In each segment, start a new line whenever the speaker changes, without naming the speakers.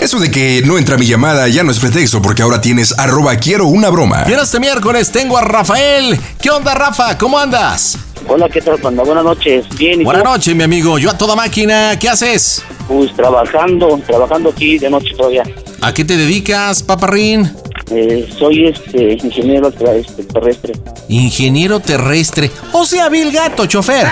Eso de que no entra mi llamada ya no es pretexto porque ahora tienes arroba quiero una broma.
Y en este miércoles tengo a Rafael. ¿Qué onda, Rafa? ¿Cómo andas?
Hola, ¿qué tal, Panda? Buenas noches. Bien, ¿y
Buenas noches, mi amigo. Yo a toda máquina. ¿Qué haces?
Pues trabajando, trabajando aquí de noche todavía.
¿A qué te dedicas, paparrín?
Eh, soy este ingeniero tra- este, terrestre.
Ingeniero terrestre. O sea, Bill Gato, chofer.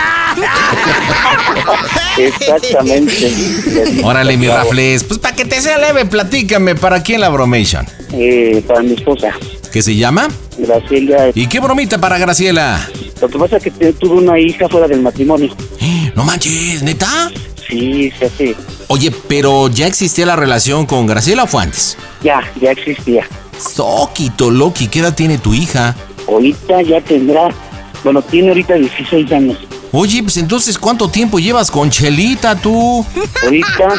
Exactamente.
Órale, mi Rafles. Pues para que te sea leve, platícame. ¿Para quién la bromation?
Eh, para mi esposa,
¿Qué se llama?
Graciela.
¿Y qué bromita para Graciela?
Lo que pasa es que te- tuve una hija fuera del matrimonio.
No manches, neta.
Sí, se hace.
Oye, pero ¿ya existía la relación con Graciela o fue antes?
Ya, ya existía.
Soquito, Loki, ¿qué edad tiene tu hija?
Ahorita ya tendrá. Bueno, tiene ahorita 16 años.
Oye, pues entonces, ¿cuánto tiempo llevas con Chelita tú?
Ahorita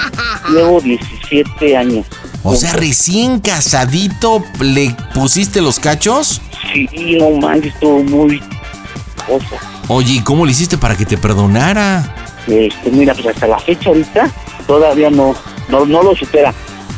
llevo 17 años.
O sea, recién casadito, ¿le pusiste los cachos?
Sí, no manches, estuvo muy. cosa.
Oye, ¿y cómo le hiciste para que te perdonara?
Este, mira, pues hasta la fecha ahorita todavía no, no, no lo supera.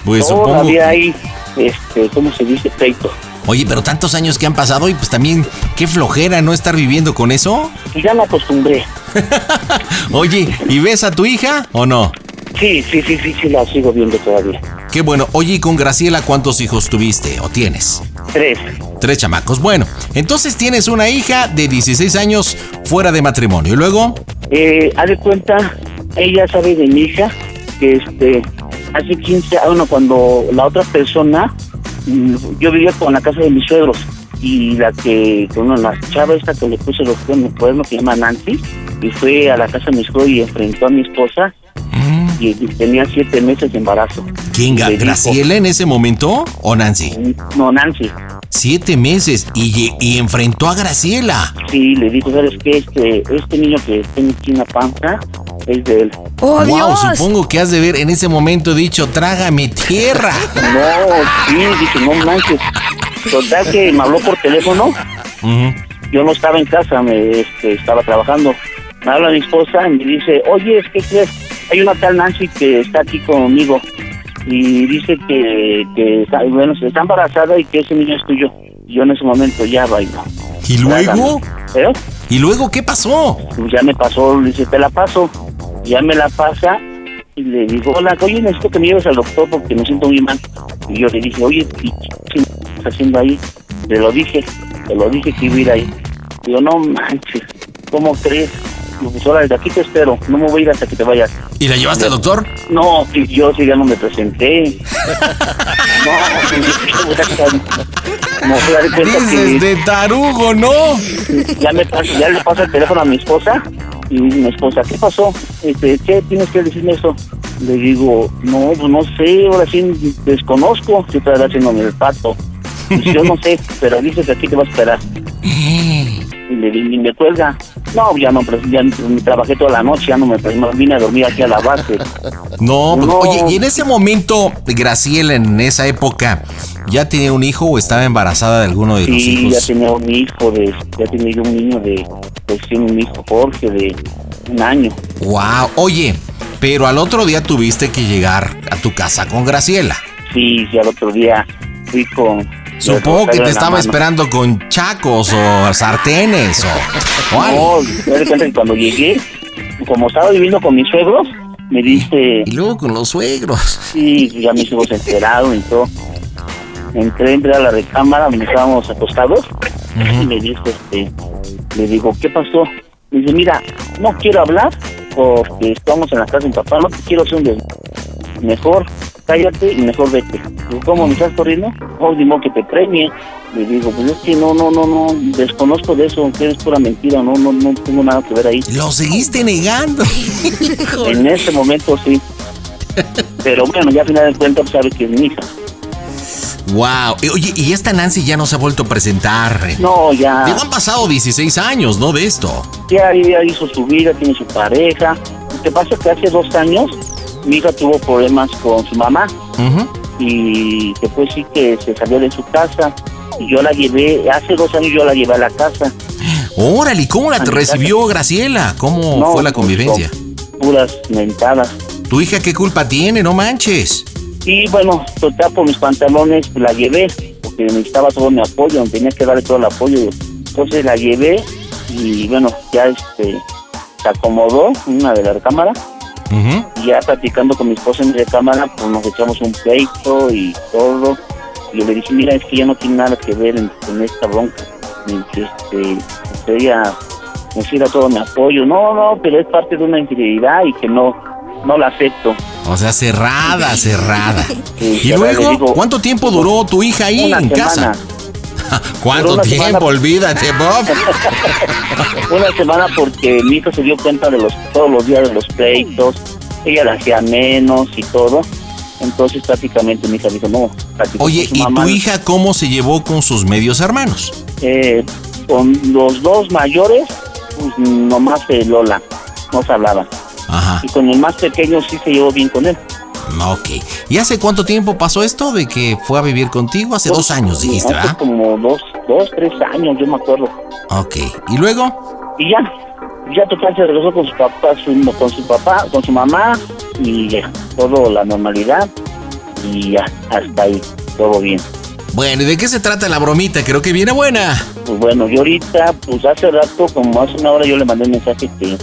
Pues supongo.
todavía hay, este, ¿cómo se dice? Pleito.
Oye, pero tantos años que han pasado y pues también qué flojera no estar viviendo con eso.
Y ya me acostumbré.
Oye, ¿y ves a tu hija o no?
Sí, sí, sí, sí, sí, la sigo viendo todavía.
Qué bueno. Oye, ¿y con Graciela cuántos hijos tuviste o tienes?
Tres.
Tres chamacos. Bueno, entonces tienes una hija de 16 años fuera de matrimonio. Y luego,
Eh, haz de cuenta, ella sabe de mi hija que este, hace 15 años, bueno, cuando la otra persona, mm, yo vivía con la casa de mis suegros y la que, bueno, la chava esta que le puse los cuernos, cuernos, que se llama Nancy, y fue a la casa de mis suegros y enfrentó a mi esposa y, y tenía siete meses de embarazo.
¿quién?
Le
ga-
dijo,
¿Graciela en ese momento o Nancy?
No, Nancy.
Siete meses y, lle- y enfrentó a Graciela.
Sí, le dijo, ¿sabes qué? Este, este niño que tiene aquí en la panza es de él.
¡Oh,
wow,
Dios!
supongo que has de ver en ese momento dicho, trágame tierra.
No, sí, dije, no manches. Total que me habló por teléfono,
Ujú.
yo no estaba en casa, me este, estaba trabajando. Me habla mi esposa y me dice, oye, ¿qué crees? Hay una tal Nancy que está aquí conmigo y dice que, que está, bueno, está embarazada y que ese niño es tuyo. Y yo en ese momento ya bailo.
¿Y luego?
¿Eh?
¿Y luego qué pasó?
Pues ya me pasó, le dice, te la paso. Ya me la pasa y le digo, hola, oye, necesito que me lleves al doctor porque me siento muy mal. Y yo le dije, oye, ¿y ¿qué estás haciendo ahí? Te lo dije, te lo dije que iba a ir ahí. Digo, no manches, ¿cómo crees? Digo, pues ahora desde aquí te espero, no me voy a ir hasta que te vayas.
¿Y la llevaste al doctor?
No, pues, yo sí ya no me presenté. no, no fui a dar cuenta que
Dices de tarugo, ¿no?
ya me paso- ya le paso el teléfono a mi esposa y mi esposa, ¿qué pasó? Este, ¿Qué tienes que decirme eso? Le digo, no, pues no sé, ahora sí desconozco si estará haciéndome el pato. Dice, yo no sé, pero dices que aquí te va a esperar. Y le di- y me cuelga. No, ya no, pues, ya me trabajé toda la noche, ya no me pues, no vine a dormir aquí a la base.
No, pues,
No.
oye, y en ese momento, Graciela, en esa época, ¿ya tenía un hijo o estaba embarazada de alguno de los
Sí, ya
hijos?
tenía un hijo de, ya tenía yo un niño de, pues sí, un hijo Jorge de un año.
Wow, oye, pero al otro día tuviste que llegar a tu casa con Graciela.
Sí, sí, al otro día fui con...
Supongo
con
que te
la
estaba
mano.
esperando con chacos o sartenes o... o algo.
No, me doy cuenta que cuando llegué, como estaba viviendo con mis suegros, me dice,
Y luego con los suegros.
y ya mis hijos se enteraron y todo. Entré, entré a la recámara, donde estábamos acostados, y me dijo, este, le digo, ¿qué pasó? Me dice, mira, no quiero hablar porque estamos en la casa de mi papá, no te quiero hacer un des... Mejor cállate y mejor vete. Digo, ¿Cómo me estás corriendo? Oh, ni modo que te premie. Le digo, pues es que no, no, no, no, desconozco de eso, que es pura mentira, no, no, no tengo nada que ver ahí.
Lo seguiste negando. Híjole.
En ese momento sí. Pero bueno, ya al final de cuentas pues, sabe que es mi hija.
wow. Y Oye, y esta Nancy ya no se ha vuelto a presentar.
No, ya,
Digo, han pasado 16 años, ¿no? De esto.
ya, ya hizo su vida, tiene su pareja. Lo que pasa es que hace dos años mi hija tuvo problemas con su mamá
Ujú.
y después sí que se salió de su casa. Y yo la llevé, hace dos años yo la llevé a la casa.
Órale, ¿y ¿cómo la recibió Graciela? ¿Cómo
No,
fue la convivencia?
con Puras mentadas.
¿Tu hija qué culpa tiene? No manches.
Y bueno, total por mis pantalones la llevé, porque necesitaba todo mi apoyo, tenía que darle todo el apoyo. Entonces la llevé y bueno, ya este se acomodó en una de la recámara
Ujú.
y ya platicando con mi esposa en mi recámara, pues nos echamos un pleito y todo. Y yo le dije, mira, es que ya no tiene nada que ver en- con esta bronca. Y que, este, usted ya necesita todo mi apoyo. No, no, pero es parte de una infidelidad y que no, no la acepto.
O sea, cerrada, cerrada.
Sí,
¿Y
ya le
luego?
digo-
¿Cuánto tiempo duró tu hija ahí
una
en casa?
semana.
¿Cuánto
Duró una
tiempo?
semana.
Olvídate, Bob.
Una semana porque mi hija se dio cuenta de los todos los días de los pleitos, ella la hacía menos y todo. Entonces prácticamente mi hija dijo, no, platicó
Oye,
con su
¿y
mamá,
tu hija cómo se llevó con sus medios hermanos?
eh, con los dos mayores, pues nomás eh, Lola, no se hablaba.
Ajá.
Y con el más pequeño sí se llevó bien con él.
Ok. ¿Y hace cuánto tiempo pasó esto de que fue a vivir contigo? Hace dos años dijiste,
Hace
¿verdad?
como dos, dos, tres años, yo me acuerdo.
Ok. ¿Y luego?
y ya ya total se regresó con su papá su- con su papá con su mamá y ya, todo la normalidad y ya hasta ahí todo bien
Bueno, ¿y de qué se trata la bromita? Creo que viene buena.
pues bueno yo ahorita pues hace rato como hace una hora yo le mandé un mensaje que,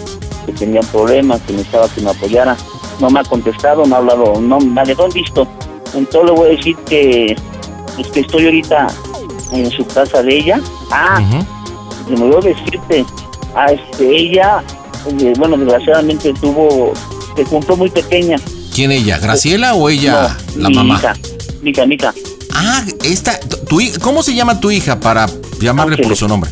que tenía problemas que necesitaba que me apoyara no me ha contestado no ha hablado no me ha dejado en visto entonces le voy a decir que pues que estoy ahorita en su casa de ella ah
Ujú.
me olvidó decirte, a este, ella, eh, bueno, desgraciadamente tuvo, se juntó muy pequeña.
¿Quién ella? ¿Graciela o ella,
No,
la
mi
mamá?
Hija, mi hija, mi hija.
Ah, esta, tu tu hija- ¿cómo se llama tu hija para llamarle por
Ángeles.
su nombre?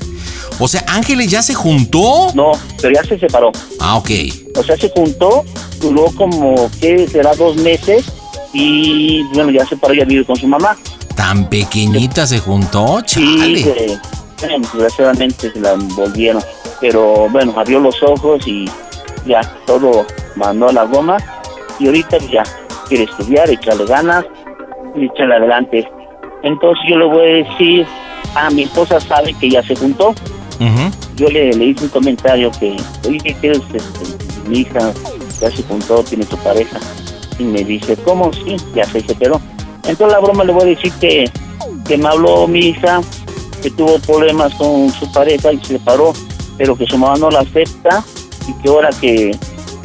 O sea, Ángeles ya se juntó.
No, pero ya se separó.
Ah, ok.
O sea, se juntó, duró como, ¿qué será? Dos meses y, bueno, ya se separó, ya vive con su mamá.
Tan pequeñita se juntó,
Sí,
chale.
eh, bueno, desgraciadamente se la envolvieron. Pero bueno, abrió los ojos y ya todo mandó a la goma. Y ahorita ya quiere estudiar, echarle ganas y echarle adelante. Entonces yo le voy a decir, a mi esposa sabe que ya se juntó.
Ujú.
Yo le, le hice un comentario que, oye, ¿qué quieres? Este, mi hija ya se juntó, tiene tu pareja. Y me dice, ¿cómo? Sí, ya se separó. Entonces la broma le voy a decir que, que me habló mi hija, que tuvo problemas con su pareja y se separó, pero que su mamá no la acepta y que ahora que,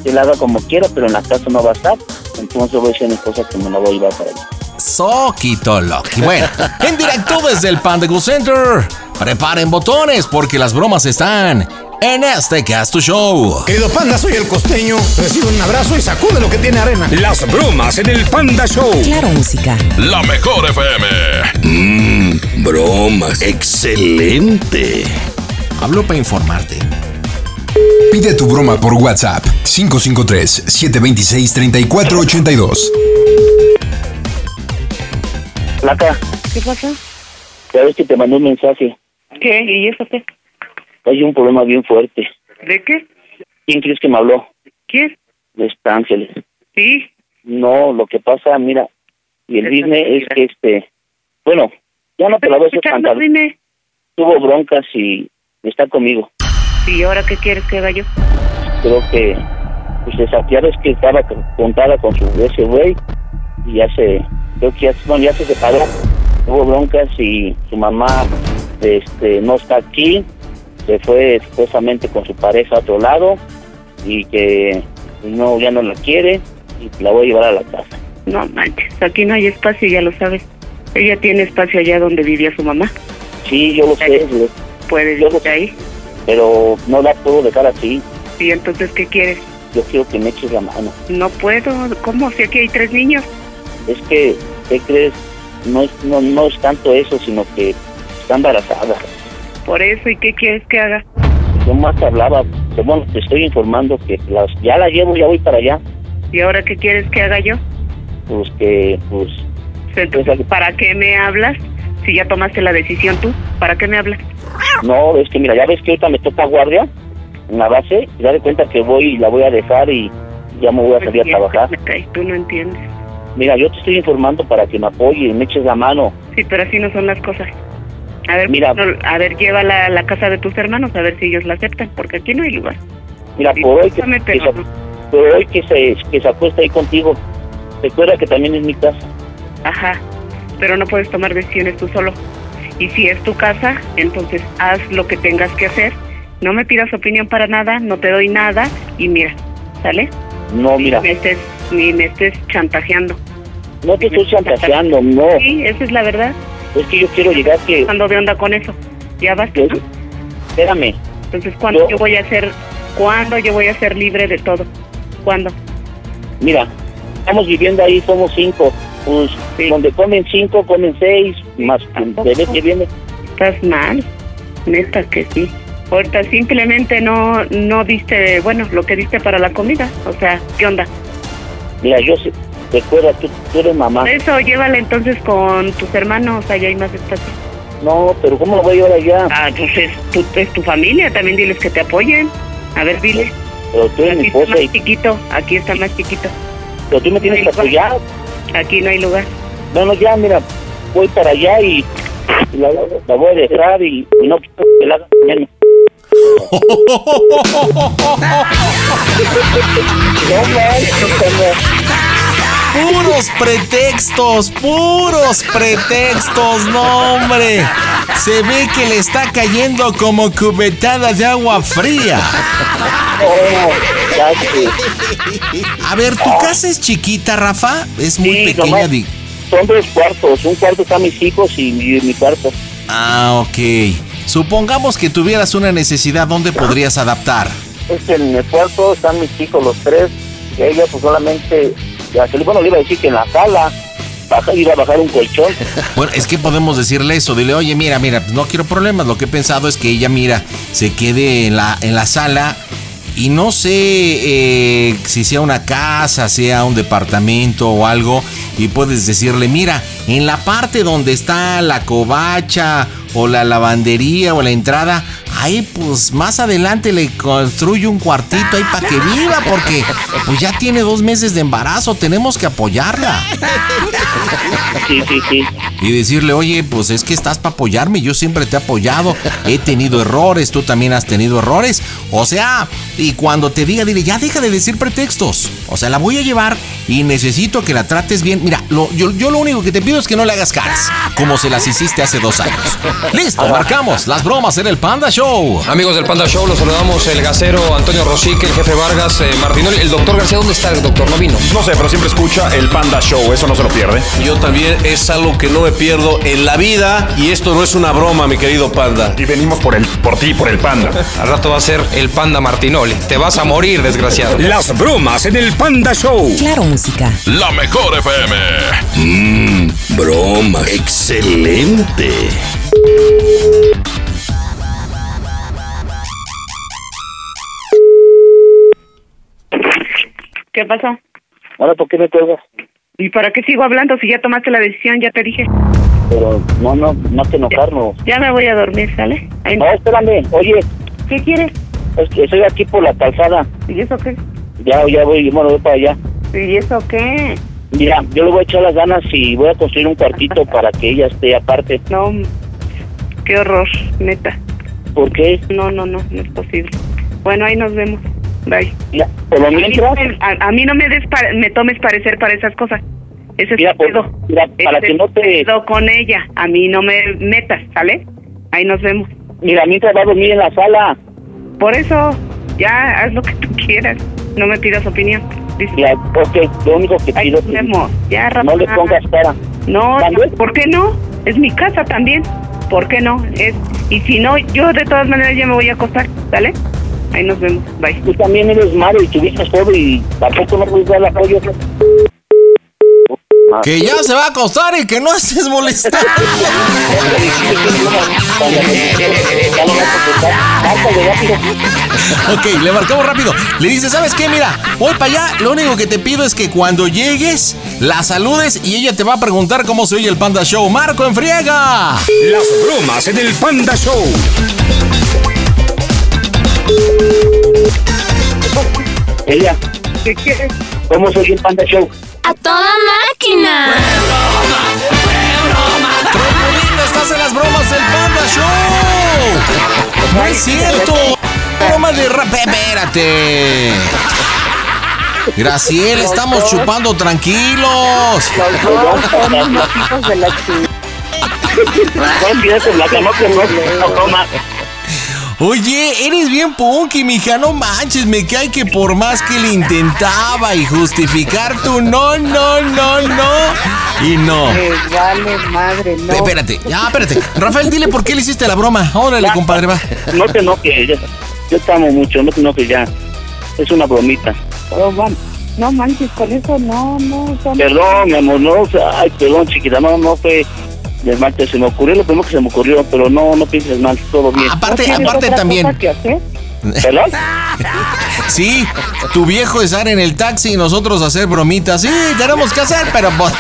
que la haga como quiera, pero en la casa no va a estar. Entonces voy a decir a mi esposa que me la voy a llevar para allá.
Soquito Loki. Bueno, en directo desde el Panda Cool Center. Preparen botones porque las bromas están en este Casto Show.
Querido panda, soy el costeño. Recibe un abrazo y sacude lo que tiene arena.
Las bromas en el Panda Show.
Claro, música.
La mejor FM. Mmm, bromas. Excelente.
Hablo para informarte.
Pide tu broma por WhatsApp 553-726-3482.
Placa,
¿Qué pasa?
ya ves que te mandé un mensaje.
¿Qué? ¿Y eso qué?
Hay un problema bien fuerte.
¿De qué?
¿Quién crees que me habló?
¿Quién?
De Los Ángeles.
Sí.
No, lo que pasa, mira, y el
Esa
Disney es
mentira.
que este, bueno, ya no te la voy a hacer
Escuchando,
cantar.
dime.
Tuvo broncas y está conmigo.
¿Y ahora qué quieres que haga yo?
Creo que, pues desafiar es que estaba contada con su ese güey y ya se, creo que ya, bueno, ya se separó. Tuvo broncas y su mamá, este, no está aquí. Se fue supuestamente con su pareja a otro lado y que Pues no, ya no la quiere y la voy a llevar a la casa.
No manches, aquí no hay espacio, ya lo sabes. Ella tiene espacio allá donde vivía su mamá.
Sí, yo lo sé, le-
Puedes
Yo lo sé.
irte ahí.
pero no la puedo dejar así.
¿Y entonces qué quieres?
Yo quiero que me eches la mano.
No puedo. ¿Cómo? Si aquí hay tres niños.
Es que, ¿qué crees? No es, no, no es tanto eso, sino que está embarazada.
Por eso, ¿y qué quieres que haga?
Yo más te hablaba, pero bueno, te estoy informando que las, ya la llevo, ya voy para allá.
¿Y ahora qué quieres que haga yo?
Pues que, pues,
Entonces, ¿para qué me hablas? Si ya tomaste la decisión tú, ¿para qué me hablas?
no, es que mira, ya ves que ahorita me toca guardia en la base, ya de cuenta que voy y la voy a dejar y ya me voy a salir a trabajar.
Me cae, Tú no entiendes.
Mira, yo te estoy informando para que me apoye y me eches la mano.
Sí, pero así no son las cosas. A ver,
Mira.
no, a ver, llévala a la casa de tus hermanos a ver si ellos la aceptan, porque aquí no hay lugar.
Mira, por hoy que,
Discúlpame,
que
pero
se-
no.
por hoy que se, que se acuesta ahí contigo, recuerda que también es mi casa.
Ajá, pero no puedes tomar decisiones tú solo. Y si es tu casa, entonces haz lo que tengas que hacer. No me pidas opinión para nada, no te doy nada y mira, ¿sale?
No, Oh, mira,
Ni me estés, ni me estés chantajeando.
no te estoy chantajeando, no.
Sí, esa es la verdad.
Es que yo quiero llegar que...
Ando de onda con eso. Ya basta.
que-
¿no?
espérame,
Entonces, ¿cuándo
Yo-
yo voy a ser, cuándo yo voy a ser libre de todo? ¿Cuándo?
mira, estamos viviendo ahí, somos cinco. Pues
Sí.
donde comen cinco, comen seis, más el
Tampoco.
bebé que viene.
Estás mal, neta que sí. Ahorita Pues simplemente no, no diste, bueno, lo que diste para la comida. O sea, ¿qué onda?
Mira, yo sé, recuerda, tú, tú eres mamá.
Por Eso, llévala entonces con tus hermanos, allá hay más espacio.
No, pero ¿cómo lo voy a llevar allá?
Ah, entonces tú, es tu familia, también diles que te apoyen. A ver, dile.
Pero tú eres mi
Aquí está
esposa
más
y
chiquito, aquí está más chiquito.
pero tú me tienes que apoyar.
Aquí no hay lugar.
No, no, ya, mira, voy para allá y y la, la voy a dejar y, y no quiero que la hagan menos. No, no,
Puros pretextos, puros pretextos, no hombre. Se ve que le está cayendo como cubetada de agua fría.
no, ya sé.
A ver, ¿tu casa es chiquita, Rafa? Es muy
Sí,
pequeña.
nomás
di-
Son dos cuartos, un cuarto está mis hijos y mi, mi cuarto.
Ah, ok. Supongamos que tuvieras una necesidad, ¿dónde podrías adaptar?
Es que en el cuarto están mis hijos, los tres, y ella pues solamente, ya que bueno, le iba a decir que en la sala, baja, iba a bajar un colchón.
Bueno, es que podemos decirle eso, dile, oye, mira, mira, pues no quiero problemas, lo que he pensado es que ella, mira, se quede en la, en la sala y no sé eh, si sea una casa, sea un departamento o algo, y puedes decirle, mira, en la parte donde está la covacha o la lavandería o la entrada, ahí pues más adelante le construyo un cuartito ahí para que viva, porque pues ya tiene dos meses de embarazo, tenemos que apoyarla
Sí, sí, sí.
y decirle, oye, pues es que estás para apoyarme, yo siempre te he apoyado, he tenido errores, tú también has tenido errores. O sea, y cuando te diga, dile, ya deja de decir pretextos. O sea, la voy a llevar y necesito que la trates bien. Mira, lo- yo, yo lo único que te pido es que no le hagas caras, como se las hiciste hace dos años. Listo, marcamos las bromas en el Panda Show.
Amigos del Panda Show, los saludamos el gasero Antonio Rosique, el jefe Vargas, eh, Martinoli, el doctor García. ¿Dónde está el doctor? No vino.
No sé, pero siempre escucha el Panda Show, eso no se lo pierde.
Yo también es algo que no me pierdo en la vida y esto no es una broma, mi querido panda.
Y venimos por el, por ti, por el Panda.
Al rato va a ser el Panda Martinoli. Te vas a morir, desgraciado.
Las bromas en el Panda Show.
Claro, música.
La mejor FM.
Broma, Mmm, excelente.
¿Qué pasó?
Ahora, ¿por qué me cuelgas?
¿Y para qué sigo hablando si ya tomaste la decisión? Ya te dije.
Pero no, no, no hay que enojarnos.
Ya me voy a dormir, ¿sale? Ay,
No, espérame, oye,
¿Qué quieres?
es que estoy aquí por la calzada,
¿Y eso qué?
ya, ya voy, bueno, voy para allá.
¿Y eso qué?
Mira, yo le voy a echar las ganas y voy a construir un cuartito para que ella esté aparte.
No, qué horror, neta.
¿Por qué?
No, no, no, no es posible. Bueno, ahí nos vemos. Bye.
Mira, por lo mientras,
A, a mí no me, des pa- me tomes parecer para esas cosas. Ese es
Mira,
tu
por-
pedo.
mira, para
Ese
que no
es tu
te-
pedo con ella. A mí no me metas, ¿sale? Ahí nos vemos.
mira, mientras va a dormir en la sala.
Por eso, ya haz lo que tú quieras.
No me pidas opinión. Dice,
Ya, ok, lo único que
Ay,
pido es que
Memo, ya,
no le
Rafa.
pongas cara.
No,
¿También?
¿por qué no? Es mi casa también. ¿Por qué no? Es, y si no, yo de todas maneras ya me voy a acostar, ¿sale? Ahí nos vemos. Bye.
Tú también eres malo y tuviste pobre y tampoco no puedes dar apoyo.
Que ya se va a acostar y que no haces molestar. Ok, le marcamos rápido. Le dice, ¿sabes qué? Mira, voy para allá. Lo único que te pido es que cuando llegues, la saludes y ella te va a preguntar cómo se oye el Panda Show. ¡Marco en friega!
Las bromas en el Panda Show.
Ella,
¿Qué quieres?
¿cómo soy el Panda Show?
¡A toda máquina!
Trombolita, estás en las bromas del Panda Show. No es cierto. Broma de rap. eh, Espérate. Graciel, estamos chupando tranquilos.
No pides en la cama que no, no toma.
Oye, eres bien punky, mija, no manches, me cae que por más que le intentaba y justificar tu no, no, no, no, y no.
vale madre, no.
Espérate, ya, espérate. Rafael, dile por qué le hiciste la broma. Órale, compadre, va.
No te enojes, yo, yo te amo mucho, no te enojes ya. Es una bromita.
Oh, man- no manches, con eso no, no. son-
Perdón, mi amor, no, o sea, ay, perdón, chiquita, no, no fue de mal, que se me ocurrió lo primero que se me ocurrió, pero no, no pienses mal, todo bien.
¿No
Aparte,
tienes
aparte
otra
también.
cosa que hacer?
¿Perdón?
Sí, tu viejo estar en el taxi y nosotros hacer bromitas. Sí, tenemos que hacer, pero pues,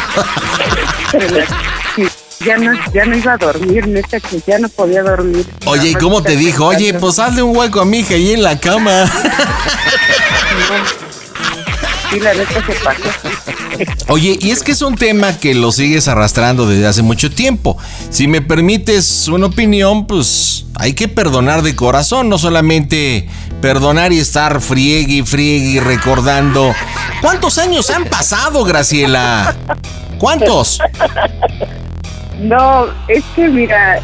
Pero la- Ya no, ya no iba a dormir, neta, que ya no podía dormir.
Oye, ¿y cómo te dijo? Oye, pues hazle un hueco a mi hija ahí en la cama.
Sí, la neta se pasó.
Oye, y es que es un tema que lo sigues arrastrando desde hace mucho tiempo. Si me permites una opinión, pues hay que perdonar de corazón, no solamente perdonar y estar friegue y friegue y recordando. ¿Cuántos años han pasado, Graciela? ¿Cuántos?
No, es que mira,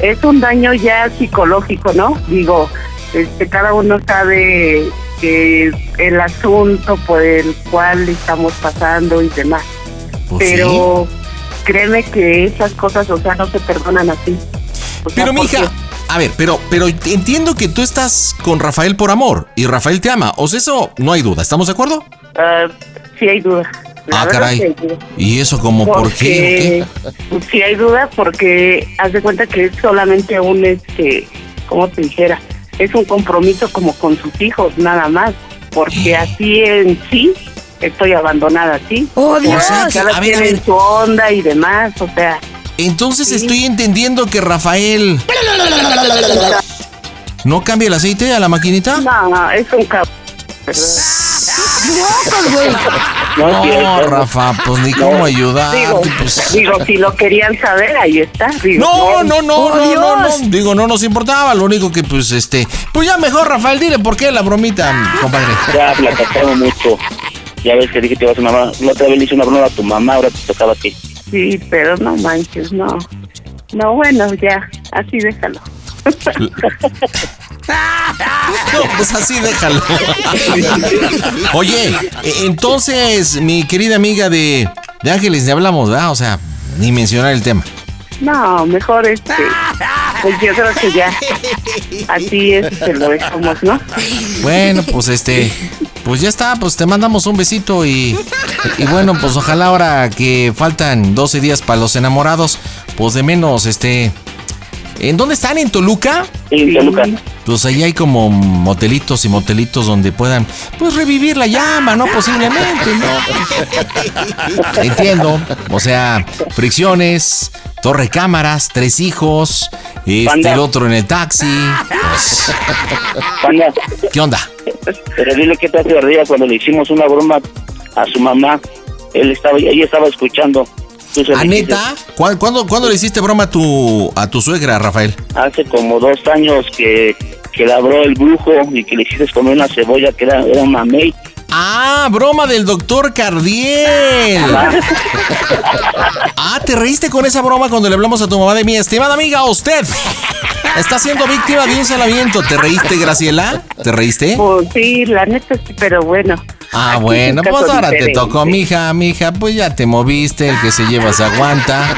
es un daño ya psicológico, ¿no? Digo, este, cada uno sabe que el asunto por el cual estamos pasando y demás.
Pues
Pero créeme que esas cosas, o sea, no se perdonan así. O sea,
Pero
porque-
mija, a ver, pero, pero entiendo que tú estás con Rafael por amor y Rafael te ama. O sea, eso no hay duda. ¿Estamos de acuerdo?
Ah, sí hay duda. La
ah,
verdad
caray.
sí hay duda.
¿Y eso como por qué? o qué?
Porque- Sí hay duda porque haz de cuenta que es solamente un, este, ¿cómo te dijera? Es un compromiso como con sus hijos, nada más. Porque así en sí estoy abandonada, ¿sí?
¡Oh, Dios!
O sea, que-
Cada
a ver, a
quien
ver.
en su onda y demás, o sea...
Entonces estoy entendiendo que Rafael no cambia el aceite a la maquinita.
No, no, es un cabrón.
No,
No,
sí, es-
Rafa, pues ni cómo
Digo,
ayudarte. pues.
digo, si lo querían saber, ahí está. digo,
No, no, no,
¡Oh,
no, no, no.
Dios!
Digo, no nos importaba. Lo único que, pues, este. Pues ya mejor, Rafael, dile por qué la bromita, compadre.
Ya, platicamos mucho. Ya ves que dije que te vas a una broma. La otra vez le hice una broma a tu mamá, ahora te tocaba a ti.
Sí, pero no manches, no. No, bueno, ya, así déjalo.
No, pues así déjalo. Oye, e- entonces, mi querida amiga de, de Ángeles, ni hablamos, ¿verdad? O sea, ni mencionar el tema.
No, mejor este. Pues yo creo que ya. Así es, se lo dejamos, ¿no?
Bueno, pues este. Pues ya está, pues te mandamos un besito y, y bueno, pues ojalá ahora que faltan 12 días para los enamorados, pues de menos, este... ¿En dónde están? ¿En Toluca?
Sí, Toluca.
Pues ahí hay como motelitos y motelitos donde puedan, pues revivir la llama, ¿no? Posiblemente, ¿no? Entiendo. O sea, fricciones, torre cámaras, tres hijos, este,
Panda.
el otro en el taxi. pues,
Panda,
¿Qué onda?
pero dile que te hace ardilla cuando le hicimos una broma a su mamá. Él estaba, ella estaba escuchando. Tú se lo
¿Aneta? ¿Cuándo, cuándo, cuándo le hiciste broma a tu, a tu suegra, Rafael?
dijiste. Hace como dos años que, que labró el brujo y que le hiciste comer una cebolla que era, era mamey.
Ah, broma del doctor Cardiel. Ah, ¿te reíste con esa broma cuando le hablamos a tu mamá de mi estimada amiga? Usted Está siendo víctima de un salaviento. ¿Te reíste, Graciela? ¿Te reíste?
Pues sí, la neta sí, pero bueno.
Ah, bueno,
es un
pues
caso
ahora te
diferente.
tocó, mija, mija, pues ya te moviste, el que se lleva se aguanta.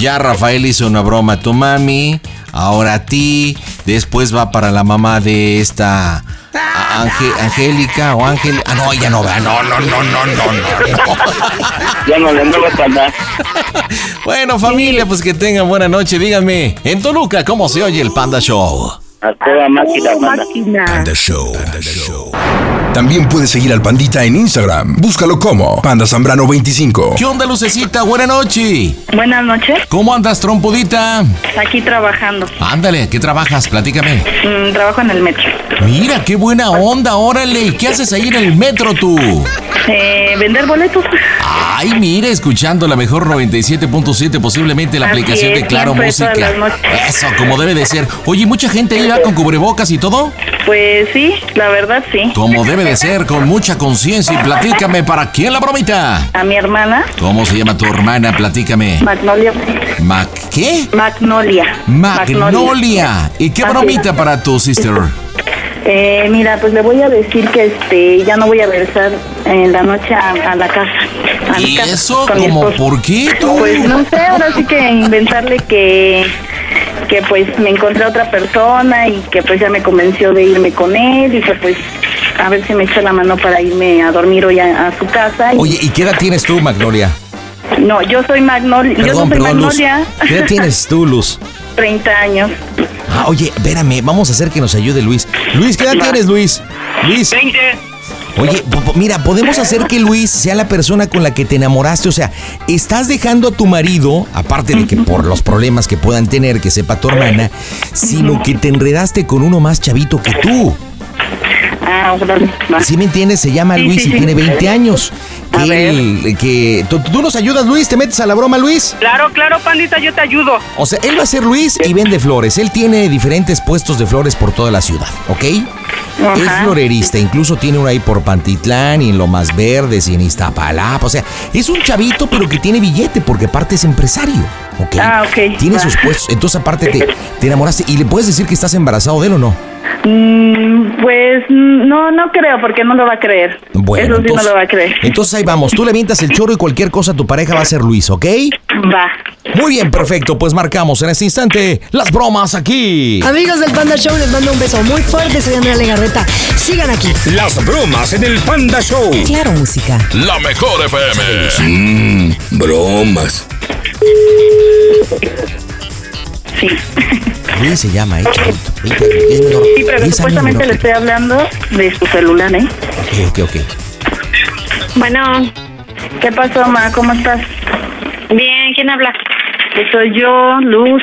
Ya Rafael hizo una broma a tu mami, ahora a ti, después va para la mamá de esta a- Ange- Angélica o Ángel. Ah, no, ya no, va, no, no, no, no, no, no.
Ya no le muevas para nada.
Bueno, familia, pues que tengan buena noche. Díganme, en Toluca, ¿cómo se oye el Panda Show?
A toda máquina, manda.
Panda Show. También puedes seguir al Pandita en Instagram. Búscalo como Panda Zambrano 25.
¿Qué onda, Lucecita? Buena noche.
Buenas noches.
¿Cómo andas, trompudita?
Pues Aquí trabajando.
Ándale, ¿qué trabajas? Platícame.
Mm, trabajo en el metro.
Mira, qué buena onda, órale. ¿Y ¿Qué haces ahí en el metro tú?
Eh, Vender boletos.
Ay, mira, escuchando la mejor 97.7, posiblemente la
Así
aplicación
es,
de Claro
siempre, todas
Música.
las noches.
Eso, como debe de ser. Oye, ¿mucha gente ahí va con cubrebocas y todo?
Pues sí, la verdad sí.
Como debe de ser, con mucha conciencia. Y platícame, ¿para quién la bromita?
A mi hermana,
¿Cómo se llama tu hermana? Platícame.
Magnolia.
Mac, ¿qué?
Magnolia.
Magnolia. ¿Y qué
Así
bromita para tu sister?
Eh, mira, pues le voy a decir que este ya no voy a regresar en la noche a, a la casa. A mi
¿Y
casa
eso?
con mi
¿Cómo
esposo.
por qué tú?
Pues no sé, ahora sí que inventarle que que pues me encontré a otra persona y que pues ya me convenció de irme con él y que pues a ver si me echa la mano para irme a dormir hoy a, a su casa. Y-
Oye, ¿y qué edad tienes tú, Magnolia?
no, yo soy Magnolia, yo no soy
Perdón, perdón, Luz.
Magnolia.
¿Qué edad tienes tú, Luz?
30 años.
Ah, oye, espérame, vamos a hacer que nos ayude Luis. Luis, ¿qué edad tienes, Luis? Luis. Oye, po- po- mira, podemos hacer que Luis sea la persona con la que te enamoraste. O sea, estás dejando a tu marido, aparte de que por los problemas que puedan tener, que sepa tu hermana, sino que te enredaste con uno más chavito que tú.
Ah, órale, va.
¿Sí me entiendes? Se llama
Sí,
Luis
sí,
y
sí.
tiene 20 años. Que, él- que- ¿tú, tú nos ayudas, Luis? ¿Te metes a la broma, Luis?
Claro, claro, pandita, yo te ayudo.
O sea, él va a ser Luis y vende flores. Él tiene diferentes puestos de flores por toda la ciudad, ¿ok? Es florerista, incluso tiene uno ahí por Pantitlán y en Lomas Verdes y en Iztapalapa. O sea, es un chavito, pero que tiene billete porque aparte es empresario, ¿ok?
Ah, ok.
Tiene
Va.
sus puestos. Entonces, aparte, te, te enamoraste y le puedes decir que estás embarazado de él o no.
Mm, pues no, no creo porque no lo va a creer.
Bueno,
Eso sí
entonces-
no lo va a creer.
Entonces ahí vamos. Tú le mientas el choro y cualquier cosa a tu pareja va a ser Luis, ¿ok?
Va.
Muy bien, perfecto. Pues marcamos en este instante las bromas aquí.
Amigos del Panda Show, les mando un beso muy fuerte. Soy Andrea Legarreta. Sigan aquí.
Las bromas en el Panda Show.
Claro, música.
La mejor FM. Mmm,
bromas.
Luis se llama, ¿eh? Chavito. Veinte años, es menor.
Sí, pero
Diez años
supuestamente le
menor.
estoy hablando de su celular, ¿eh?
Ok, ok, ok.
Bueno, ¿qué pasó, ma? ¿Cómo estás? Bien, ¿quién habla? Soy yo, Luz.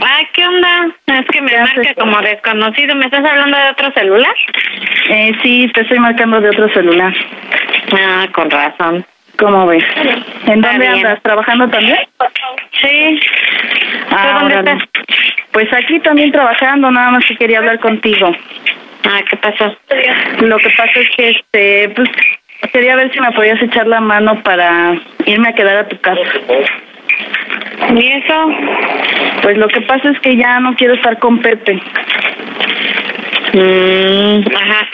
Ah, ¿qué onda? Es que me marca como desconocido. ¿Me estás hablando de otro celular?
Eh, sí, te estoy marcando de otro celular.
Ah, con razón.
¿Cómo ves? ¿En dónde
bien.
andas? ¿Trabajando también?
Sí.
Ah,
dónde
órale. Pues aquí también trabajando, nada más que quería hablar contigo.
Ah, ¿qué pasó?
Lo que pasa es que este, pues, quería ver si me podías echar la mano para irme a quedar a tu casa.
¿Y eso?
Pues lo que pasa es que ya no quiero estar con Pepe.
Mm, ajá.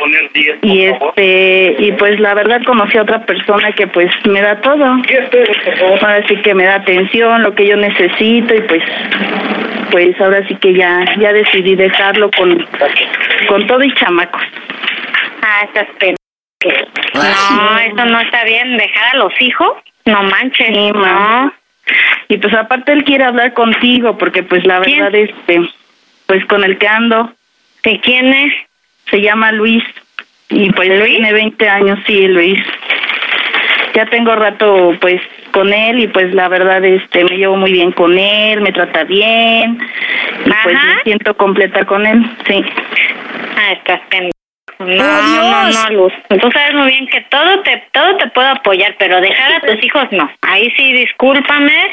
Y este, y pues la verdad conocí a otra persona que pues me da todo. Ahora sí que me da atención, lo que yo necesito y pues pues ahora sí que ya ya decidí dejarlo con con todo y chamacos.
Ah, estás pen...
Ah,
No, eso no está bien. ¿Dejar a los hijos? No manches. no.
Y pues aparte él quiere hablar contigo porque pues la verdad este pues con el que ando.
¿De quién es?
Se llama Luis y pues tiene 20 años, sí, Luis. Ya tengo rato pues con él y pues la verdad este me llevo muy bien con él, me trata bien y pues me siento completa con él, sí.
Ah, estás pen... No, no, no, Luz. Tú sabes muy bien que todo te todo te puedo apoyar, pero dejar a tus hijos no. Ahí sí, discúlpame,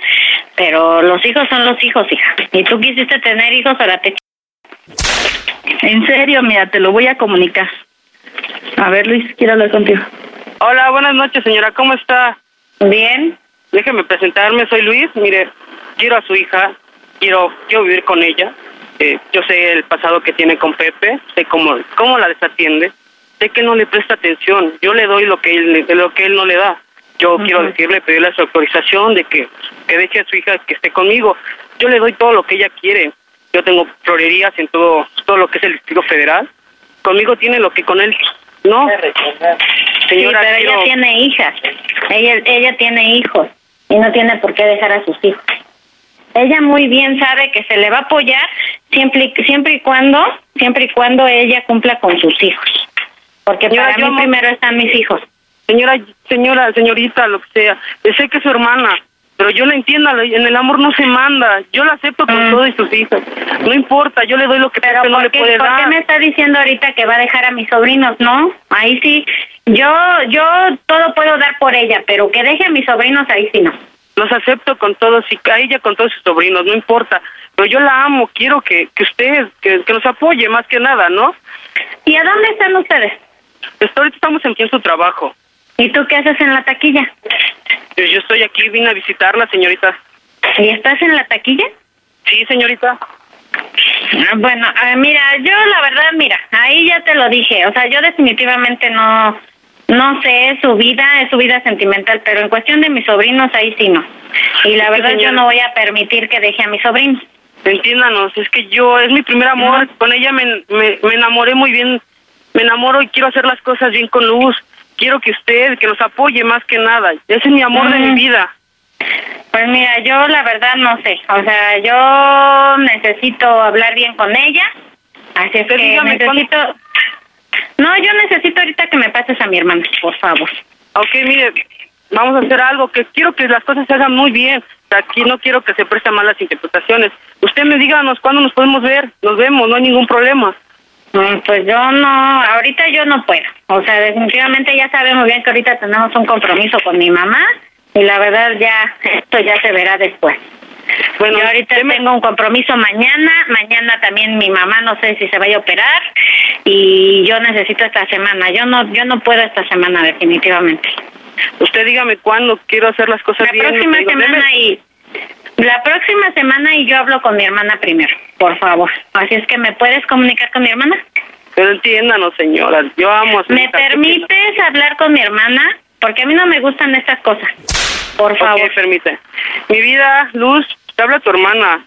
pero los hijos son los hijos, hija. Y tú quisiste tener hijos, ahora te... ch-
En serio, mira, te lo voy a comunicar. A ver, Luis, quiero hablar contigo.
Hola, buenas noches, señora. ¿Cómo está?
Bien.
Déjeme presentarme. Soy Luis. Mire, quiero a su hija. Quiero, quiero vivir con ella. eh, yo sé el pasado que tiene con Pepe, sé cómo, cómo la desatiende, sé que no le presta atención, yo le doy lo que él, lo que él no le da. Yo
Ujú.
quiero decirle, pedirle su autorización de que, que deje a su hija que esté conmigo. Yo le doy todo lo que ella quiere. Yo tengo florerías en todo, todo lo que es el Distrito Federal. Conmigo tiene lo que con él no. Señora,
sí, pero
quiero-
ella tiene hijas, ella, ella tiene hijos y no tiene por qué dejar a sus hijos. Ella muy bien sabe que se le va a apoyar siempre, y- siempre y cuando, siempre y cuando ella cumpla con sus hijos. Porque
Señora,
para
yo
mí
amo-
primero están mis hijos.
Señora, señora, señorita, lo que sea, yo sé que es su hermana, pero yo la entiendo, la- en el amor no se manda, yo la acepto
Mm.
con todo y sus hijas, no importa, yo le doy lo que Pepe no le
¿Por qué-
puede
¿Por qué
dar.
me está diciendo ahorita que va a dejar a mis sobrinos? No, ahí sí. Yo, yo todo puedo dar por ella, pero que deje a mis sobrinos ahí sí no.
Los acepto con todos y a ella con todos sus sobrinos, no importa, pero yo la amo, quiero que, que usted, que, que nos apoye más que nada, ¿no?
¿Y a dónde están ustedes?
Pues ahorita estamos aquí en su trabajo,
¿Y tú qué haces en la taquilla?
yo, yo estoy aquí, vine a visitarla, señorita.
¿Y estás en la taquilla?
Sí, señorita.
Ah, Bueno, eh, mira, yo la verdad, mira, ahí ya te lo dije, o sea, yo definitivamente no, no sé es su vida, es su vida sentimental, pero en cuestión de mis sobrinos ahí sí no. Y la
Sí,
verdad yo
señora.
no voy a permitir que deje a mis sobrinos.
Entiéndanos, es que yo, es mi primer amor,
Mm.
con ella me, me, me enamoré muy bien, me enamoro y quiero hacer las cosas bien con luz, quiero que usted, que nos apoye más que nada, ese es mi amor de mi
Mm.
vida.
Pues mira, yo la verdad no sé, o sea, yo necesito hablar bien con ella, así es
Pero
que
dígame, ¿cuándo-
necesito... No, yo necesito ahorita que me pases a mi hermana, por favor.
Ok, mire, vamos a hacer algo, que quiero que las cosas se hagan muy bien, O sea, aquí no quiero que se presten malas interpretaciones. Usted me díganos cuándo nos podemos ver, nos vemos, no hay ningún problema.
Mm, Pues yo no, ahorita yo no puedo. O sea, definitivamente ya sabemos bien que ahorita tenemos un compromiso con mi mamá y la verdad ya esto ya se verá después. Bueno, yo ahorita tengo un compromiso mañana, mañana también mi mamá no sé si se vaya a operar y yo necesito esta semana. Yo no yo no puedo esta semana definitivamente.
Usted dígame cuándo quiero hacer las cosas
La
bien.
próxima
Digo, deme-
semana y la próxima semana y yo hablo con mi hermana primero, por favor. Así es que me puedes comunicar con mi hermana?
Pero entiéndanos, señora, yo amo a su
¿Me
hija,
permites hablar con mi hermana? Porque a mí no me gustan estas cosas. Por favor.
Ok, permite. Mi vida, Luz, te habla tu hermana.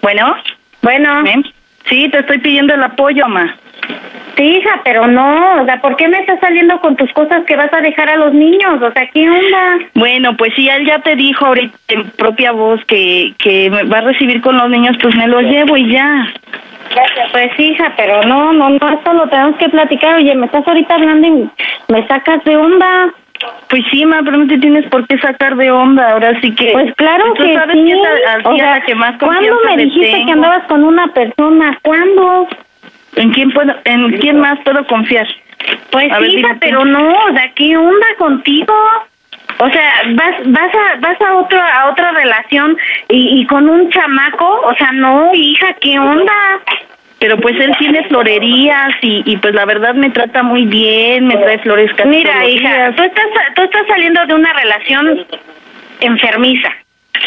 Bueno, bueno. Sí, te estoy pidiendo el apoyo, ma.
Sí, hija, pero no, o sea, ¿por qué me estás saliendo con tus cosas que vas a dejar a los niños? O sea, ¿qué onda?
Bueno, pues si él ya te dijo ahorita en propia voz pues, que, que me va a recibir con los niños, pues me los llevo y ya.
Pues hija, pero no, no, no, esto lo tenemos que platicar. Oye, me estás ahorita hablando y me sacas de onda.
Pues sí, ma, pero no te tienes por qué sacar de onda, ahora sí que...
Pues claro
Tú
que
sabes
sí.
que es a, a ti
O
a
sea,
la que más
¿Cuándo
confianza
me
le
dijiste
tengo.
que andabas con una persona? ¿Cuándo?
¿En quién, puedo, ¿En quién más puedo confiar?
Pues
A ver,
hija,
dime tú.
pero no, o sea, ¿qué onda contigo? O sea, vas vas a vas a otro a otra relación y, y con un chamaco, o sea, no, hija, ¿qué onda?
Pero pues él tiene florerías y, y pues la verdad me trata muy bien, me trae flores casi todos
Mira,
los
hija, tú estás tú estás saliendo de una relación enfermiza,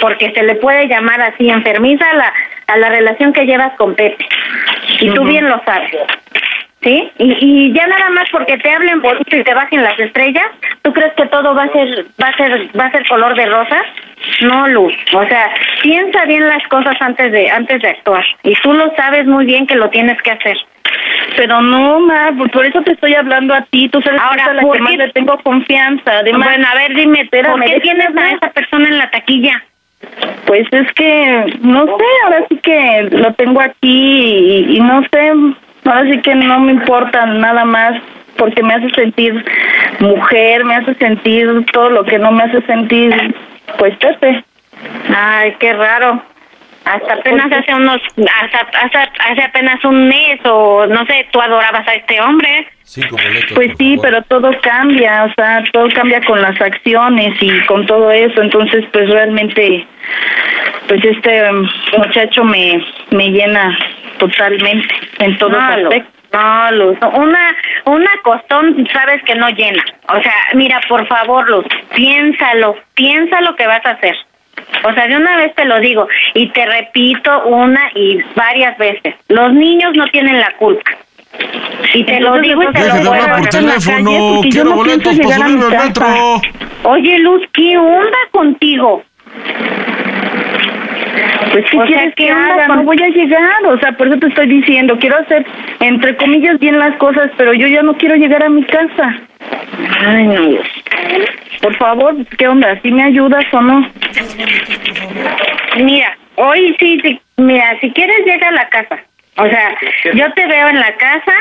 porque se le puede llamar así enfermiza a la a la relación que llevas con Pepe. Y tú
Ujú.
bien lo sabes. ¿Sí? Y, y ya nada más porque te hablen bonito y te bajen las estrellas, ¿tú crees que todo va a ser va a ser va a ser color de rosa? No, Luz. O sea, piensa bien las cosas antes de antes de actuar. Y tú lo sabes muy bien que lo tienes que hacer.
Pero no, ma, por, por eso te estoy hablando a ti. Tú sabes que es a la
¿por
que más
qué?
le tengo confianza. Además,
bueno, a ver, dime, ¿por
espérame,
qué
déjame
tienes a esa persona en la taquilla?
Pues es que, no sé, ahora sí que lo tengo aquí y, y no sé, ahora sí que no me importa nada más porque me hace sentir mujer, me hace sentir todo lo que no me hace sentir, pues Pepe.
Ay, qué raro. Hasta apenas
Porque-
hace unos, hasta, hasta- hace apenas un mes o no sé, tú adorabas a este hombre.
Cinco boletos.
Pues sí, pero todo cambia, o sea, todo cambia con las acciones y con todo eso, entonces pues realmente, pues este em, muchacho me, me llena totalmente en todos
No, Luz,
aspectos.
No, Luz, una, una costón sabes que no llena. O sea, mira, por favor, Luz, piénsalo, piensa lo que vas a hacer. O sea, de una vez te lo digo y te repito una y varias veces. Los niños no tienen la culpa. Y te lo
Entonces,
digo y te lo
entonces,
vuelvo a
por
repetir.
teléfono,
porque yo
quiero
no pienso
boletos para
llegar a mi
subirme al
casa. Oye, Luz, ¿qué onda contigo?
Pues, ¿qué
O sea,
quieres
¿qué
que haga?
onda?
No voy a llegar, o sea, por eso te estoy diciendo, quiero hacer, entre comillas, bien las cosas, pero yo ya no quiero llegar a mi casa. Ay, no, Dios. Por favor, ¿qué onda? ¿Si me ayudas o no?
Mira, hoy sí, sí, mira, si quieres llega a la casa. O sea, yo te veo en la casa,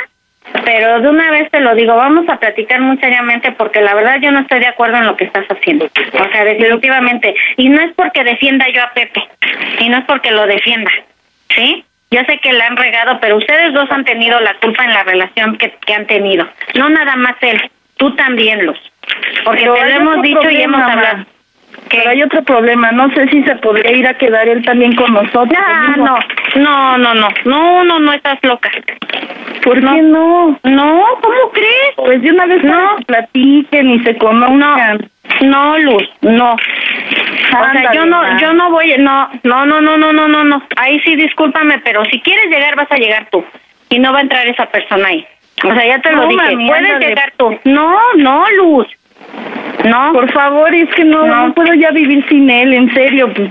pero de una vez te lo digo, vamos a platicar muy seriamente porque la verdad yo no estoy de acuerdo en lo que estás haciendo. O sea, definitivamente. Y no es porque defienda yo a Pepe, y no es porque lo defienda, ¿sí? Yo sé que la han regado, pero ustedes dos han tenido la culpa en la relación que, que han tenido. No nada más él, tú también, Luz. Porque
Pero
te
hay
lo hemos
otro
dicho y
problema,
hemos
ma.
hablado.
Pero hay otro problema, no sé si se podría ir a quedar él también con nosotros.
Ah, no, no, no, no, no, no, no estás loca. ¿Por no. qué no? No, ¿cómo crees? Pues de una vez no platiquen y se conozcan. No, no, Luz, no. o sea,
Ándale,
yo no,
ma.
yo no voy, no, no, no, no, no, no, no, no. Ahí sí, discúlpame, pero si quieres llegar vas a llegar tú y no va a entrar esa persona ahí. O sea, ya te lo
No,
dije,
mami,
puedes
ándale.
llegar tú. No, no, Luz. No.
Por favor, es que no, no puedo ya vivir sin él, en serio. pues.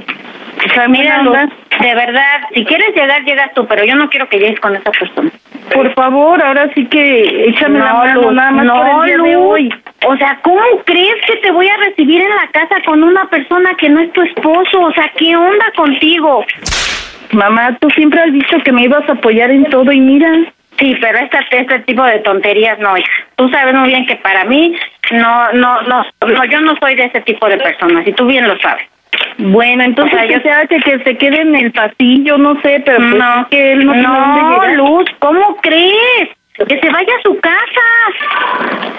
O sea,
Mira,
buena
Luz,
onda.
de verdad, si quieres llegar, llegas tú, pero yo no quiero que llegues con esa persona.
Por favor, ahora sí que échame la mano,
Luz,
nada más
no,
por el día de
Luz.
hoy.
O sea, ¿cómo crees que te voy a recibir en la casa con una persona que no es tu esposo? O sea, ¿qué onda contigo?
Mamá, tú siempre has dicho que me ibas a apoyar en todo y mira.
Sí, pero esta, este tipo de tonterías no, hija. Tú sabes muy bien que para mí, no, no, no, no, yo no soy de ese tipo de personas, y tú bien lo sabes.
Bueno, entonces
O sea,
que
yo-
se haga que, que se quede en el pasillo, no sé, pero pues
No.
es que él no, tiene
No,
dónde llegar.
Luz, ¿cómo crees? Que se vaya a su casa.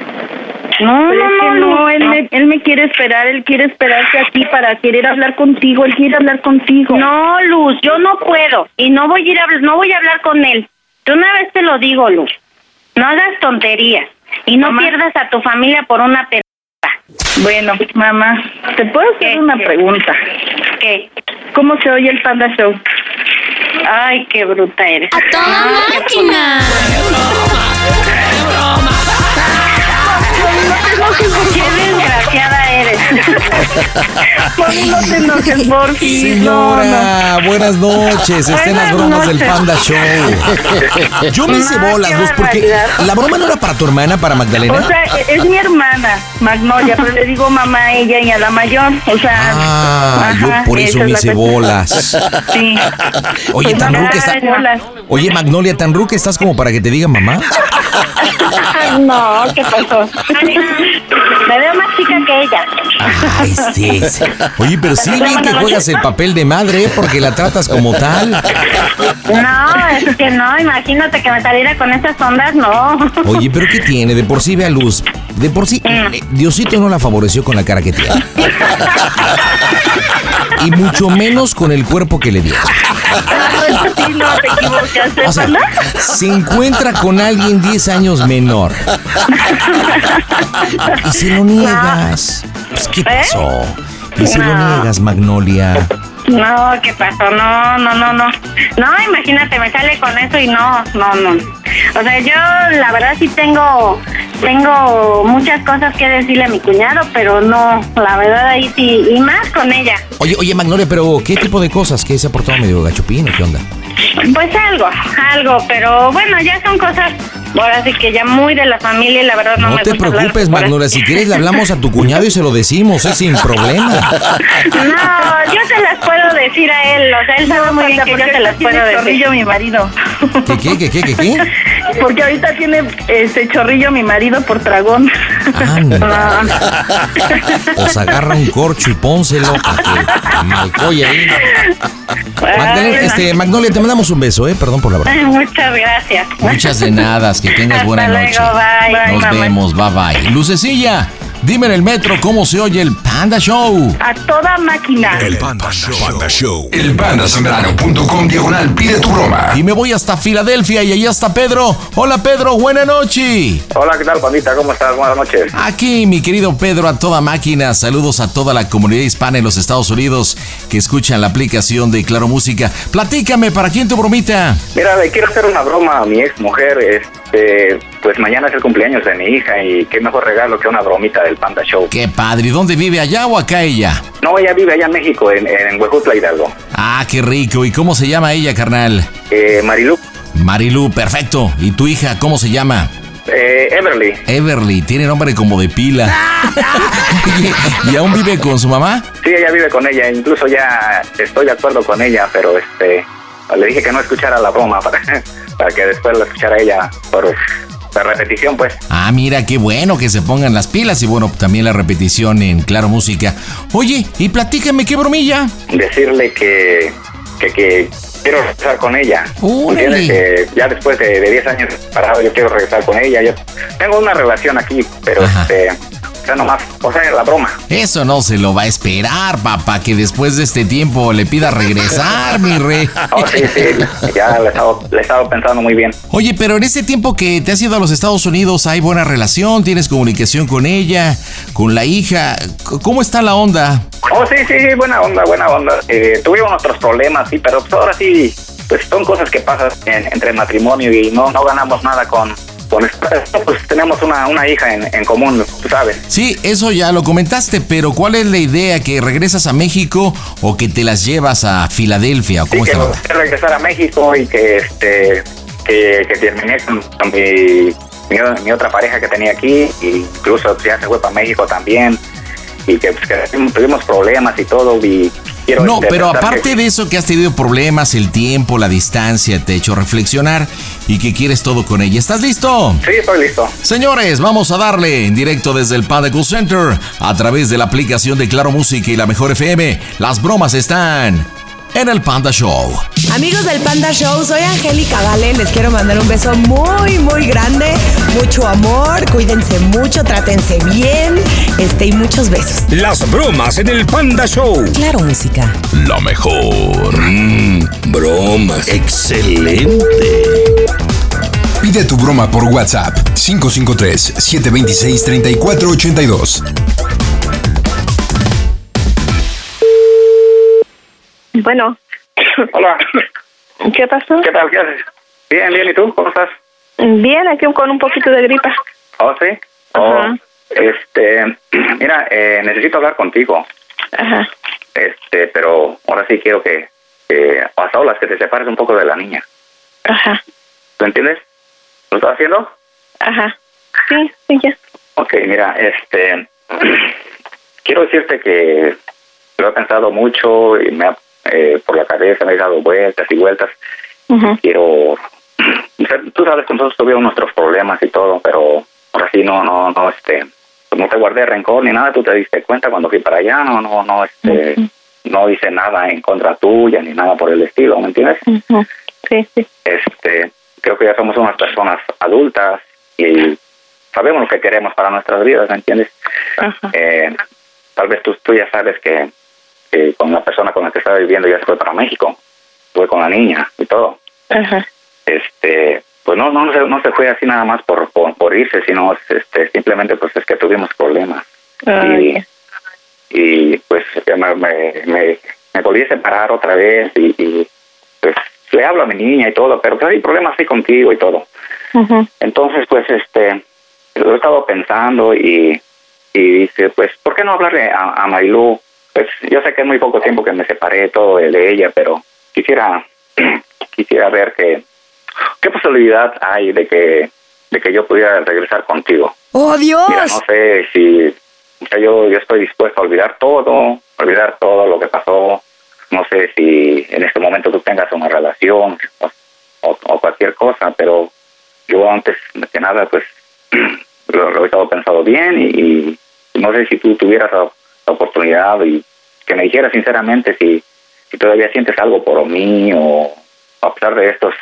No,
Pero es
no,
que
no,
no,
Luz,
él,
no.
Me, él me quiere esperar, él quiere esperarse aquí para querer hablar contigo, él quiere hablar contigo.
No, Luz, yo no puedo y no voy a ir a, habl- no voy a hablar con él. De una vez te lo digo, Luz. No hagas tonterías y no pierdas a tu familia por una pe...
Bueno, mamá, ¿te puedo hacer una pregunta?
¿Qué?
¿Cómo se oye el Panda Show?
Ay, qué bruta eres.
A
Ah,
toda máquina.
Qué desgraciada eres.
no te enojes, por
Señora, buenas noches. Estén las bromas del Panda Show. Yo me hice
No,
bolas,
qué
Luz, porque
barbaridad.
la broma no era para tu hermana, para Magdalena.
O sea, e- es mi hermana, Magnolia, pero le digo mamá a ella y a la mayor. O sea,
Ah, yo
ajá,
por eso
esa
me
es
hice
la cuestión.
bolas.
Sí.
Oye, tan ruca está-
Bolas.
Oye, Magnolia, tan ruca estás como para que te diga mamá.
no, ¿qué pasó? Me veo más chica que ella.
Ay, Ah, este, sí, sí. Oye, pero sí bien que juegas el papel de madre, ¿eh? porque la tratas como tal.
No, es que no, imagínate que me saliera con esas ondas, no.
Oye, pero ¿qué tiene? De por sí ve a luz. De por sí, eh, Diosito no la favoreció con la cara que tiene. Y mucho menos con el cuerpo que le dio.
Ah,
Sí, no, te
¿eh,
equivocaste,
O sea,
¿verdad?
se encuentra con alguien 10 años menor. Y se lo niegas. Pues, ¿Qué pasó? Y se lo niegas, Magnolia.
No, ¿qué pasó? No, no, no, no. No, imagínate, me sale con eso y no, no, no. O sea, yo la verdad sí tengo tengo muchas cosas que decirle a mi cuñado, pero no, la verdad ahí sí, y más con ella.
Oye, oye, Magnolia, pero ¿qué tipo de cosas? ¿Qué se ha portado medio gachupín o qué onda?
Pues algo, algo, pero bueno, ya son cosas, ahora sí que ya muy de la familia y la verdad no,
No
me
te
gusta hablar
preocupes,
por
Magnolia. Si quieres, le hablamos a tu cuñado y se lo decimos, ¿eh? sin problema.
No, yo se las puedo decir a él, o sea, él sabe muy bien que yo
Porque
se las
tiene
puedo decir.
chorrillo mi marido.
¿Qué, qué, qué, qué, qué? qué?
Porque ahorita tiene este chorrillo mi marido por tragón. Ah.
Anda. Os Pues agarra un corcho y pónselo para que malcoye ahí. Magdalena, este, Magnolia, te mandamos un beso, ¿eh? Perdón por la broma.
Muchas gracias.
Muchas de nada, que tengas
Hasta
buena
luego,
noche.
bye. Bye,
Nos
mamá.
vemos, bye bye. Lucecilla, Dime en el metro cómo se oye el Panda Show.
A toda máquina.
El Panda Show. Panda Show.
El pandasembrano.com diagonal pide tu broma.
Y me voy hasta Filadelfia y allá está Pedro. Hola Pedro, buena noche.
Hola, ¿qué tal, pandita? ¿Cómo estás? Buenas noches.
Aquí mi querido Pedro a toda máquina. Saludos a toda la comunidad hispana en los Estados Unidos que escuchan la aplicación de Claro Música. Platícame, ¿para quién tu bromita?
Mira, le quiero hacer una broma a mi ex mujer. Este, pues mañana es el cumpleaños de mi hija y qué mejor regalo que una bromita del Panda Show.
Qué padre. ¿Y dónde vive allá o acá ella?
No, ella vive allá en México, en, en Huejutla, Hidalgo.
Ah, qué rico. ¿Y cómo se llama ella, carnal?
Eh, Marilu,
Marilu, perfecto. ¿Y tu hija cómo se llama?
eh, Everly.
Everly, tiene nombre como de pila. Oye, ¿Y aún vive con su mamá?
Sí, ella vive con ella, incluso ya estoy de acuerdo con ella, pero este le dije que no escuchara la broma para, para que después la escuchara ella por la repetición, pues.
Ah, mira, qué bueno que se pongan las pilas y bueno, también la repetición en Claro Música. Oye, y platícame qué bromilla.
Decirle que, que, que quiero regresar con ella.
Órale.
¿Entiendes? Que ya después de de 10 años separado yo quiero regresar con ella. Yo tengo una relación aquí, pero este, o sea, nomás, o sea, la broma.
Eso no se lo va a esperar, papá, que después de este tiempo le pida regresar, mi rey.
Oh, sí, sí, ya le he, estado, le he estado pensando muy bien.
Oye, pero en ese tiempo que te has ido a los Estados Unidos, ¿hay buena relación? ¿Tienes comunicación con ella? ¿Con la hija? C- ¿Cómo está la onda?
Oh, sí, sí, sí, buena onda, buena onda. Eh, tuvimos nuestros problemas, sí, pero pues ahora sí, pues son cosas que pasan en- entre el matrimonio y no, no ganamos nada con... con esto. pues tenemos una, una hija en, en común, tú sabes.
Sí, eso ya lo comentaste, pero ¿cuál es la idea? ¿Que regresas a México o que te las llevas a Filadelfia? ¿O
Sí,
cómo
que
está la
me
onda?
gustaría regresar a México y que este que, que terminé con, con mi, mi, mi otra pareja que tenía aquí, e incluso ya se fue para México también, y que, pues, que tuvimos problemas y todo, y quiero...
No,
este,
pero
pensar
aparte
que-
de eso que has tenido problemas, el tiempo, la distancia, te ha hecho reflexionar y que quieres todo con ella. ¿Estás listo?
Sí, estoy listo.
Señores, vamos a darle en directo desde el Panda Cool Center a través de la aplicación de Claro Música y la Mejor FM. Las bromas están en el Panda Show.
Amigos del Panda Show, soy Angélica Vale. Les quiero mandar un beso muy, muy grande. Mucho amor, cuídense mucho, trátense bien. Este, y muchos besos.
Las bromas en el Panda Show.
Claro, música.
La mejor. Mm, bromas. Excelente.
Pide tu broma por WhatsApp 553-726-3482.
Bueno,
Hola,
¿qué pasó?
¿qué tal? ¿Qué haces? Bien, bien, ¿y tú? ¿Cómo estás?
Bien, aquí con un poquito de gripa.
Oh, sí. Oh, este, mira, eh, necesito hablar contigo,
Ajá.
este, pero ahora sí quiero que, que a solas, que te separes un poco de la niña.
Ajá.
¿Lo entiendes? ¿Lo estás haciendo?
Ajá. Sí, sí, ya.
Ok, mira, este, quiero decirte que lo he pensado mucho y me ha- eh, por la cabeza me he dado vueltas y vueltas.
Ujú.
Quiero, o sea, tú sabes que nosotros tuvimos nuestros problemas y todo, pero ahora sí no, no, no, este, pues no te guardé rencor ni nada. Tú te diste cuenta cuando fui para allá, no, no, no, este, no hice nada en contra tuya ni nada por el estilo, ¿me entiendes?
Ujú. Sí, sí.
este, creo que ya somos unas personas adultas y sabemos lo que queremos para nuestras vidas, ¿me entiendes? Eh, tal vez tú, tú ya sabes que, que con la persona con la que estaba viviendo ya se fue para México, fue con la niña y todo.
Ajá.
Este, pues no, no, se, no se fue así nada más por, por, por irse, sino este, simplemente pues es que tuvimos problemas
Ah,
Sí.
ya.
y pues ya me, me, me, me volví a separar otra vez y, y, pues le hablo a mi niña y todo, pero pues, hay problemas así contigo y todo.
Ujú.
Entonces, pues, este, lo he estado pensando y, y dije, pues, ¿por qué no hablarle a, a Mailú? Pues, yo sé que es muy poco tiempo que me separé todo de, de ella, pero quisiera, quisiera ver que, qué posibilidad hay de que, de que yo pudiera regresar contigo.
¡Oh, Dios!
Mira, no sé si, o sea, yo, yo estoy dispuesto a olvidar todo, olvidar todo lo que pasó. No sé si en este momento tú tengas una relación o, o- o cualquier cosa, pero yo antes que nada, pues lo, lo he estado pensado bien y, y no sé si tú tuvieras la, la oportunidad y que me dijeras sinceramente si, si todavía sientes algo por mí o a pesar de estos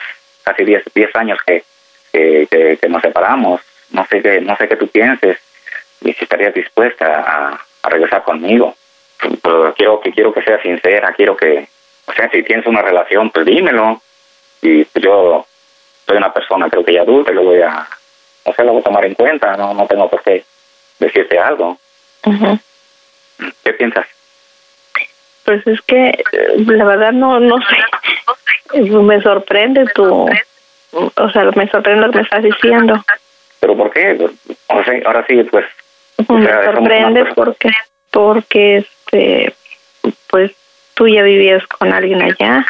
casi 10 10 años que, que, que- que nos separamos, no sé qué, no sé qué tú pienses, y si estarías dispuesta a, a regresar conmigo. Pero quiero que quiero que seas sincera, quiero que, o sea, si tienes una relación, pues dímelo. Y pues, yo soy una persona, creo que ya adulta, y lo voy a, o sea, lo voy a tomar en cuenta, no, no tengo por qué decirte algo.
Ujú.
¿Qué piensas?
Pues es que eh, la verdad no no sé. Me sorprende tu o sea, me sorprende lo que me estás diciendo.
¿Pero por qué? O sea, ahora sí, pues,
Me
sea, somos
sorprende
una persona.
porque porque este pues tú ya vivías con alguien allá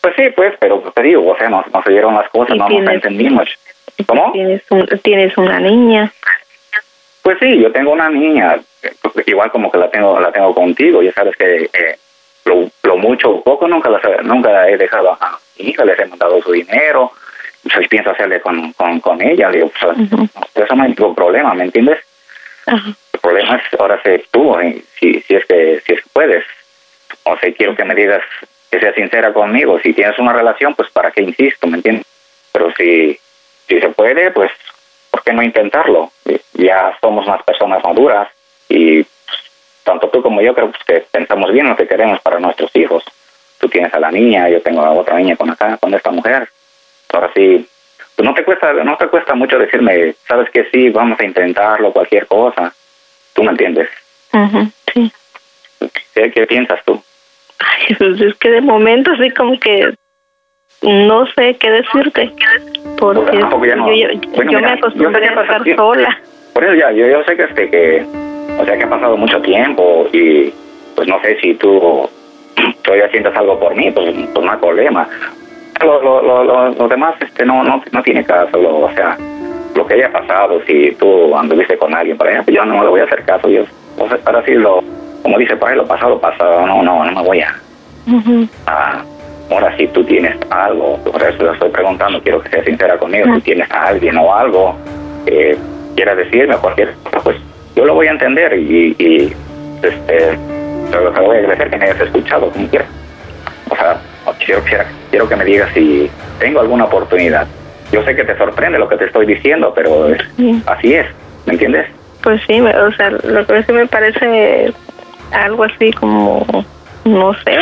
pues sí, pues, pero te digo, o sea, nos, nos oyeron las cosas,
Y
no nos
tienes-
entendimos. ¿Cómo?
tienes un, tienes una niña
Pues sí, yo tengo una niña, eh, igual como que la tengo la tengo contigo, ya sabes que eh, lo, lo mucho o poco nunca la, nunca la he dejado a mi hija, les he mandado su dinero, pues pienso hacerle con, con, con ella, le digo, pues, eso no es ningún problema, ¿me entiendes?
Ajá.
El problema es ahora sé tú, eh, si, si, es que, si es que puedes, o sea, quiero que me digas que seas sincera conmigo, si tienes una relación, pues para qué insisto, ¿me entiendes? Pero si, si se puede, pues ¿por qué no intentarlo? Eh, Ya somos unas personas maduras y pues, tanto tú como yo creo pues, que pensamos bien lo que queremos para nuestros hijos. Tú tienes a la niña, yo tengo a otra niña con acá, con esta mujer. Ahora sí, pues no te cuesta, no te cuesta mucho decirme, sabes que sí, vamos a intentarlo, cualquier cosa. Tú me entiendes.
Ujú, sí
¿Qué, qué piensas tú?
Ay, pues es que de momento así como que no sé qué decirte porque
Tampoco ya no-
yo, yo-
Bueno,
yo
mira,
me acostumbré
yo sé que
a estar
pasa-
sola
Por eso ya, yo, yo sé que este que, o sea que ha pasado mucho tiempo y pues no sé si tú todavía sientas algo por mí, pues, pues no hay problema. Lo, lo, lo, lo- lo demás este no, no, no tiene caso, lo- o sea, lo que haya pasado, si tú anduviste con alguien por allá, pues yo no le voy a hacer caso, yo, o sea, ahora sí lo, como dice por ahí, lo pasado, pasado, no, no, no me voy a, a- Ah, ahora si tú tienes algo, por eso lo estoy preguntando, quiero que seas sincera conmigo, si tienes a alguien o algo que quieras decirme cualquier cosa, pues yo lo voy a entender y, y este, pero lo que voy a agradecer que me hayas escuchado como quieras. O sea, quiero, quiero, quiero que me digas si tengo alguna oportunidad. Yo sé que te sorprende lo que te estoy diciendo, pero es-
Sí.
así es, ¿me entiendes?
pues sí me- o sea lo que sí me parece algo así como no sé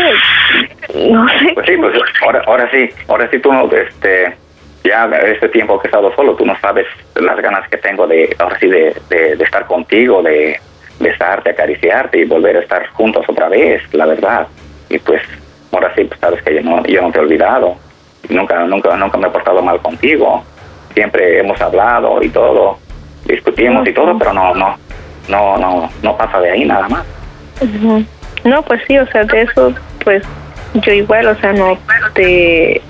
no sé
Pues sí, pues ahora, ahora sí, ahora sí tú no, este, ya este tiempo que he estado solo, tú no sabes las ganas que tengo de, ahora sí, de, de- de estar contigo, de besarte, acariciarte y volver a estar juntos otra vez, la verdad. Y pues ahora sí, pues sabes que yo no, yo no te he olvidado, nunca, nunca, nunca me he portado mal contigo, siempre hemos hablado y todo, discutimos y todo, pero no, no, no, no, no pasa de ahí nada más.
Ujú. No, pues sí, o sea, de eso, pues yo igual, o sea, no te,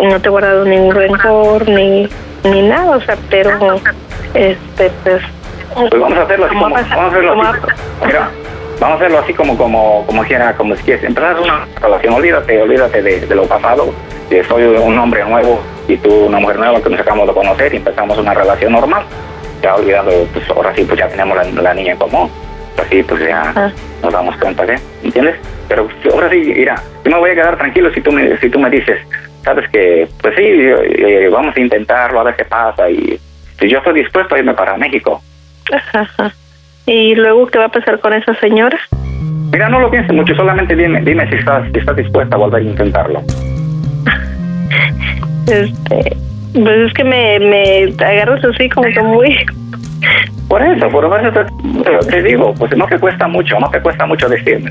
no te he guardado ningún rencor ni, ni nada, o sea, pero, este, pues,
Pues vamos a hacerlo así como, vamos a hacerlo así. Mira, vamos a hacerlo así como como como quiera, como si quieres. Empezar una relación, olvídate, olvídate de, de lo pasado. que soy un hombre nuevo y tú una mujer nueva que nos acabamos de conocer y empezamos una relación normal. Ya olvidando, pues ahora sí, pues ya tenemos la, la niña en común. Así pues ya nos damos cuenta que, ¿entiendes? Pero pues, ahora sí, mira, yo me voy a quedar tranquilo si tú me, si tú me dices, sabes que, pues sí, eh, vamos a intentarlo, a ver qué pasa. Y si yo estoy dispuesto a irme para México.
ajá. y luego, ¿qué va a pasar con esa señora?
Mira, no lo pienses mucho, solamente dime, dime si estás, si estás dispuesta a volver a intentarlo.
Este, pues es que me, me agarras así como que muy,
Por eso, por eso te, te digo, pues no te cuesta mucho, no te cuesta mucho decirme.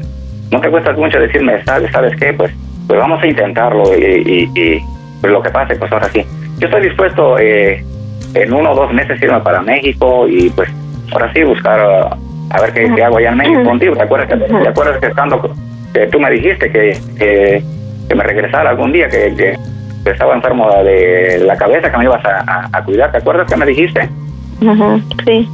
No te cuesta mucho decirme, ¿sabes, sabes qué? Pues, pues vamos a intentarlo y, y- y, pues lo que pase, pues ahora sí. Yo estoy dispuesto eh, en uno o dos meses irme para México y pues ahora sí buscar ah, a ver qué, qué hago allá en México contigo. ¿Te acuerdas que, te acuerdas que estando, co- que tú me dijiste que, que, que me regresara algún día, que, que- que estaba enfermo de la cabeza, que me ibas a, a- a cuidar? ¿Te acuerdas que me dijiste?
Ujú, sí,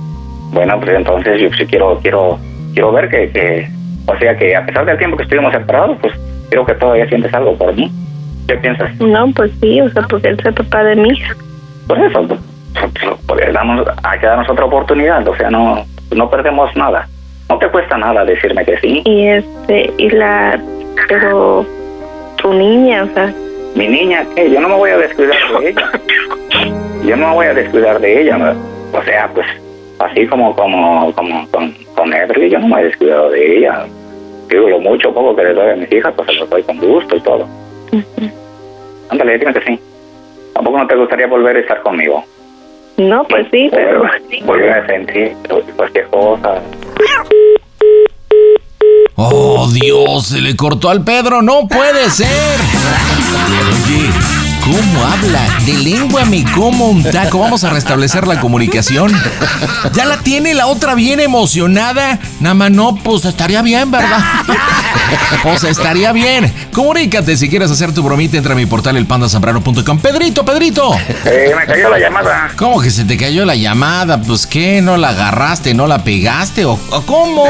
Bueno, pues entonces yo sí quiero, quiero, quiero ver que, que, o sea, que a pesar del tiempo que estuvimos separados, pues creo que todavía sientes algo por mí. ¿Qué piensas?
no, pues sí, o sea, porque él es el papá de mi hija.
Por eso, pues, pues, pues, damos- hay que darnos otra oportunidad, o sea, no, no perdemos nada. No te cuesta nada decirme que sí.
y este y la pero tu niña o sea
Mi niña, ¿qué? Eh, yo no me voy a descuidar de ella. Yo no me voy a descuidar de ella. ¿no? O sea, pues así como como como con, con Everly, yo no me he descuidado de ella. Digo, lo mucho o poco que le doy a mis hijas, pues se lo doy con gusto y todo. Ándale, dime que sí. ¿Tampoco no te gustaría volver a estar conmigo?
No, pues sí, pero...
Volver a sentir cualquier cosa.
Oh, Dios, se le cortó al Pedro, no puede ser. Oye, ¿cómo habla? Delénguame como un taco. Vamos a restablecer la comunicación. Ya la tiene la otra bien emocionada. Nada más no, pues estaría bien, ¿verdad? Pues estaría bien. Comunícate si quieres hacer tu bromita. Entra a mi portal elpandasambrano.com. Pedrito, Pedrito.
Eh, me cayó la llamada.
¿Cómo que se te cayó la llamada? Pues qué, no la agarraste, no la pegaste o, o cómo.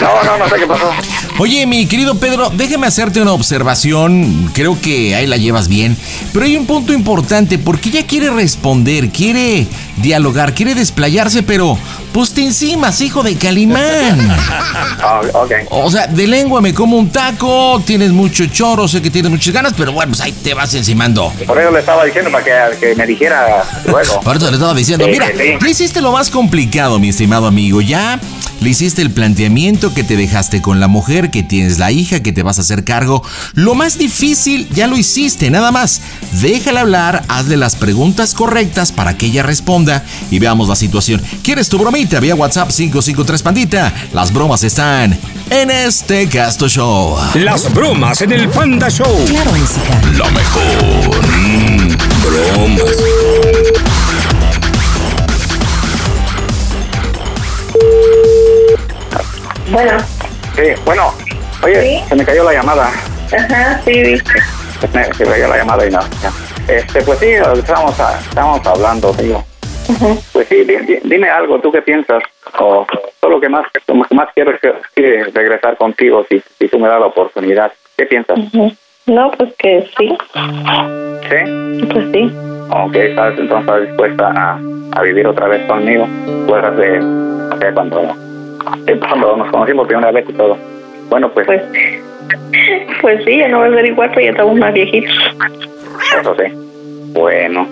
No, no, no sé qué pasó.
Oye, mi querido Pedro, déjame hacerte una observación. Creo que ahí la llevas bien. Pero hay un punto importante porque ella quiere responder, quiere dialogar, quiere desplayarse, pero pues te encimas, hijo de Calimán.
Ah, ok.
O sea, de lengua me como un taco, tienes mucho choro, sé que tienes muchas ganas, pero bueno, pues ahí te vas encimando.
Por eso le estaba diciendo para que, que me dijera luego.
Por eso le estaba diciendo,
Sí,
mira,
sí.
ya hiciste lo más complicado, mi estimado amigo. Ya le hiciste el planteamiento que te dejaste con la mujer, que tienes la hija, que te vas a hacer cargo. Lo más difícil ya lo hiciste, nada más. Déjala hablar, hazle las preguntas correctas para que ella responda y veamos la situación. ¿Quieres tu bromita? Vía WhatsApp 553 Pandita. Las bromas están en este Casto Show.
Las bromas en el Panda Show.
Claro, música.
La mejor. Mm, bromas.
Bueno,
Sí, bueno, oye, se me cayó la llamada.
ajá, sí, viste.
Se me, se me cayó la llamada y no. ya. Este, pues sí, estábamos, a- estábamos hablando, digo. Pues sí, di- di- dime algo, ¿tú qué piensas? O todo lo que más, lo que más quiero es que- que regresar contigo si, si tú me das la oportunidad. ¿Qué piensas?
Ujú. No, pues que sí,
¿Sí?
pues sí.
Ok, ¿sabes? Entonces estás dispuesta a, a vivir otra vez conmigo. Fuera de, o sea, cuando, de cuando nos conocimos primera vez y todo. Bueno, pues,
Pues, pues sí, ya no va a ser igual,
pues
pero ya estamos más viejitos.
eso sí. Pues Bueno,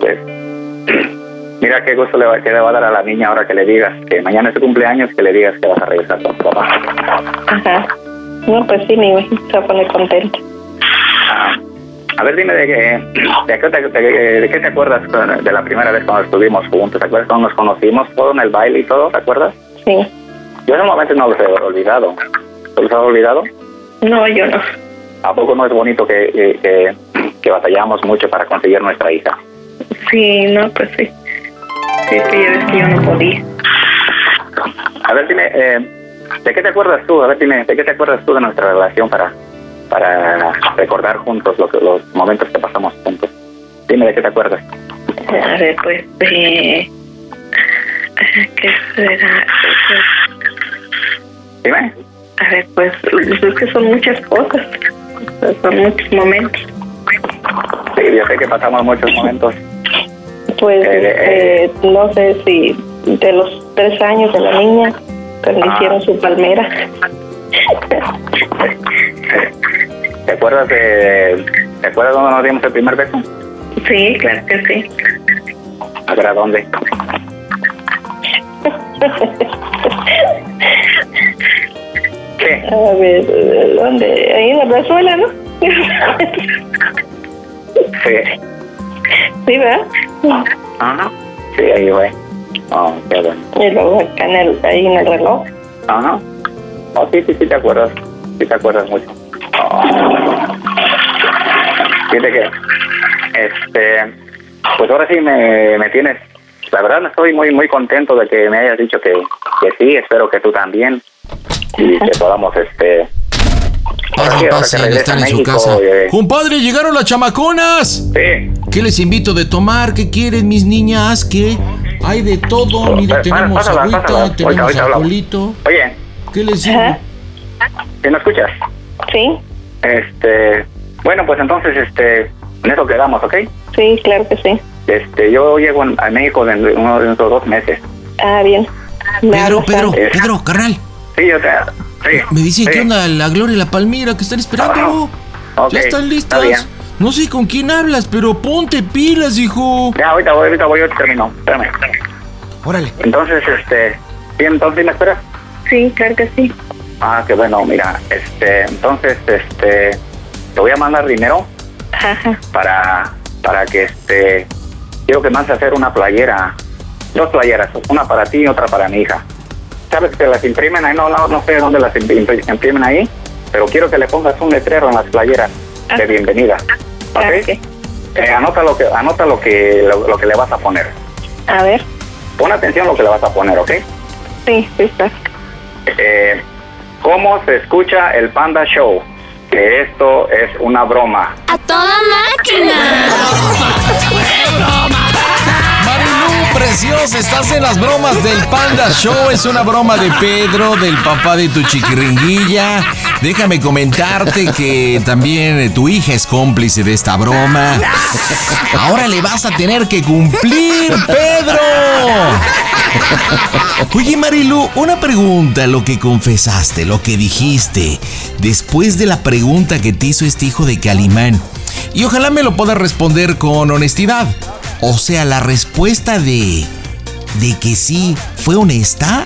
pues, mira qué gusto le va, que le va a dar a la niña ahora que le digas que mañana es su cumpleaños, que le digas que vas a regresar con tu papá.
Ajá. No, pues sí, me imagino que se va a poner contenta.
Ah, A ver, dime de qué, de, qué te, de- de qué te acuerdas de la primera vez cuando estuvimos juntos. ¿Te acuerdas cuando nos conocimos todo en el baile y todo? ¿Te acuerdas?
Sí.
Yo en un momento no los he olvidado. ¿Tú los has olvidado?
No, yo no.
¿A poco no es bonito que, que- que- que batallamos mucho para conseguir nuestra hija?
Sí, no, pues sí. Sí, pues ya ves que yo no podía.
A ver, dime, eh, ¿de qué te acuerdas tú? A ver, dime, ¿de qué te acuerdas tú de nuestra relación para, para recordar juntos lo que- los momentos que pasamos juntos? Dime, ¿de qué te acuerdas?
A ver, pues, eh, ¿qué será?
Dime.
A ver, pues, es que son muchas cosas. Son muchos momentos.
Sí, yo sé que pasamos muchos momentos.
Pues,
Eh,
eh, no sé si de los tres años de la niña, pues
Ah.
le hicieron su palmera.
¿Te acuerdas de... ¿Te acuerdas dónde nos dimos el primer beso?
Sí, claro que sí.
A ver, ¿a dónde?
A ver, eh, ¿dónde? Ahí en la plazuela, ¿no?
Sí.
sí, ¿verdad?
Ajá. Sí, ahí fue. Oh, qué bueno.
Y luego acá en el, ahí en el reloj.
Ajá. Oh, sí, sí, sí, te acuerdas. Sí, te acuerdas mucho. Oh. Fíjate que, este, pues ahora sí me, me tienes. La verdad, estoy muy, muy contento de que me hayas dicho que, que sí. Espero que tú también. Y que podamos, este. ahora sí, ahora que
Pasen,
regrese
están
a
en su
México,
casa.
eh,
Compadre, llegaron las chamaconas.
Sí.
¿Qué les invito de tomar? ¿Qué quieren mis niñas? ¿Qué? Hay de todo. Mire,
Pásala,
tenemos
pásala,
agüita,
pásala.
tenemos
Ahorita, ahorita hablamos.
alcoholito.
Oye.
¿Qué les
Ajá.
¿Sí me escuchas?
Sí,
Este, bueno, pues entonces, este, en eso quedamos, ¿ok?
sí, claro que sí.
Este, yo llego en- a México dentro de uno- dentro de dos meses.
Ah, bien. Me
Pedro,
hablas,
Pedro,
¿sabes?
Pedro, carnal.
Sí, yo te... Sí,
Me dicen que onda la Gloria y la Palmira que están esperando.
Ok,
ya están
está
listas.
bien.
no sé con quién hablas, pero ponte pilas, hijo.
Ya, ahorita voy, ahorita voy, ahorita termino. Espérame.
Órale.
Entonces, este, ¿sí, entonces me esperas?
Sí, claro que sí.
Ah, qué bueno, mira, este, entonces, este, te voy a mandar dinero
Ajá.
para, para que, este, quiero que mandes a hacer una playera, dos playeras, una para ti y otra para mi hija. ¿Sabes que te las imprimen ahí? No, no, no sé dónde las imprim- imprimen ahí, pero quiero que le pongas un letrero en las playeras de bienvenida. ¿Ok? Eh, anota lo que, anota lo que, lo- lo que le vas a poner.
A ver,
Pon atención a lo que le vas a poner, ¿ok?
sí, sí está.
Eh, ¿Cómo se escucha el Panda Show? Que esto es una broma.
A toda máquina.
Marilu, preciosa, estás en las bromas del Panda Show. Es una broma de Pedro, del papá de tu chiquiringuilla. Déjame comentarte que también eh, tu hija es cómplice de esta broma. Ahora le vas a tener que cumplir, Pedro. Oye, Marilu, una pregunta, lo que confesaste, lo que dijiste, después de la pregunta que te hizo este hijo de Calimán, y ojalá me lo puedas responder con honestidad. O sea, la respuesta de... de que sí fue honesta.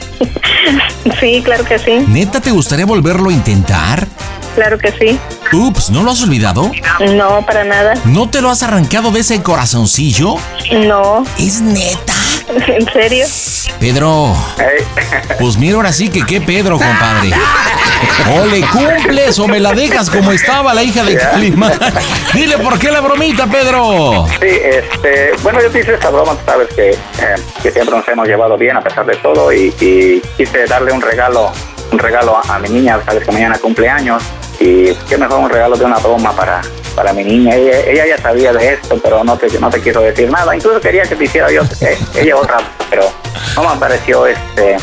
Sí, claro que sí,
¿Neta te gustaría volverlo a intentar?
claro que sí.
Ups, ¿no lo has olvidado?
No, para nada.
¿No te lo has arrancado de ese corazoncillo?
No.
¿Es neta?
¿En serio?
Pedro. Pues mira ahora sí que qué Pedro, compadre. O le cumples o me la dejas como estaba la hija de Clima. Dile por qué la bromita, Pedro.
Sí, este, bueno, yo te hice esta broma, tú sabes que, eh, que siempre nos hemos llevado bien a pesar de todo y, y quise darle un regalo, un regalo a, a mi niña, sabes que mañana cumpleaños y qué mejor un regalo de una broma para, para mi niña. Ella, ella ya sabía de esto, pero no te, no te quiso decir nada. Incluso quería que te hiciera yo, eh, ella otra, pero no me pareció este,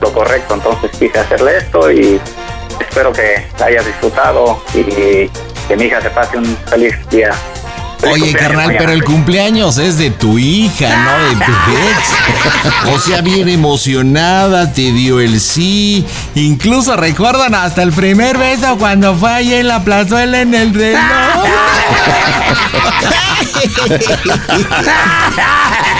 lo correcto, entonces quise hacerle esto y espero que la hayas disfrutado y que mi hija se pase un feliz día.
Oye, carnal, pero el cumpleaños es de tu hija, no de tu ex. O sea, bien emocionada, te dio el sí. Incluso recuerdan hasta el primer beso cuando fue ahí en la plazuela en el reloj.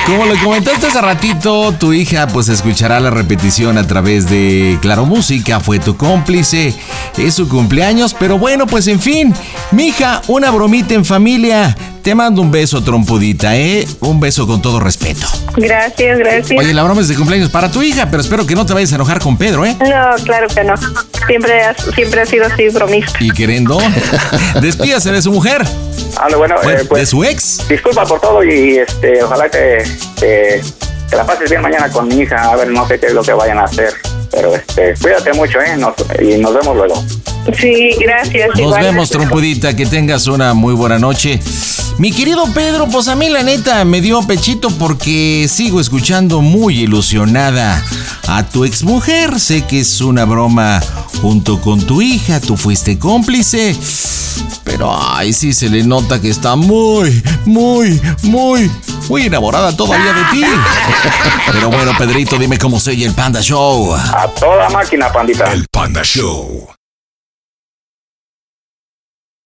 Como lo comentaste hace ratito, tu hija pues escuchará la repetición a través de Claro Música, fue tu cómplice, es su cumpleaños, pero bueno, pues en fin, mija, una bromita en familia. Te mando un beso, trompudita, ¿eh? Un beso con todo respeto.
Gracias, gracias.
Oye, la broma es de cumpleaños para tu hija, pero espero que no te vayas a enojar con Pedro, ¿eh?
No, claro que no. Siempre ha, siempre ha sido así bromista.
Y queriendo, despídase de su mujer.
Ah, bueno,
Fue- de su ex.
Disculpa por todo y este, ojalá que, que- que la pases bien mañana con mi hija. A ver, no sé qué es lo que vayan a hacer. Pero este, cuídate mucho, ¿eh? Nos- y nos vemos luego.
Sí, gracias.
Nos
igual.
vemos, trompudita. Que tengas una muy buena noche. Mi querido Pedro, pues a mí la neta me dio pechito porque sigo escuchando muy ilusionada a tu exmujer. Sé que es una broma junto con tu hija, tú fuiste cómplice. Pero ay, sí se le nota que está muy, muy, muy, muy enamorada todavía de ti. Pero bueno, Pedrito, dime cómo soy el Panda Show.
A toda máquina, pandita. El
Panda Show.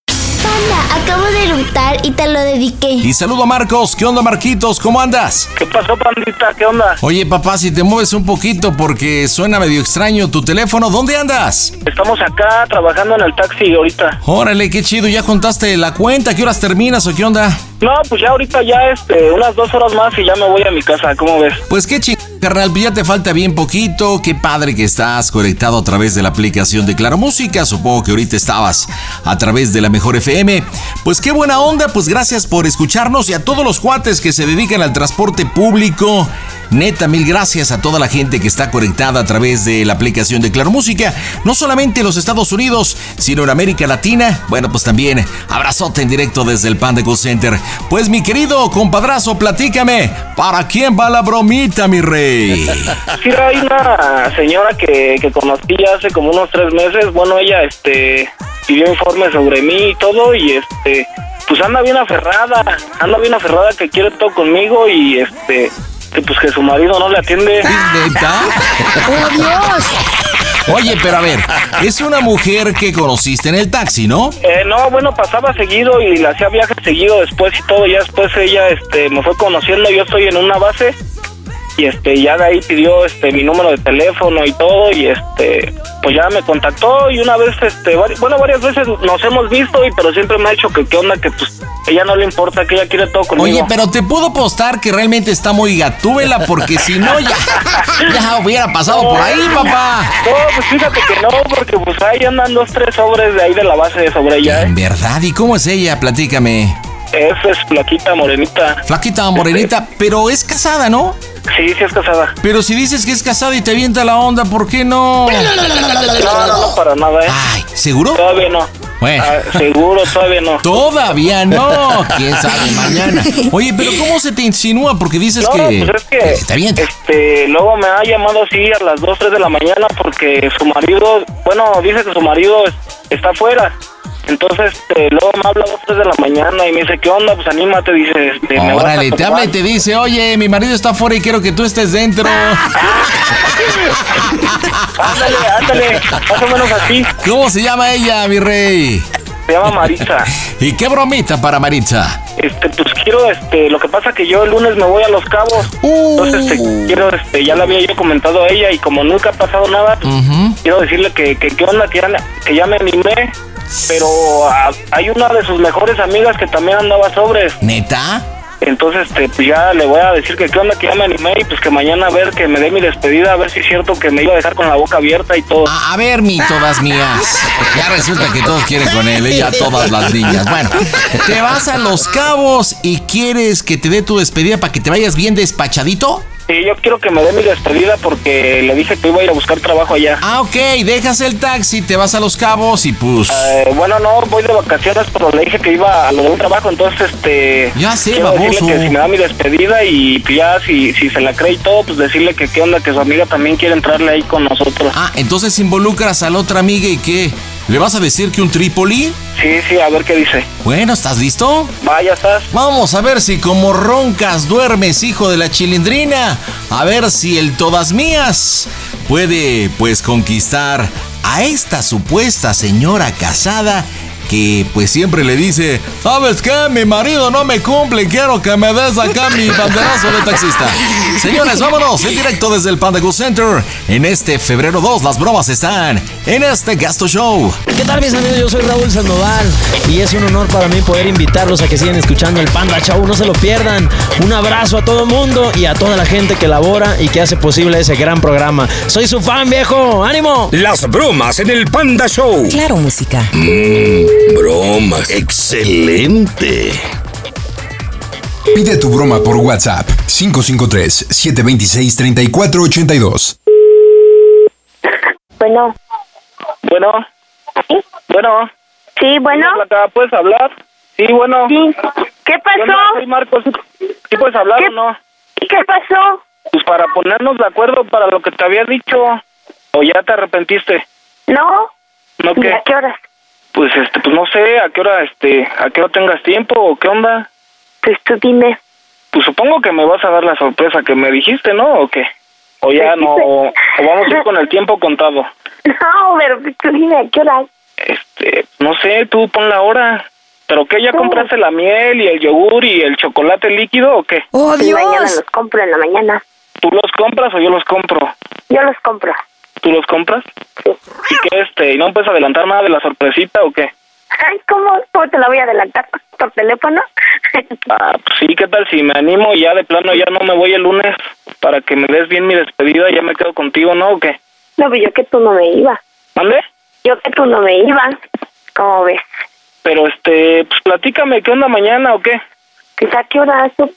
Panda, acabo de eructar y te lo dediqué.
Y saludo a Marcos. ¿Qué onda, Marquitos? ¿Cómo andas?
¿Qué pasó, pandita? ¿Qué onda?
Oye, papá, si te mueves un poquito porque suena medio extraño tu teléfono, ¿dónde andas?
Estamos acá trabajando en el taxi ahorita.
Órale, qué chido, ya contaste la cuenta, ¿qué horas terminas o qué onda?
No, pues ya ahorita ya, este, unas dos horas más y ya me voy a mi casa, ¿cómo ves?
Pues qué chido, carnal, pues ya te falta bien poquito, qué padre que estás conectado a través de la aplicación de Claro Música, supongo que ahorita estabas a través de la Mejor FM. Pues qué buena onda, pues gracias por escucharnos y a todos los cuates que se dedican al transporte público. Neta, mil gracias a toda la gente que está conectada a través de la aplicación de Claro Música, no solamente en los Estados Unidos, sino en América Latina. Bueno, pues también abrazote en directo desde el Panda Call Center. Pues mi querido compadrazo, platícame, ¿para quién va la bromita, mi rey?
Sí, hay una señora que, que conocí hace como unos tres meses. Bueno, ella este, pidió informes sobre mí y todo y este, pues anda bien aferrada, anda bien aferrada que quiere todo conmigo y este, que pues que su marido no le atiende.
¡Oh, Dios!
Oye, pero a ver, es una mujer que conociste en el taxi, ¿no?
Eh, no, bueno, pasaba seguido y le hacía viajes seguido después y todo. Ya después ella este, me fue conociendo. Yo estoy en una base y este ya de ahí pidió este mi número de teléfono y todo y este pues ya me contactó y una vez este vari- bueno varias veces nos hemos visto y pero siempre me ha dicho que qué onda que pues ella no le importa que ella quiere todo conmigo
Oye, pero te puedo apostar que realmente está muy gatúbela, porque si no ya, ya hubiera pasado por ahí, papá.
No, pues fíjate que no, porque pues ahí andan dos, tres sobres de ahí de la base de sobre ella, ¿eh?
En verdad, ¿y cómo es ella? Platícame.
Esa es flaquita, morenita. Este,
Flaquita, morenita, pero es casada, ¿no?
Sí, sí es casada.
Pero si dices que es casada y te avienta la onda, ¿por qué no?
No, no, no, para nada, ¿eh?
¿Seguro?
Todavía no.
Bueno.
Ah, seguro, todavía no.
Todavía no. ¿Quién sabe mañana? Oye, pero ¿cómo se te insinúa? Porque dices
No,
que...
pues es que
Está bien.
este, luego me ha llamado así a las 2, 3 de la mañana porque su marido, bueno, dice que su marido es- está afuera. Entonces, este, luego me habla a las 3 de la mañana y me dice, ¿qué onda? Pues anímate, dice. Este, me vas a
Órale, te
tomar".
habla y te dice, oye, mi marido está afuera y quiero que tú estés dentro.
Ándale, ándale, más o menos así.
¿Cómo se llama ella, mi rey?
Se llama Maritza.
¿Y qué bromita para Maritza?
Este, pues quiero, este, lo que pasa que yo el lunes me voy a Los Cabos.
Uh.
Entonces, este, quiero, este, ya le había yo comentado a ella y como nunca ha pasado nada, pues, quiero decirle que, que qué onda, que ya, que ya me animé. Pero ah, hay una de sus mejores amigas que también andaba sobres.
¿Neta?
Entonces, este, pues ya le voy a decir que qué onda, que ya me animé y pues que mañana a ver, que me dé mi despedida, a ver si es cierto que me iba a dejar con la boca abierta y todo.
A ver, mi todas mías. Ya resulta que todos quieren con él, ella todas las niñas. Bueno, te vas a Los Cabos y quieres que te dé tu despedida para que te vayas bien despachadito.
Sí, yo quiero que me dé mi despedida porque le dije que iba a ir a buscar trabajo allá.
Ah, ok, dejas el taxi, te vas a Los Cabos y pues...
Eh, bueno, no, voy de vacaciones, pero le dije que iba a lo de un trabajo, entonces, este...
Ya sé,
quiero
baboso.
decirle que si me da mi despedida y pues, ya, si, si se la cree y todo, pues decirle que qué onda, que su amiga también quiere entrarle ahí con nosotros.
Ah, entonces involucras a la otra amiga y qué? ¿Le vas a decir que un trípoli?
Sí, sí, a ver qué dice.
Bueno, ¿estás listo?
Vaya, estás.
Vamos a ver si como roncas duermes, hijo de la chilindrina. A ver si el todas mías puede, pues, conquistar a esta supuesta señora casada que, pues, siempre le dice, ¿sabes qué? Mi marido no me cumple, quiero que me des acá mi banderazo de taxista. Señores, vámonos en directo desde el Panda Go Center. En este febrero 2 las bromas están en este Gasto Show.
¿Qué tal mis amigos? Yo soy Raúl Sandoval y es un honor para mí poder invitarlos a que sigan escuchando el Panda Show, no se lo pierdan. Un abrazo a todo el mundo y a toda la gente que labora y que hace posible ese gran programa. Soy su fan viejo, ánimo.
Las bromas en el Panda Show.
Claro, música.
Mm, bromas. Excelente.
Pide tu broma por WhatsApp 553-726-3482.
Bueno,
Bueno. Bueno.
Sí, bueno.
¿Puedes hablar? Sí, bueno.
¿Qué
pasó? soy Marcos. ¿Sí puedes hablar o no?
¿Qué pasó?
Pues para ponernos de acuerdo para lo que te había dicho. ¿O ya te arrepentiste?
no.
¿No
¿Y
qué?
a qué horas?
Pues este, pues no sé, a qué hora este, a qué hora tengas tiempo o qué onda.
Pues tú dime.
Pues supongo que me vas a dar la sorpresa que me dijiste, ¿no? ¿O qué? O ya
Pues
no, o, o vamos a ir con el tiempo contado.
No, pero pues tú dime a qué horas.
Este, no sé, tú pon la hora. ¿Pero qué, ya compraste la miel y el yogur y el chocolate líquido o qué?
¡Oh,
Pues Mañana los compro en la mañana.
¿Tú los compras o yo los compro?
Yo los compro.
¿Tú los compras? ¿Y qué, este, y no puedes adelantar nada de la sorpresita o qué?
Ay, ¿cómo, cómo te la voy a adelantar por teléfono?
Ah, pues sí, ¿qué tal si me animo y ya de plano ya no me voy el lunes para que me des bien mi despedida y ya me quedo contigo, ¿no? ¿O qué?
No, pues yo que tú no me ibas.
¿Mande?
Yo que tú no me ibas. ¿Cómo ves?
Pero este, pues platícame, ¿qué onda mañana o qué?
Pues a qué horas tú.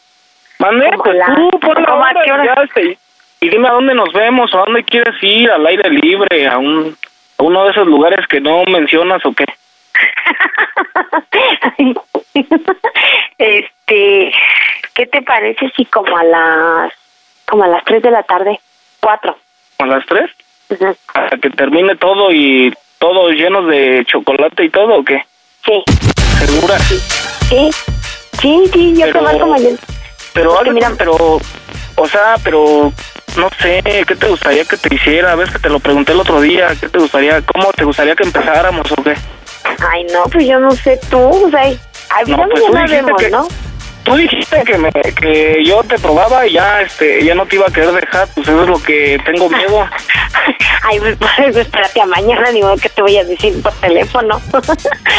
¿Mande?
Como
Pues
la-
tú, pon la
¿Cómo a
hora
qué
y
hora?
ya, este, y dime a dónde nos vemos o a dónde quieres ir, al aire libre, a, un, a uno de esos lugares que no mencionas o qué.
Este, ¿qué te parece si como a las como a las 3 de la tarde? Pues, 4.
¿A las tres? Hasta que termine todo y todo llenos de chocolate y todo o qué?
Sí.
¿Segura?
Sí. Sí, sí, yo te
Pero-
marco mañana.
Pero algo, pero, o sea, pero, no sé, ¿qué te gustaría que te hiciera? Ves que te lo pregunté el otro día, ¿qué te gustaría, cómo te gustaría que empezáramos o qué?
Ay, no, pues yo no sé tú, o sea, ay,
No,
ya
pues tú
mañana
dijiste
vemos,
que-
¿no?
tú dijiste que, me, que yo te probaba y ya, este, ya no te iba a querer dejar, pues eso es lo que tengo miedo.
Ay, pues, pues, espérate a mañana, ni modo que te voy a decir por teléfono.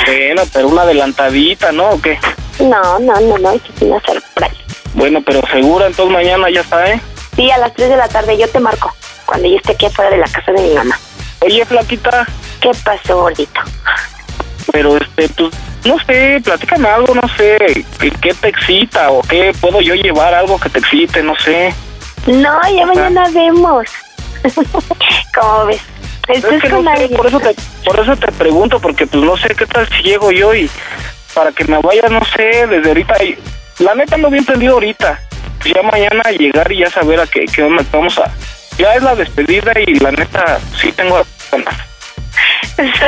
Bueno, pero una adelantadita, ¿no? ¿O qué?
no, no, no, no, es una sorpresa.
Bueno, pero segura, entonces mañana ya está, ¿eh?
Sí, a las 3 de la tarde yo te marco, cuando yo esté aquí afuera de la casa de mi mamá.
Oye, Flaquita.
¿Qué pasó, gordito?
Pero, este, pues, no sé, platícame algo, no sé, ¿qué, qué te excita o qué puedo yo llevar algo que te excite, no sé?
No, ya mañana vemos. ¿Cómo ves? Estás
Es que
con
no sé,
alguien.
por eso, te, por eso te pregunto, porque pues no sé qué tal si llego yo y para que me vaya, no sé, desde ahorita. y- la neta no bien entendido ahorita. Pues ya mañana llegar y ya saber a qué, qué onda vamos a... Ya es la despedida y la neta sí tengo...
Por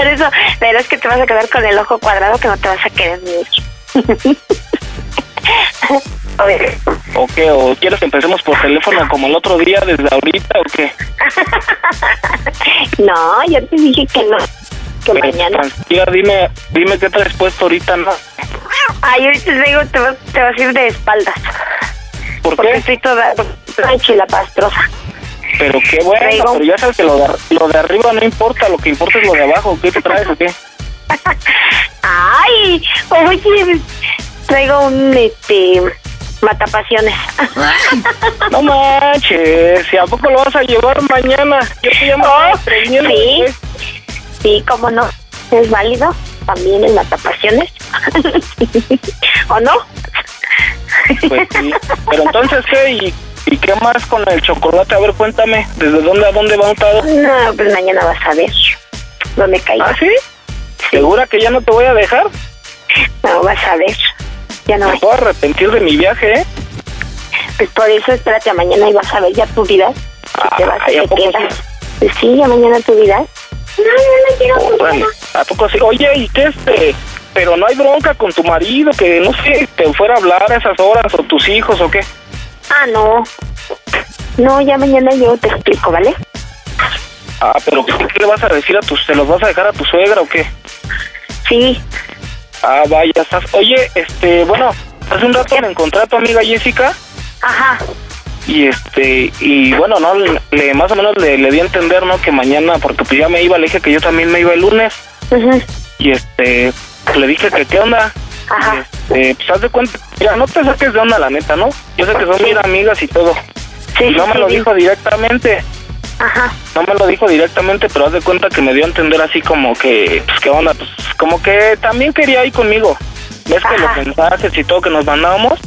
eso, verás que te vas a quedar con el ojo cuadrado que no te vas a querer ni ir. A ver,
¿O qué? ¿O quieres que empecemos por teléfono como el otro día desde ahorita o qué?
no, yo te dije que no. Que mañana.
Tía, Pues, dime, dime qué traes puesto ahorita, ¿no?
Ay, ahorita te digo, te vas, te vas a ir de espaldas.
¿Por
Porque estoy toda ancha y la pastrosa.
Pero qué bueno,
Traigo-
pero ya sabes que lo de, ar- lo de arriba no importa, lo que importa es lo de abajo. ¿Qué te traes o qué?
Ay, oye, traigo un, este, matapasiones.
No manches, ¿y a poco lo vas a llevar mañana? Yo te llamo previniendo,
sí.
¿eh?
Sí, cómo no. Es válido también el matapasiones. ¿O no?
Pues sí. Pero entonces, ¿qué? ¿Y, y qué más con el chocolate? A ver, cuéntame, ¿desde dónde a dónde va untado?
No, pues mañana vas a ver dónde caigo.
¿Ah, sí? ¿Segura que ya no te voy a dejar?
No, vas a ver. Ya no
Me puedo arrepentir de mi viaje, ¿eh?
Pues por eso espérate a mañana y vas a ver ya tu vida. Si te vas a te quedas. Pues sí, ya mañana tu vida. No, yo no quiero tu
Órale. ¿A poco sí? Oye, ¿y qué este? Pero no hay bronca con tu marido, que no sé, te fuera a hablar a esas horas, o tus hijos, o qué.
Ah, no. No, ya mañana yo te explico, ¿vale?
Ah, pero ¿qué, qué le vas a decir a tus, se los vas a dejar a tu suegra o qué?
Sí.
Ah, vaya, estás. Oye, este, bueno, hace un rato me encontré a tu amiga Jessica
Ajá.
y este, y bueno, no, le, más o menos le, le di a entender, ¿no? Que mañana, porque pues ya me iba, le dije que yo también me iba el lunes
Ujú.
y este, le dije que qué onda.
Ajá.
Eh, pues haz de cuenta, mira, no te saques de onda, la neta, ¿no? Yo sé que son mis amigas y todo.
Sí,
Y no
sí,
me lo
sí.
dijo directamente.
Ajá.
No me lo dijo directamente, pero haz de cuenta que me dio a entender así como que, pues, ¿qué onda? Pues, como que también quería ir conmigo. ¿Ves que los mensajes y todo que nos mandábamos?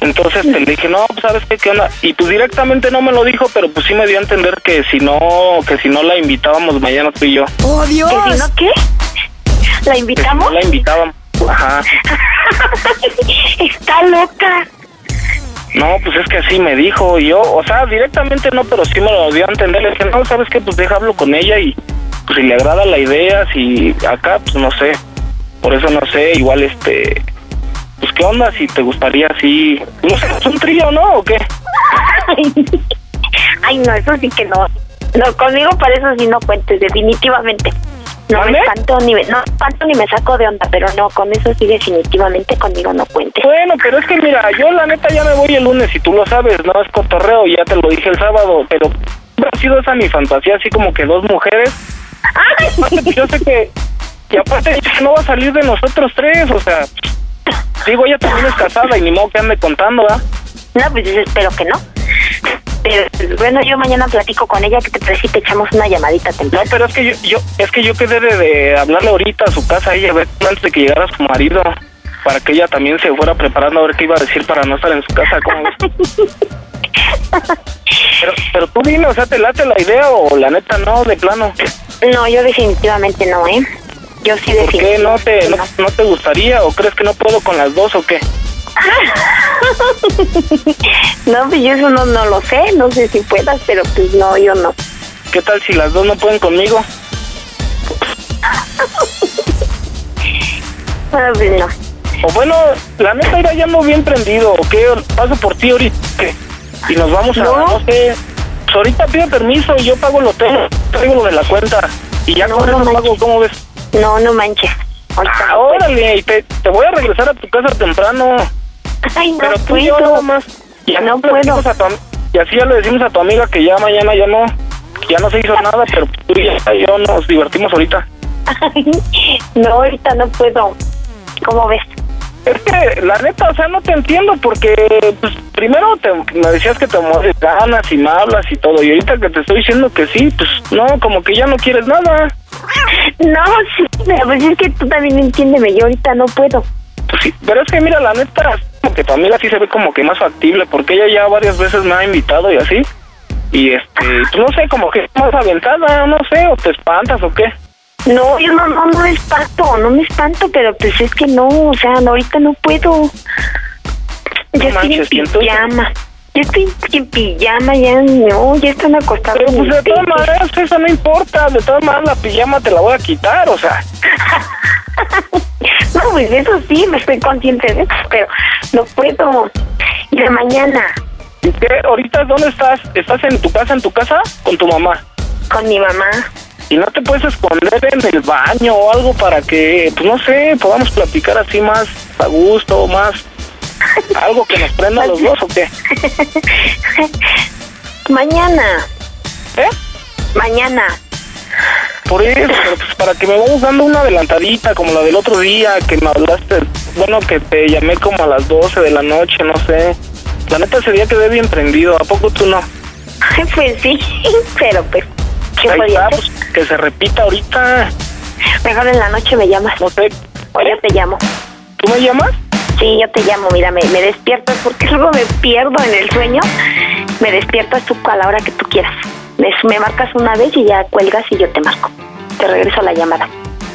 Entonces te le dije, no, pues, ¿sabes qué? ¿Qué onda? Y pues directamente no me lo dijo, pero pues sí me dio a entender que si no, que si no la invitábamos mañana tú y yo.
¡Oh, Dios! ¿Que si no qué? ¿La
Que si no
invitamos?
la invitábamos. Ajá.
Está loca.
No, pues es que así me dijo yo, o sea, directamente no, pero sí me lo dio a entender, le dije, no, ¿sabes qué? Pues deja, hablo con ella y pues, si le agrada la idea, si acá, pues no sé, por eso no sé, igual este, pues qué onda, si te gustaría así, no sé, es un trío, ¿no? ¿O qué?
Ay, no, eso sí que no. No, conmigo para eso sí no cuentes, definitivamente. No me espanto ni me, no me espanto ni me saco de onda, pero no, con eso sí definitivamente conmigo no cuentes.
Bueno, pero es que mira, yo la neta ya me voy el lunes y tú lo sabes, no es cotorreo, ya te lo dije el sábado, pero siempre ha sido esa mi fantasía, así como que dos mujeres. Y aparte, pues, yo sé que, y aparte yo sé que no va a salir de nosotros tres, o sea, digo, ella también es casada y ni modo que ande contando, ¿ah?
No, pues yo espero que no. Pero pues, bueno, yo mañana platico con ella, que te parece si te echamos una llamadita
No,
temprano.
pero es que yo, yo, es que yo quedé de, de hablarle ahorita a su casa a ella, a ver, antes de que llegara su marido, para que ella también se fuera preparando a ver qué iba a decir para no estar en su casa, ¿cómo ves? Pero, pero tú dime, o sea, ¿te late la idea o la neta no, de plano?
No, yo definitivamente no, ¿eh? Yo
¿Por
sí
qué no
definitivamente
te, no, no te gustaría o crees que no puedo con las dos o qué?
No, pues yo eso no, no lo sé, no sé si puedas, pero pues no, yo no.
¿Qué tal si las dos no pueden conmigo?
Ah, pues no.
O bueno, la neta era ya no bien prendido, ¿o qué? Paso por ti ahorita, ¿qué? Y nos vamos a, no, sé, pues ahorita pido permiso y yo pago el hotel, traigo lo de la cuenta. Y ya con eso pago, ¿cómo ves?
No, no manches.
Ah, órale, y te, te voy a regresar a tu casa temprano.
Ay, no
Pero tú y yo
puedo.
nada más. Y así
pues, No
le decimos
puedo.
a tu am- y así ya le decimos a tu amiga que ya mañana ya no, ya no se hizo nada, pero tú y yo nos divertimos ahorita.
no, ahorita no puedo. ¿Cómo ves?
Es que la neta, o sea, no te entiendo porque pues, primero te, me decías que te mueres ganas y me hablas y todo, y ahorita que te estoy diciendo que sí, pues no, como que ya no quieres nada.
No, sí, pero pues es que tú también entiéndeme, yo ahorita no puedo.
Pues sí, pero es que mira, la neta, como que para mí la sí se ve como que más factible, porque ella ya varias veces me ha invitado y así. Y este, pues, no sé, como que es más aventada, no sé, o te espantas o qué.
No, yo no, no, no me espanto, no me espanto, pero pues es que no, o sea, no, ahorita no puedo. Ya estoy en
manches, ¿y entonces?
pijama. Ya estoy en pijama, ya no, ya están acostados.
Pero pues
mis
de todas
peques.
maneras, eso no importa, de todas maneras la pijama te la voy a quitar, o sea.
No, pues eso sí, me estoy consciente de eso, pero no puedo. Y de mañana
¿Y qué? ¿Ahorita dónde estás? ¿Estás en tu casa, en tu casa? Con tu mamá.
con mi mamá.
¿Y no te puedes esconder en el baño o algo para que, pues no sé, podamos platicar así más a gusto, más algo que nos prenda a los dos o qué?
Mañana.
¿Eh?
Mañana.
Por eso, pero pues para que me vayas dando una adelantadita como la del otro día que me hablaste, bueno, que te llamé como a las 12 de la noche, no sé. La neta ese día quedé bien prendido, ¿a poco tú no?
Ay, pues sí, pero pues, ¿qué
Ahí
podía
está,
hacer?
pues, que se repita ahorita.
Mejor en la noche me llamas.
No sé.
O yo te llamo.
¿Eh? ¿Tú me llamas?
Sí, yo te llamo. Mira, me, me despierto porque luego me pierdo en el sueño. Me despiertas tú a la hora que tú quieras. Me, me marcas una vez y ya cuelgas y yo te marco. Te regreso la llamada.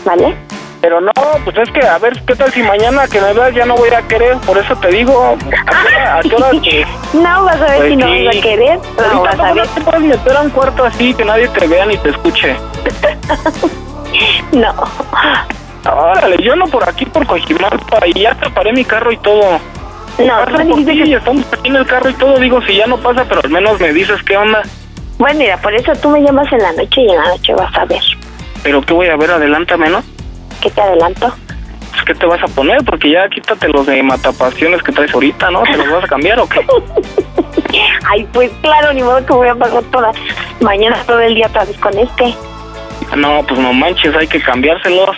¿Vale?
Pero no, pues es que a ver, ¿qué tal si mañana que me veas ya no voy a querer? Por eso te digo, ¿a qué hora? Ah, a qué hora que-
No, vas a ver
Pues
si no
sí.
vas a querer. No
Ahorita,
vas a
¿cómo
ver.
no te puedes meter a un cuarto así que nadie te vea ni te escuche?
No.
Órale, yo no por aquí, por Cojimalpa, y ya te paré mi carro y todo.
No,
Pasa por ti, estamos aquí en el carro y todo, digo, si ya no pasa, pero al menos me dices qué onda.
Bueno, mira, por eso tú me llamas en la noche y en la noche vas a ver.
Pero qué voy a ver, adelántame, ¿no?
¿Qué te adelanto?
Pues, ¿Qué te vas a poner? Porque ya quítate los de matapasiones que traes ahorita, ¿no? ¿Te los vas a cambiar o qué?
Ay, pues claro, ni modo que voy a pagar toda. Mañana todo el día otra vez con este.
No, pues no manches, hay que cambiárselos.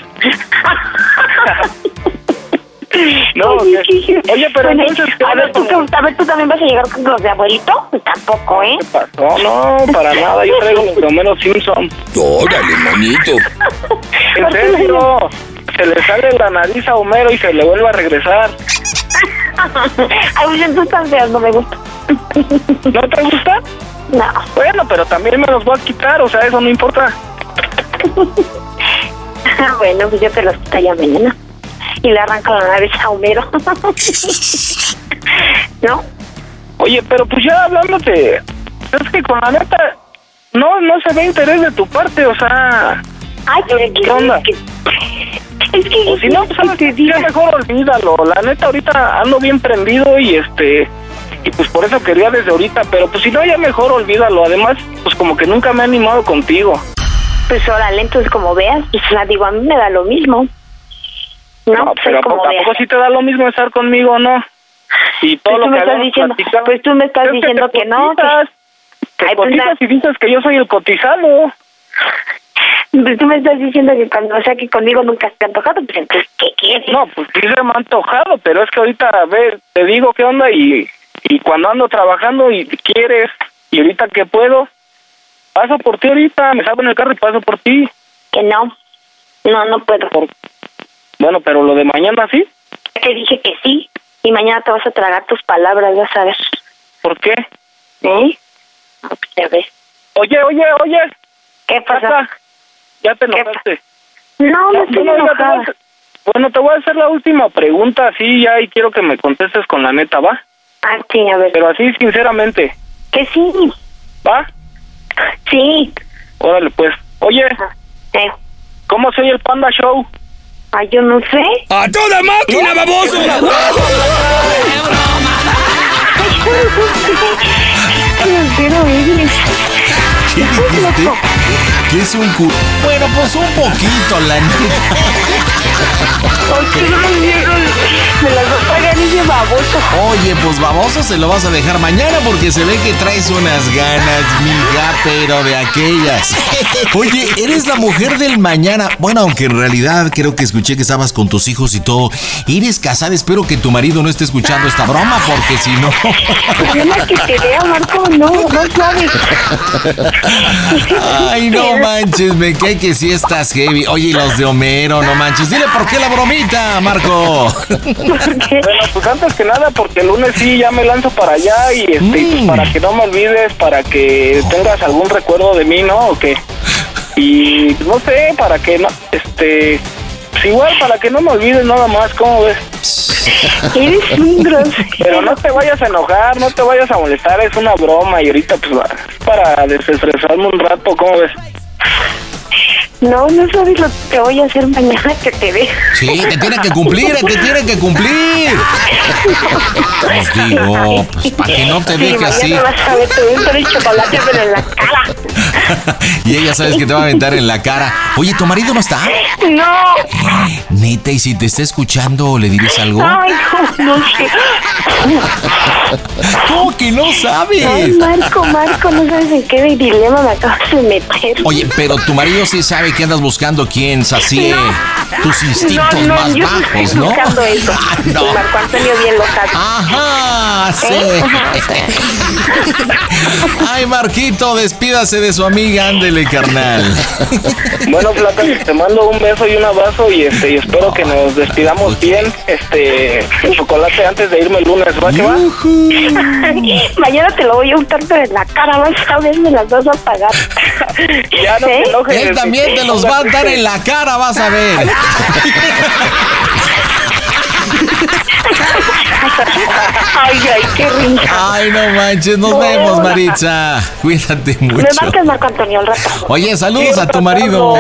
no,
Oye,
¿qué? Oye, pero
Bueno,
entonces... ¿qué
a ver,
onda
¿tú,
con-
a ver, ¿tú también vas a llegar con los de abuelito? Pues tampoco, ¿eh?
No, no, para nada, yo traigo los de Homero Simpson.
Órale, manito.
¿En serio? Se le sale la nariz a Homero y se le vuelve a regresar.
Ay, pues entonces tan feas, no me gusta.
¿No te gusta?
No,
Bueno, pero también me los voy a quitar, o sea, eso no importa.
bueno, pues yo te los quito ya mañana. Y le arranco la nariz a Homero. ¿No?
Oye, pero pues ya hablándote, es que con la neta, no, no se ve interés de tu parte, o sea...
Ay, pero
¿Qué onda?
Es que...
O si no, pues sabes que ya mejor olvídalo. La neta, ahorita ando bien prendido y este... Y pues por eso quería desde ahorita, pero pues si no, ya mejor olvídalo. Además, pues como que nunca me he animado contigo.
Pues órale, entonces como veas, pues la digo, a mí me da lo mismo. No, pues
pero
ahí
¿a
como
poco, a
veas.
poco sí te da lo mismo estar conmigo o no? Y todo
Pues
lo
tú me
que
estás
habíamos
diciendo,
platicado.
pues tú me estás
Es que
diciendo
te
que no.
cotizas,
Ay,
Te
pues,
cotizas
na-
y dices que yo soy el cotizado.
pues tú me estás diciendo que cuando, o sea, que conmigo nunca te ha antojado, pues entonces, ¿qué quieres?
No, pues sí se me ha antojado, pero es que ahorita, a ver, te digo qué onda y, y cuando ando trabajando y quieres, y ahorita que puedo, paso por ti ahorita, me salgo en el carro y paso por ti.
Que no, no, no puedo.
Bueno, pero lo de mañana sí,
Te dije que sí y mañana te vas a tragar tus palabras, vas a ver.
¿por qué?
¿Eh? No, pues ya ves.
Oye, oye, oye.
¿Qué pasó?
Rafa, Ya te enojaste.
No, no
Bueno, mira,
estoy
te voy a
enojada.
hacer- Bueno, te voy a hacer la última pregunta, así ya, y quiero que me contestes con la neta, ¿va?
Ah, sí, a ver.
Pero así, sinceramente,
Que sí,
¿va?
sí.
Órale, pues. Oye,
Eh,
¿cómo soy el Panda Show?
Ay, yo no sé.
¡A toda máquina, baboso!
¿Qué es un cu... Bueno, pues un poquito, la neta.
Me las dos pagan y lleva baboso.
Oye, pues baboso se lo vas a dejar mañana porque se ve que traes unas ganas, mija, pero de aquellas. Oye, eres la mujer del mañana. Bueno, aunque en realidad creo que escuché que estabas con tus hijos y todo. Eres casada, espero que tu marido no esté escuchando esta broma porque si no...
Mañana que te vea, Marco, no, no sabes.
Ay, no manches, me cae que sí estás heavy. Oye, y los de Homero, no manches. Dile por qué la bromita, Marco.
Bueno, pues antes que nada, porque el lunes sí ya me lanzo para allá y este, y pues para que no me olvides, para que tengas algún recuerdo de mí, ¿no? O qué? Y no sé, para que no, este, pues igual para que no me olvides nada más, ¿cómo ves?
Eres un
Pero no te vayas a enojar, no te vayas a molestar, es una broma y ahorita pues va- para desestresarme un rato, ¿cómo ves?
No, no sabes lo que voy a hacer mañana que te vea.
Sí, te tiene que cumplir, eh, te tiene que cumplir. Os digo, pues para que no te
Sí,
deje así.
mañana vas a ver, te voy a poner chocolate pero en la cara.
Y ella sabes que te va a aventar en la cara. Oye, ¿tu marido no está?
No,
Neta, y si te está escuchando, ¿le dirías algo?
ay, no, no sé.
¿Cómo que no sabes?
Ay, Marco, Marco, no sabes en qué dilema me acabas de meter.
Oye, pero tu marido sí sabe que andas buscando quien sacie tus instintos
no,
más
yo no
bajos,
estoy
¿no?
buscando eso.
Ah, no.
Marco Antonio bien lo sabe.
Ajá, sí.
¿Eh? Ajá.
Ay, Marquito, despídase de su amiga, ándele, carnal.
Bueno, Flaca, te mando un beso y un abrazo y este y espero que nos despidamos bien. Este, el chocolate antes de irme el lunes, ¿va que va?
Mañana te lo voy a untar pero en la cara, vas a ver, me las vas a pagar.
Ya no te enojes.
Él también te los va a dar en la cara, vas a ver.
Ay, ay, qué risa.
Ay, no manches, nos
Hola.
vemos, Maritza. Cuídate
Me
mucho.
marcas Marco Antonio al rato.
Oye, saludos a tu marido.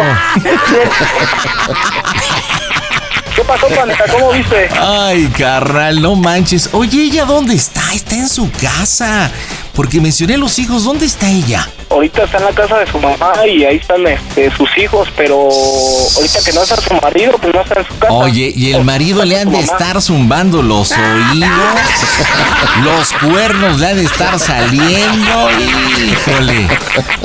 ¿Qué pasó, Juanita? ¿Cómo viste?
Ay, carnal, no manches. Oye, ¿ella dónde está? Está en su casa. Porque mencioné los hijos, ¿dónde está ella?
Ahorita está en la casa de su mamá y ahí están este, sus hijos, pero ahorita que no está su marido, pues no está en su casa.
Oye, y el marido le han de estar zumbando los oídos, los cuernos le han de estar saliendo, híjole.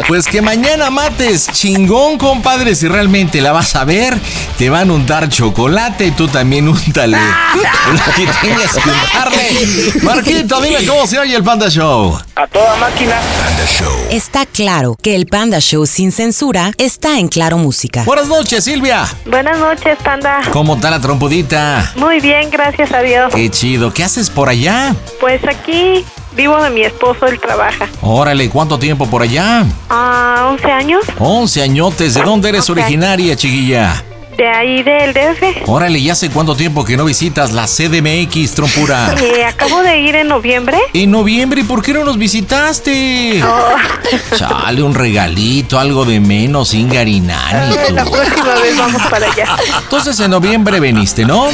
Pues que mañana mates, chingón, compadre, si realmente la vas a ver, te van a untar chocolate y tú también úntale. Lo que tengas que untarle. Marquito, dime cómo se oye el Panda Show.
A toda máquina.
Panda Show.
Está claro que el Panda Show sin censura está en Claro Música.
Buenas noches, Silvia.
Buenas noches, Panda.
¿Cómo está la trompudita?
Muy bien, gracias a Dios.
Qué chido, ¿qué haces por allá?
Pues aquí vivo de mi esposo, él trabaja.
Órale, ¿cuánto tiempo por allá?
Ah, 11 años,
11 añotes, ¿de dónde eres
Ok.
originaria, chiquilla?
de ahí del DF.
Órale, ya hace cuánto tiempo que no visitas la CDMX,
Ah.
trompura.
Eh, acabo de ir en noviembre. Oh,
En noviembre, ¿por qué no nos visitaste? Chale, un regalito, algo de menos, Ingarinani.
La próxima vez vamos para allá.
Entonces en noviembre veniste, ¿no?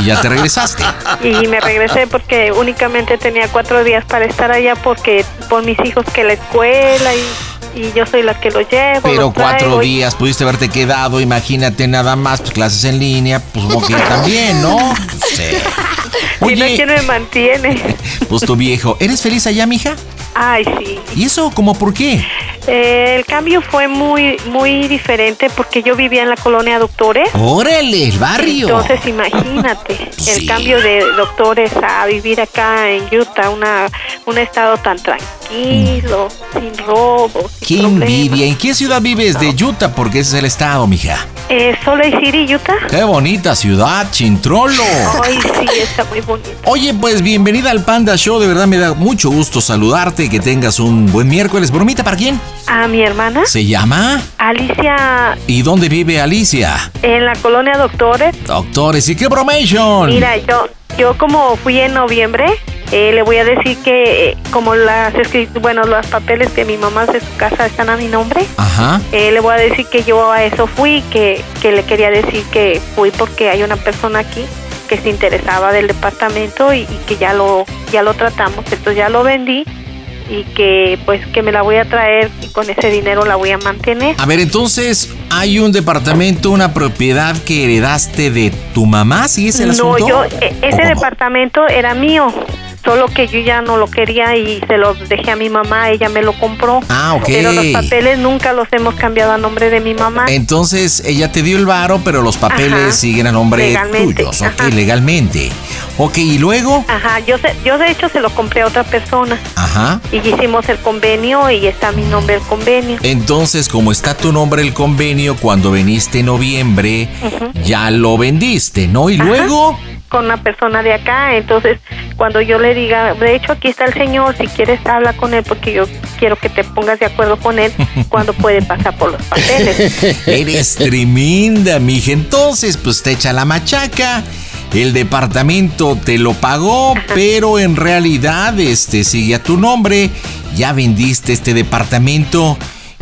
Y ya te regresaste.
Y me regresé porque únicamente tenía cuatro días para estar allá porque por mis hijos que la escuela y, y yo soy la que los llevo.
Pero
los
cuatro
traigo y-
días pudiste haberte quedado, imagínate nada más, pues clases en línea, pues supongo que también, ¿no? Sí.
Y no quien me mantiene.
Pues tu viejo, ¿eres feliz allá, mija?
Ay, sí.
¿Y eso como por qué?
Eh, el cambio fue muy muy diferente porque yo vivía en la colonia Doctores.
Órale, el barrio.
Entonces imagínate el cambio de Doctores a vivir acá en Utah, una un estado tan tranquilo, sin robos.
Qué envidia. ¿En qué ciudad vives de Utah? Porque ese es el estado, mija.
Eh, Solo hay City, Utah.
Qué bonita ciudad, Chintrolo.
Ay, sí, está muy bonito.
Oye, pues bienvenida al Panda Show. De verdad me da mucho gusto saludarte. Que tengas un buen miércoles. ¿Bromita para quién?
A mi hermana,
¿Se llama?
Alicia,
¿Y dónde vive Alicia?
en la colonia Doctores.
Doctores, ¿y qué bromation?
Mira, yo, yo como fui en noviembre, eh, le voy a decir que eh, como las escri- bueno, los papeles que mi mamá de su casa están a mi nombre,
Ajá.
eh, le voy a decir que yo a eso fui, que, que le quería decir que fui porque hay una persona aquí que se interesaba del departamento y, y que ya lo ya lo tratamos, entonces ya lo vendí y que pues que me la voy a traer y con ese dinero la voy a mantener.
A ver, entonces, ¿hay un departamento, una propiedad que heredaste de tu mamá? ¿Sí es el
no,
asunto?
yo, e- ese departamento era mío, solo que yo ya no lo quería y se lo dejé a mi mamá, ella me lo compró.
Ah, ok.
Pero los papeles nunca los hemos cambiado a nombre de mi mamá.
Entonces, ella te dio el varo, pero los papeles
Ajá.
siguen a nombre
Legalmente,
tuyos, ok,
ajá.
legalmente. Ok, y luego,
Ajá, yo, se- yo de hecho se lo compré a otra persona
ajá.
y hicimos el convenio y está a mi nombre el convenio.
Entonces, como está tu nombre el convenio, cuando veniste en noviembre,
Ujú.
ya lo vendiste, ¿no? Oh, Y
Ajá.
luego,
con una persona de acá, entonces cuando yo le diga, de hecho aquí está el señor, si quieres habla con él porque yo quiero que te pongas de acuerdo con él cuando puede pasar por los papeles.
Eres tremenda, mija. Entonces, pues te echa la machaca. El departamento te lo pagó, pero en realidad este sigue a tu nombre. Ya vendiste este departamento.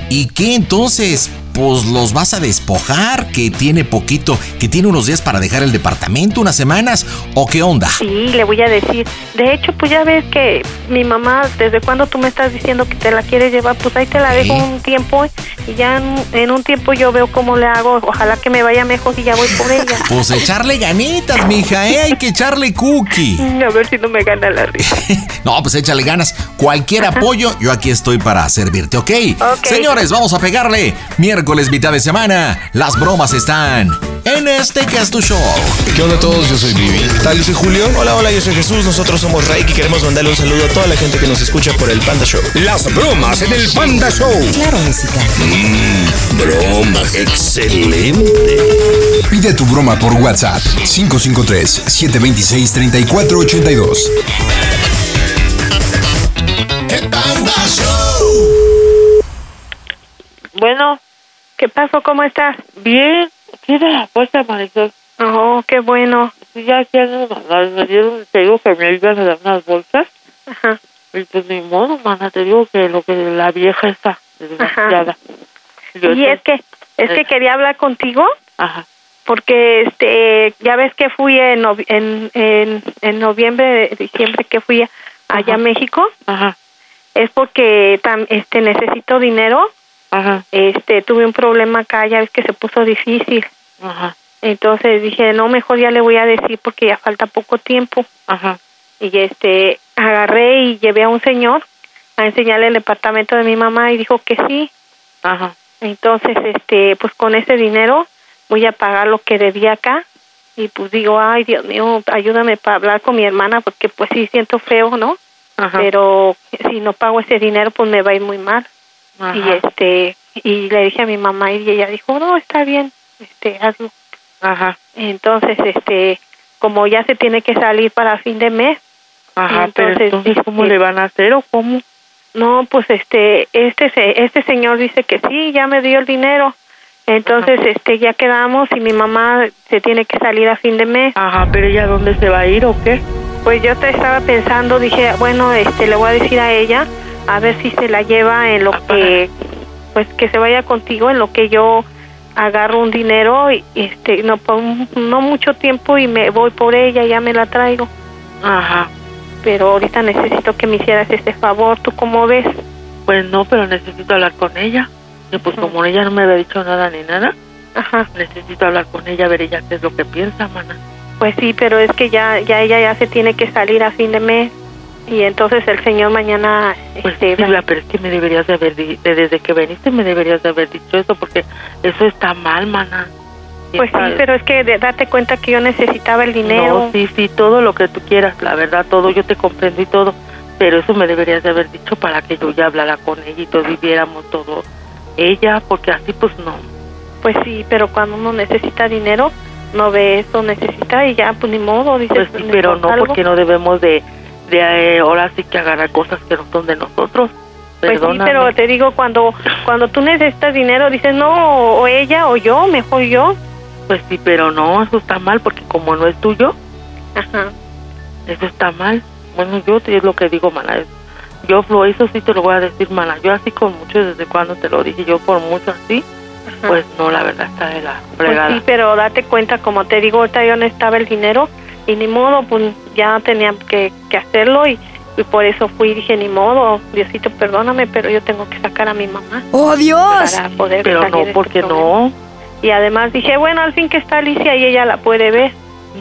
¿Y qué entonces? Pues los vas a despojar, que tiene poquito, que tiene unos días para dejar el departamento, unas semanas, o qué onda.
Sí, le voy a decir. De hecho, pues ya ves que mi mamá, desde cuando tú me estás diciendo que te la quieres llevar, pues ahí te la dejo un tiempo y ya en, en un tiempo yo veo cómo le hago. Ojalá que me vaya mejor y ya voy por ella.
Pues echarle ganitas, mija, ¿eh? Hay que echarle cookie.
A ver si no me gana la risa.
No, pues échale ganas. Cualquier apoyo, yo aquí estoy para servirte, ¿ok? Señores, vamos a pegarle. Miércoles, mitad de semana. Las bromas están en este que es tu show.
¿Qué onda a todos? Yo soy Vivi. Tal, yo soy Julio. Hola, hola, yo soy Jesús. Nosotros somos Reiki y queremos mandarle un saludo a toda la gente que nos escucha por el Panda Show.
Las bromas en el Panda Show.
Claro, música.
bromas, excelente.
Pide tu broma por WhatsApp 553-726-3482.
Bueno, ¿qué pasó? ¿Cómo estás?
Bien, tiene la puerta, Marisol.
Oh, qué bueno.
Sí, ya quiero mandar, me dieron, te digo que me ibas a dar unas bolsas.
Ajá.
Y pues ni modo, mana, te digo que lo que la vieja está desgraciada. Yo
Y
te-
es que es que quería hablar contigo.
Ajá.
Porque este ya ves que fui en novi- en, en, en noviembre, diciembre que fui a- allá a México. Es porque tam- este necesito dinero. Este tuve un problema acá, ya ves que se puso difícil.
Ajá.
Entonces dije, no, mejor ya le voy a decir porque ya falta poco tiempo.
Ajá.
Y este, agarré y llevé a un señor a enseñarle el departamento de mi mamá y dijo que sí.
Ajá.
Entonces, este, pues con ese dinero voy a pagar lo que debía acá. Y pues digo, ay, Dios mío, ayúdame para hablar con mi hermana porque pues sí siento feo, ¿no?
Ajá.
Pero si no pago ese dinero, pues me va a ir muy mal.
Ajá.
Y este, y le dije a mi mamá y ella dijo, no, está bien, este, hazlo.
Ajá.
Entonces, este, como ya se tiene que salir para fin de mes,
Ajá, pero entonces, ¿cómo
este,
le van a hacer o cómo?
no, pues este, este, se- este señor dice que sí, ya me dio el dinero. Entonces, este, ya quedamos y mi mamá se tiene que salir a fin de mes.
Ajá, pero ella, ¿dónde se va a ir o qué?
Pues yo te estaba pensando, dije, bueno, este, le voy a decir a ella a ver si se la lleva en lo
Ah,
que, pues que se vaya contigo en lo que yo agarro un dinero y este, no, por un- no mucho tiempo y me voy por ella, ya me la traigo.
Ajá.
Pero ahorita necesito que me hicieras este favor, ¿tú cómo ves?
Pues no, pero necesito hablar con ella. Y pues como ella no me había dicho nada ni nada, necesito hablar con ella, a ver ella qué es lo que piensa, mana.
Pues sí, pero es que ya, ya ella ya se tiene que salir a fin de mes y entonces el señor mañana,
Pues
este, va-
Silvia, pero es que me deberías de haber di- de- desde que veniste me deberías de haber dicho eso porque eso está mal, mana.
pues sí, pero es que de- date cuenta que yo necesitaba el dinero.
No, sí, sí, todo lo que tú quieras, la verdad, todo, yo te comprendo y todo, pero eso me deberías de haber dicho para que yo ya hablara con ella y todos viviéramos todo ella, porque así pues no.
Pues sí, pero cuando uno necesita dinero, no ve eso, necesita y ya, pues ni modo, dices.
Pues sí,
"Me
pero
falta
no,
algo".
porque no debemos de, de eh, ahora sí que agarrar cosas que no son de nosotros.
Pues sí,
Perdóname.
pero te digo, cuando cuando tú necesitas dinero, dices, no, o ella o yo, mejor yo.
Pues sí, pero no, eso está mal porque como no es tuyo,
Ajá.
eso está mal. Bueno, yo te es lo que digo, mana. es- Yo lo eso sí te lo voy a decir, mana. Yo así con mucho desde cuando te lo dije, yo por mucho así, pues no, la verdad está de la
Pues
fregada.
sí, pero date cuenta, como te digo, ahorita yo no estaba el dinero y ni modo, pues ya tenía que, que hacerlo y, y por eso fui y dije, ni modo, Diosito, perdóname, pero yo tengo que sacar a mi mamá.
¡Oh, Dios!
Para poder
Pero
salir
no,
de
porque
este problema. Y además dije, bueno, al fin que está Alicia y ella la puede ver.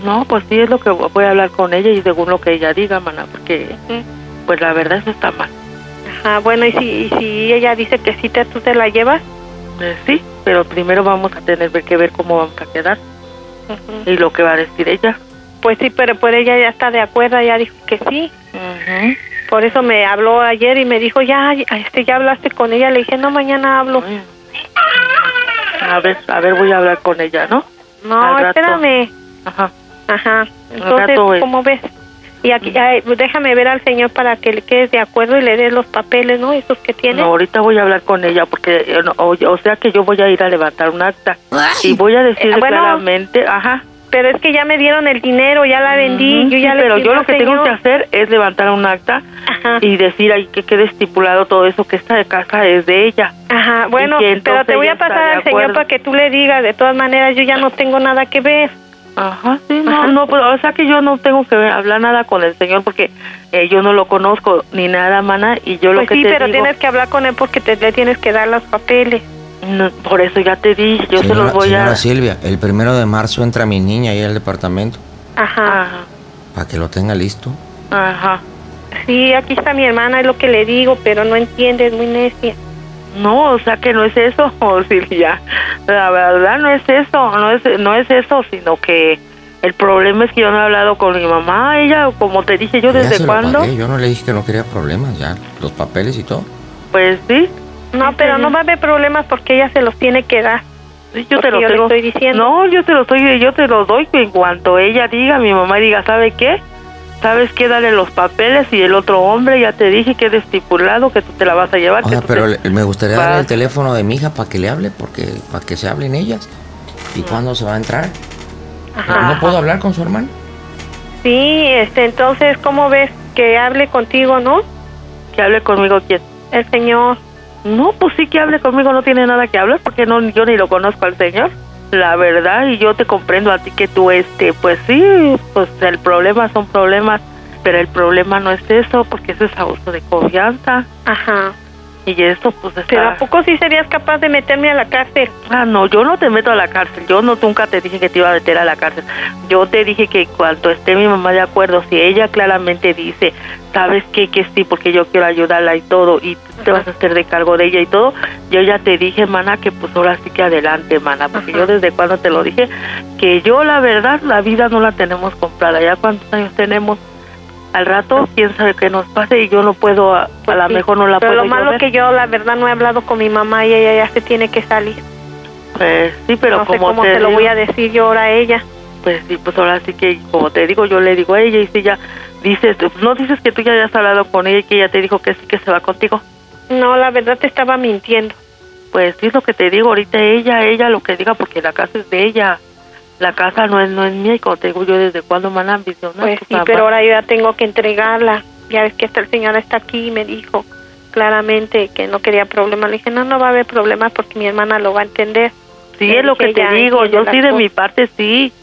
No, pues sí es lo que voy a hablar con ella y según lo que ella diga, mana, porque pues la verdad eso está mal.
Ajá, bueno, y si, y si ella dice que sí, te, tú te la llevas.
Eh, sí, pero primero vamos a tener que ver cómo vamos a quedar
Ujú.
y lo que va a decir ella.
Pues sí, pero pues ella ya está de acuerdo, ya dijo que sí. Por eso me habló ayer y me dijo, ya, este, ya hablaste con ella. Le dije, no, mañana hablo.
A ver, a ver, voy a hablar con ella, ¿no?
No,
Al rato.
espérame.
Ajá.
Ajá.
Al
Entonces,
rato, eh.
¿cómo ves? Y aquí, ay, déjame ver al señor para que le quedes de acuerdo y le des los papeles, ¿no? Esos que tiene.
No, ahorita voy a hablar con ella porque, eh, no, o, o sea que yo voy a ir a levantar un acta y voy a decir
Eh, bueno.
claramente, ajá.
Pero es que ya me dieron el dinero, ya la vendí,
Ujú,
yo ya
sí,
le
pero
firmé
yo lo
al
que tengo
señor.
que hacer es levantar un acta y decir ahí que quede estipulado todo eso que esta casa es de ella.
Ajá, bueno,
Y que
pero
entonces
te voy
ella
a
está
pasar
de
al señor
acuerdo.
para que tú le digas, de todas maneras yo ya no tengo nada que ver.
Ajá, sí, no, no, pues, o sea que yo no tengo que ver- hablar nada con el señor porque eh, yo no lo conozco ni nada, mana, y yo lo
Pues
que
sí,
te
pero
digo,
tienes que hablar con él porque te, le tienes que dar los papeles.
no, por eso ya te dije, yo se
Señora,
los voy
señora
a...
Silvia, el primero de marzo entra mi niña ahí al departamento
Ajá.
para que lo tenga listo.
Ajá. Sí, aquí está mi hermana, es lo que le digo, pero no entiende, es muy necia.
No, o sea que no es eso, Silvia. La verdad no es eso, no es, no es eso, sino que el problema es que yo no he hablado con mi mamá, ella, como te dije yo,
Ya
¿desde
se lo
cuándo?
pagué, Yo no le dije que no quería problemas, ya los papeles y todo.
Pues sí.
No, pero no va a haber problemas porque ella se los tiene que dar.
Yo te
Porque
lo
yo le
tengo-
estoy diciendo.
No, yo te lo estoy, yo te lo doy en cuanto ella diga, mi mamá diga, ¿sabe qué? ¿Sabes qué? Dale los papeles y el otro hombre, ya te dije que es estipulado, que tú te la vas a llevar.
Oiga,
que tú
pero
Ah, te-
le- me gustaría
vas.
darle el teléfono de mi hija para que le hable, porque para que se hablen ellas.
Mm.
¿Y cuándo se va a entrar?
Ah,
¿No puedo hablar con su hermano?
Sí, este, entonces, ¿cómo ves que hable contigo, no?
¿Que hable conmigo quién?
El señor.
No, pues sí que hable conmigo, no tiene nada que hablar porque no yo ni lo conozco al señor. La verdad, y yo te comprendo a ti que tú este, pues sí, pues el problema son problemas, pero el problema no es eso, porque eso es abuso de confianza.
Ajá.
Y esto pues está
Pero ¿a poco sí serías capaz de meterme a la cárcel?
Ah, no, yo no te meto a la cárcel. Yo no nunca te dije que te iba a meter a la cárcel. Yo te dije que cuanto esté mi mamá de acuerdo, si ella claramente dice, sabes qué, que sí, porque yo quiero ayudarla y todo, y tú te vas a hacer de cargo de ella y todo, yo ya te dije, mana, que pues ahora sí que adelante, mana, porque yo desde cuando te lo dije, que yo la verdad, la vida no la tenemos comprada. Ya cuántos años tenemos al rato, quién sabe qué nos pase y yo no puedo, a, a lo
Pues Sí.
mejor no la
Pero
puedo
lo
yo
malo
ver.
que yo, la verdad, no he hablado con mi mamá y ella ya se tiene que salir.
Eh, sí, pero
no sé
como
cómo
te
se lo
digo-
voy a decir yo ahora a ella.
Pues sí, pues ahora sí que, como te digo, yo le digo a ella y si ella dice, no dices que tú ya hayas hablado con ella y que ella te dijo que sí, que se va contigo.
No, la verdad te estaba mintiendo.
Pues sí, es lo que te digo, ahorita ella, ella lo que diga, porque la casa es de ella. La casa no es, no es mía y como te digo yo, ¿desde cuándo me han ambicionado?
Pues sí, pero ahora yo ya tengo que entregarla. Ya ves que hasta el señor está aquí y me dijo claramente que no quería problemas. Le dije, no, no va a haber problemas porque mi hermana lo va a entender.
Sí,
Le
es lo que
dije,
te
ya
digo,
entiende
yo
las
sí de
cosas.
mi parte sí.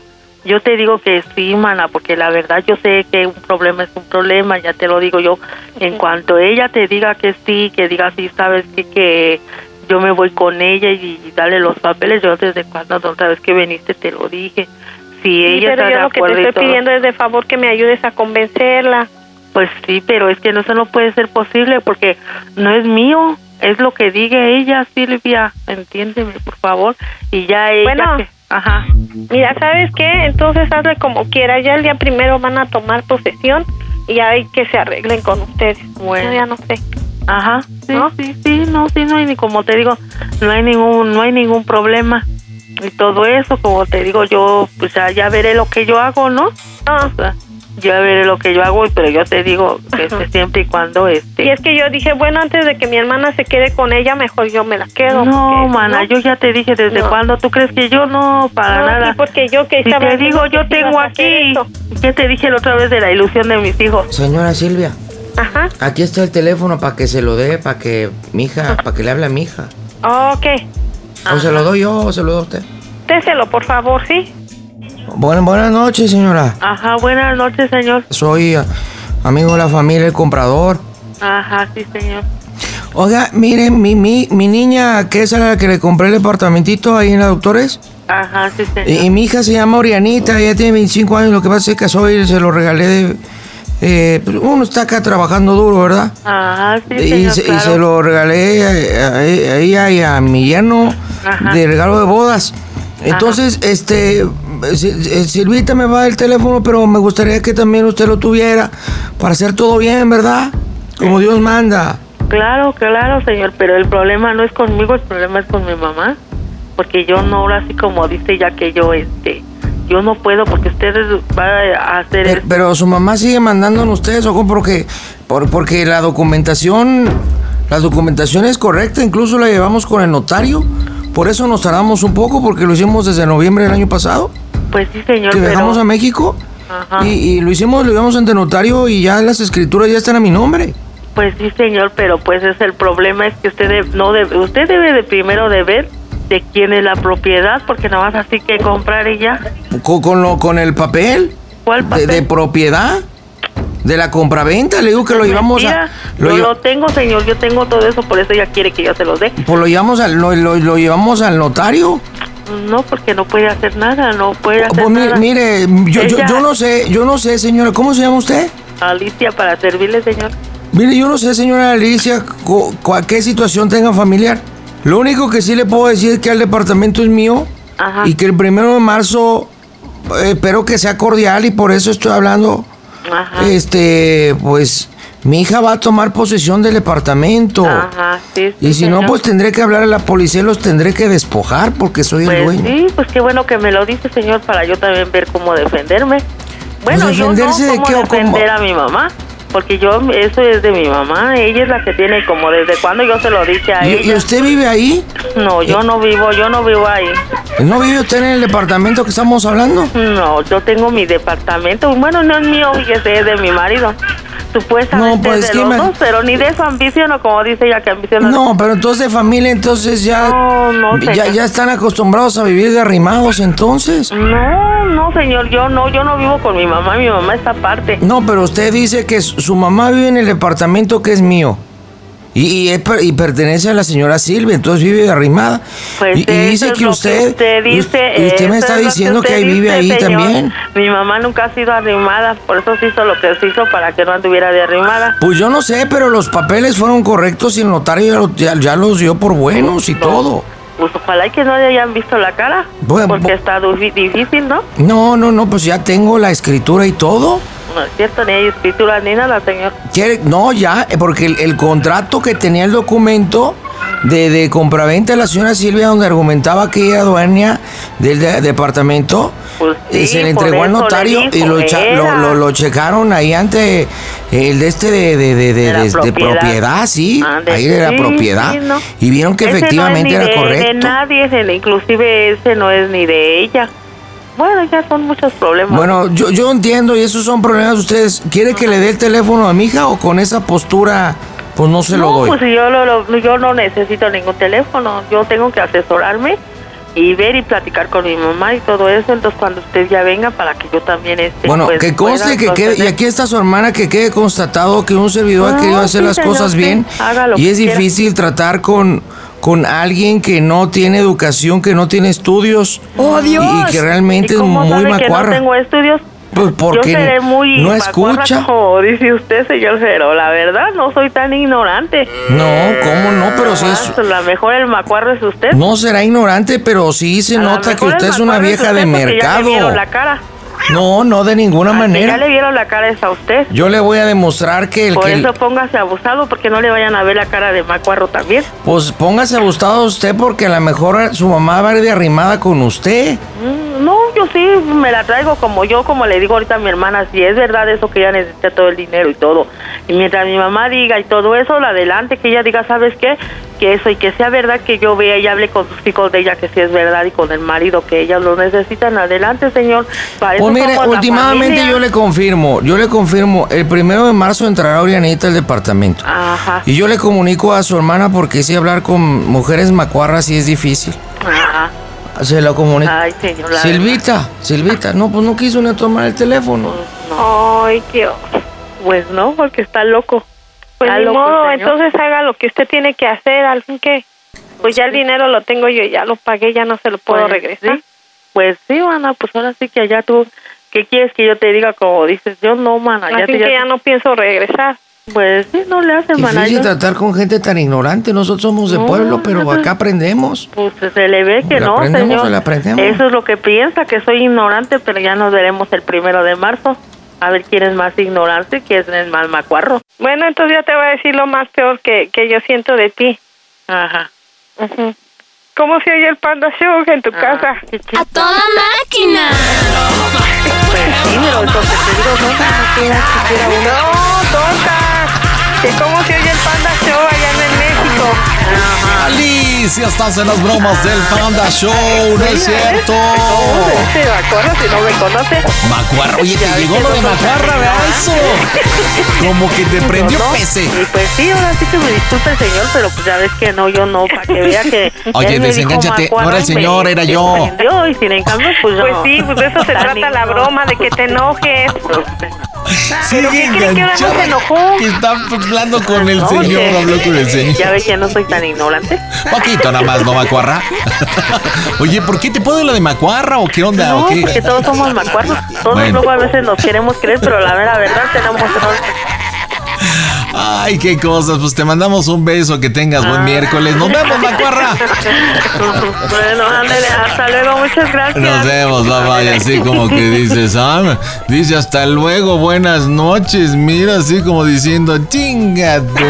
Yo te digo que sí, mana, porque la verdad yo sé que un problema es un problema, ya te lo digo yo. En cuanto ella te diga que sí, que diga sí, sabes que, que yo me voy con ella y, y dale los papeles, yo desde cuando, no sabes que viniste, te lo dije. Si
Sí,
ella
pero
está
yo
de
lo que
acuerdo
y
te estoy
todo.
pidiendo es de favor que me ayudes a convencerla.
Pues sí, pero es que no, eso no puede ser posible porque no es mío, es lo que diga ella, Silvia. Entiéndeme, por favor. Y ya ella.
Bueno.
que- ajá.
Mira, ¿sabes qué? Entonces hazle como quiera. Ya el día primero van a tomar posesión y ya hay que se arreglen con ustedes.
Bueno.
Yo ya no sé.
Ajá, sí, sí, sí, no, sí, no hay ni como te digo, no hay ningún, no hay ningún problema y todo eso, como te digo, yo, pues ya, ya veré lo que yo hago, ¿no? O sea, ya veré lo que yo hago, pero yo te digo, que este, siempre y cuando este.
Y es que yo dije, bueno, antes de que mi hermana se quede con ella, mejor yo me la quedo.
No,
porque,
mana,
¿no?
yo ya te dije desde
No.
cuándo. ¿Tú crees que yo no? Para
No, sí,
nada.
porque yo que
Si
estaba
te
haciendo
digo, yo
que sí
tengo
ibas a hacer
aquí.
eso.
Ya te dije la otra vez de la ilusión de mis hijos.
Señora Silvia,
Ajá.
aquí está el teléfono para que se lo dé, para que mi hija, para que le hable a mi hija.
Oh, ok.
O se lo doy yo o se lo doy a usted.
Déselo, por favor, ¿sí?
Bueno, buenas noches, señora.
Ajá, buenas noches, señor.
Soy ah, Amigo, la familia, el comprador.
Ajá, sí, señor.
Oiga, mire, mi, mi, mi niña, que es a la que le compré el departamentito ahí en la Doctores.
Ajá, sí, señor.
Y, y mi hija se llama Orianita, ella tiene 25 años, lo que pasa es que se casó y se lo regalé de... eh, pues, uno está acá trabajando duro, ¿verdad?
Ajá, Ah, sí,
y,
señor,
se, y
claro.
se lo regalé a, a- a ella y a mi yerno
Ajá.
de regalo de bodas. Entonces, este, Sil- eh, Silvita me va a dar el teléfono, pero me gustaría que también usted lo tuviera para hacer todo bien, ¿verdad? Como Dios manda.
Claro, claro, señor, pero el problema no es conmigo, el problema es con mi mamá, porque yo no, ahora sí como dice ya que yo, este, yo no puedo porque ustedes van a hacer
Pero, pero su mamá sigue mandándonos ustedes, ojo, porque, por- porque la documentación, la documentación es correcta, incluso la llevamos con el notario. Por eso nos tardamos un poco, porque lo hicimos desde noviembre del año pasado.
Pues sí, señor.
Que
pero-
viajamos a México
Ajá.
y, y lo hicimos, lo llevamos ante notario y ya las escrituras ya están a mi nombre.
Pues sí, señor, pero pues es el problema es que usted de- no debe, usted debe de primero de ver de quién es la propiedad, porque nada más así que comprar y ya.
Con, con lo, con el papel.
¿Cuál
papel? De, propiedad. De la compraventa, le digo que lo llevamos a.
Pues Mira,
Lo,
yo
lle-
lo tengo, señor, yo tengo todo eso, por eso ella quiere que yo se los dé.
pues lo llevamos al, lo, lo- lo llevamos al notario.
No, porque no puede hacer nada, no puede hacer
Pues mire,
nada.
mire, yo, yo,
Ella-
yo no sé, yo no sé, señora, ¿cómo se llama usted?
Alicia, para servirle, señor.
Mire, yo no sé, señora Alicia, cu- cua- qué situación tenga familiar. Lo único que sí le puedo decir es que el departamento es mío
Ajá.
y que el primero de marzo eh, espero que sea cordial y por eso estoy hablando.
Ajá.
Este, pues mi hija va a tomar posesión del departamento.
Ajá, sí.
Oh. Y
sí,
si no,
señor.
pues tendré que hablar a la policía y los tendré que despojar porque soy el
Pues
dueño.
sí, pues qué bueno que me lo dice, señor, para yo también ver cómo defenderme. Bueno,
Pues,
yo no
¿defenderse de
cómo
qué o cómo?
defender a mi mamá, porque yo, eso es de mi mamá, ella es la que tiene como desde cuando yo se lo dije a
¿Y-
ella.
¿Y usted vive ahí?
No, yo no vivo, yo no vivo ahí.
¿No vive usted en el departamento que estamos hablando?
No, yo tengo mi departamento, bueno, no es mío, fíjese, es de mi marido. Supuestamente
No, pues,
es
¿qué
de los
me-
dos, pero ni de eso ambiciono, como dice ella que ambiciona.
No, pero entonces familia, entonces ya, ya,
señor.
ya están acostumbrados a vivir de arrimados entonces.
No, no, señor, yo no, yo no vivo con mi mamá, mi mamá está aparte.
No, pero usted dice que su su mamá vive en el departamento que es mío. Y, y es per- y pertenece a la señora Silvia, entonces vive de arrimada.
Pues
y, y
eso
dice
es
que
lo
usted,
dice,
y usted
eso
me
es
está
lo que
diciendo que,
usted
ahí vive
dice,
ahí
señor.
también.
Mi mamá nunca ha sido arrimada, por eso se hizo lo que se hizo para que no anduviera de arrimada.
Pues yo no sé, pero los papeles fueron correctos y el notario ya, lo- ya- ya los dio por buenos y todo.
Pues ojalá y que no le hayan visto la cara,
Bueno,
porque
bu-
está du- difícil, ¿no?
No, no, no, pues ya tengo la escritura y todo.
No es cierto, ni hay escritura ni nada, señor.
Quiere- No, ya, eh, porque el, el contrato que tenía el documento de, de compraventa de la señora Silvia, donde argumentaba que ella era dueña del de- departamento, eh, se le
por
entregó al
eso le
notario y
dijo,
lo, echa- lo,
era.
lo- lo checaron ahí ante eh, el de este de, de, de, de-
De la
de- de propiedad.
propiedad.
sí,
Ande,
ahí de la
sí,
propiedad,
sí, no.
y vieron que
Ese no es
efectivamente
ni
era
de- De
correcto.
nadie, ese, inclusive ese no es ni de ella. Bueno, ya son muchos problemas.
Bueno, yo, yo entiendo y esos son problemas de ustedes. ¿Quiere que le dé el teléfono a mi hija o con esa postura, pues no se lo
No,
doy?
Pues yo, lo- lo- yo no necesito ningún teléfono. Yo tengo que asesorarme y ver y platicar con mi mamá y todo eso. Entonces, cuando usted ya venga, para que yo también esté.
Bueno,
pues,
que conste
pueda
que quede, y
proceder.
aquí está su hermana, que quede constatado que un servidor ha
No,
querido hacer
Ah, sí,
las
señor,
cosas
sí,
bien
haga lo
y
que
es
quiera.
difícil tratar con, con alguien que no tiene educación, que no tiene estudios
¡Oh,
y-
Dios!
Y, que realmente
¿Y
es
cómo
muy
sabe que no
macuarra.
tengo estudios?
pues porque
yo seré muy
no
macuarra,
escucha.
como dice usted, señor, pero la verdad no soy tan ignorante.
No, cómo no, pero si es,
Nomás, la mejor el macuarro es usted.
no será ignorante, pero sí se
A lo
nota que
mejor el
usted es una
macuarro
vieja de
usted porque Ya le
mercado.
vieron la cara.
No, no de ninguna
Que ya
manera.
le vieron la cara es a usted.
Yo le voy a demostrar que el
Por
que el-
eso póngase abusado, porque no le vayan a ver la cara de Macuarro también.
pues póngase gustado usted porque a lo mejor su mamá va a ir de arrimada con usted.
Mm, No, yo sí me la traigo como yo, como le digo ahorita a mi hermana, si es verdad eso que ella necesita todo el dinero y todo. Y mientras mi mamá diga y todo eso, la adelante, que ella diga, ¿sabes qué? Que eso y que sea verdad que yo vea y hable con sus hijos de ella, que sí es verdad y con el marido que ellas lo necesitan. Adelante, señor. Para
Pues
eso
mire,
somos la
últimamente
familia.
yo le confirmo, yo le confirmo, el primero de marzo entrará Orianita al departamento.
Ajá.
Y yo le comunico a su hermana porque si hablar con mujeres macuarras sí es difícil.
Ajá.
Se lo comunico.
Ay, señor. la Pues,
Silvita, Silvita, no, pues no quiso ni tomar el teléfono.
Ay, qué. pues no, porque está loco.
Pues
está
ni
loco el
modo,
señor.
entonces haga lo que usted tiene que hacer, al fin que, pues ya el dinero lo tengo yo, ya lo pagué, ya no se lo puedo
Pues,
regresar.
sí. Pues sí, mana, pues ahora sí que allá tú, ¿qué quieres que yo te diga? Como dices, yo no, mana,
Así que ya no pienso regresar.
Pues sí, no le hace, mana.
Difícil
yo-
tratar con gente tan ignorante. Nosotros somos de
No,
pueblo, pero
nosotros-
acá aprendemos.
Pues se le ve que
¿La
no,
aprendemos
señor.
o la aprendemos?
Eso es lo que piensa, que soy ignorante, pero ya nos veremos el primero de marzo. A ver quién es más ignorante y quién es el más macuarro.
Bueno, entonces yo te voy a decir lo más peor que, que yo siento de ti.
Ajá.
¿Cómo se oye el Panda Show en
Ah,
tu casa?
¡A toda máquina!
No, tonta. ¿Que ¿Cómo se oye el Panda Show allá en México?
Alice, ya estás en las bromas del Panda Show, no es cierto.
¿eh? Se acuerda si no me conoce.
Macuarra, oye, te llegó lo de Macuarra, ¿verdad? Eso. Como que te prendió
No, no.
pese.
Y pues sí, ahora sí que me disculpe, señor, pero pues ya ves que no, yo no, para que vea que.
Oye,
él me dijo
desengánchate, no
macuarro
era el
y me
señor, era yo.
sorprendió, y sin en cambio, pues,
Pues
no.
sí, pues de eso se
Tan
trata la
ignorante.
broma, de que te enojes.
Sigue
creen que ahora no se
enganchada.
enojó?
Que Está hablando con el
No,
señor,
oye,
habló con el
Ya
señor.
ves que no soy tan ignorante.
Poquito nada más, ¿no, Macuarra? Oye, ¿por qué te puedo la de Macuarra o qué onda?
No,
¿O qué?
porque todos somos macuarros. Todos
Bueno.
luego a veces nos queremos creer, pero la mera verdad tenemos
Ay, qué cosas. Pues te mandamos un beso, que tengas
Ah.
buen miércoles. Nos vemos, Macuarra.
bueno, ándale, hasta luego, muchas gracias.
Nos vemos, papá, y así como que dice Sam, dice hasta luego, buenas noches, mira así como diciendo, chinga tú".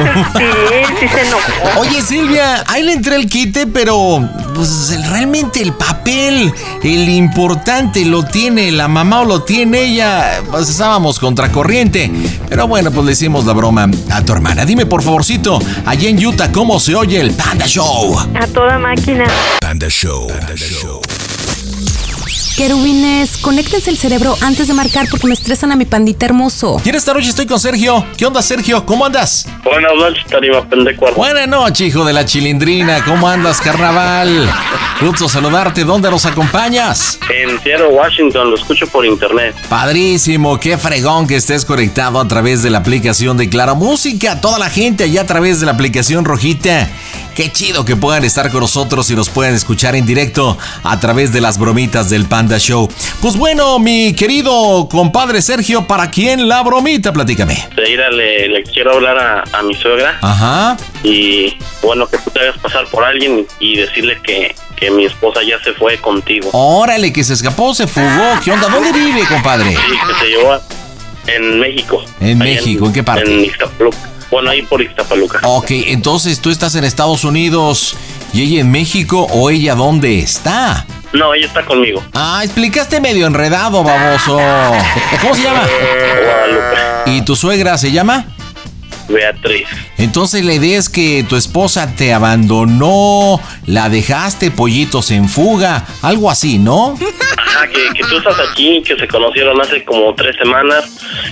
Oye Silvia, ahí le entré el quite, pero pues, el- realmente el papel, el importante lo tiene la mamá o lo tiene ella, pues estábamos contracorriente, pero bueno, pues le hicimos la broma a tu hermana. Dime por favorcito, allá en Utah, ¿cómo se oye el Panda Show?
A toda máquina.
Panda Show.
Querubines, conéctense el cerebro antes de marcar porque me estresan a mi pandita hermoso.
Y en esta noche estoy con Sergio. ¿Qué onda, Sergio? ¿Cómo andas?
Buenas noches, Tarima Pendeco.
Buenas noches, hijo de la chilindrina. ¿Cómo andas, carnaval? Gusto saludarte. ¿Dónde nos acompañas?
En Seattle, Washington, lo escucho por internet.
Padrísimo, qué fregón que estés conectado a través de la aplicación de Claro Música. Toda la gente allá a través de la aplicación rojita. Qué chido que puedan estar con nosotros y nos puedan escuchar en directo a través de las bromitas del Panda Show. Pues bueno, mi querido compadre Sergio, ¿para quién la bromita? Platícame.
De ir a le, le quiero hablar a, a mi suegra
Ajá.
y bueno, que tú te hagas pasar por alguien y decirle que, que mi esposa ya se fue contigo.
Órale, que se escapó, se fugó. ¿Qué onda? ¿Dónde vive, compadre?
Sí, que se llevó a- en México.
En México, ¿en qué parte? Oh.
En Ixtapaluca. Bueno, ahí por Ixtapaluca.
Ok, entonces tú estás en Estados Unidos y ella en México o ella dónde está.
No, ella está conmigo.
Ah, explicaste medio enredado, baboso. ¿Cómo se llama? ¿Y tu suegra se llama?
Beatriz.
Entonces la idea es que tu esposa te abandonó, la dejaste pollitos en fuga, algo así, ¿no?
Ajá, que, que tú estás aquí, que se conocieron hace como tres semanas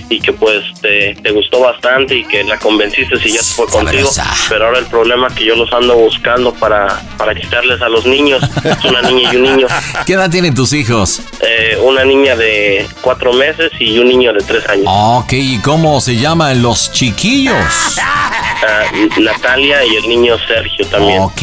y que pues te, te gustó bastante y que la convenciste si ya se fue contigo. Pero ahora el problema es que yo los ando buscando para, para quitarles a los niños. Es una niña y un niño.
¿Qué edad tienen tus hijos?
Eh, una niña de cuatro meses y un niño de tres años.
Ok, ¿y cómo se llaman los chiquillos?
Ah, Natalia y el niño Sergio también.
Ok.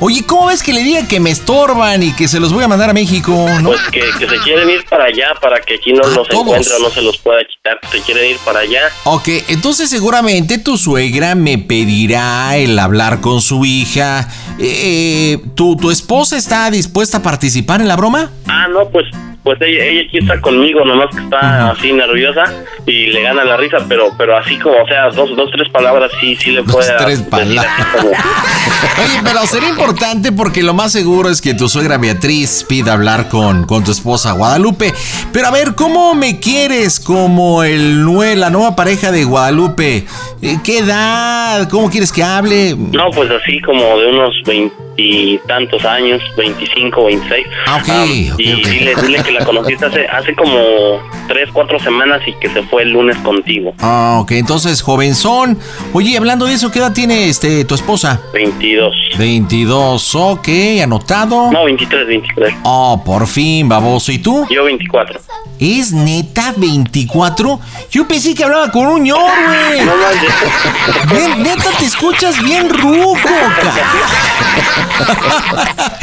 Oye, ¿cómo ves que le diga que me estorban y que se los voy a mandar a México? ¿no?
Pues que, que se quieren ir para allá para que aquí no los encuentre o no se los pueda quitar. Se quieren ir para allá.
Ok, entonces seguramente tu suegra me pedirá el hablar con su hija. Eh, eh, ¿tu, tu esposa está dispuesta a participar en la broma?
Ah, no, pues pues ella, ella aquí está conmigo, nomás que está así nerviosa y le gana la risa, pero pero así como, o sea, dos, dos tres palabras sí, sí le puede
tres
decir así como-
Oye, pero sería importante porque lo más seguro es que tu suegra Beatriz pida hablar con, con tu esposa Guadalupe. Pero a ver, ¿cómo me quieres como el nue- la nueva pareja de Guadalupe? Eh, ¿Qué edad? ¿Cómo quieres que hable?
No, pues así como de unos 20
y tantos años, 25, 26.
Ah, ok, ok,
y
ok.
dile, dile que la conociste hace, hace como 3, 4 semanas y que se fue el lunes contigo.
Ah, ok, entonces, jovenzón. Oye, hablando de eso, ¿qué edad tiene este tu esposa?
22.
22, ok, anotado.
No, 23, 23.
Oh, por fin, baboso. ¿Y tú?
Yo 24.
¿Es neta 24? Yo pensé que hablaba con un ñor, güey.
No,
Ven, neta, te escuchas bien ruco, ca-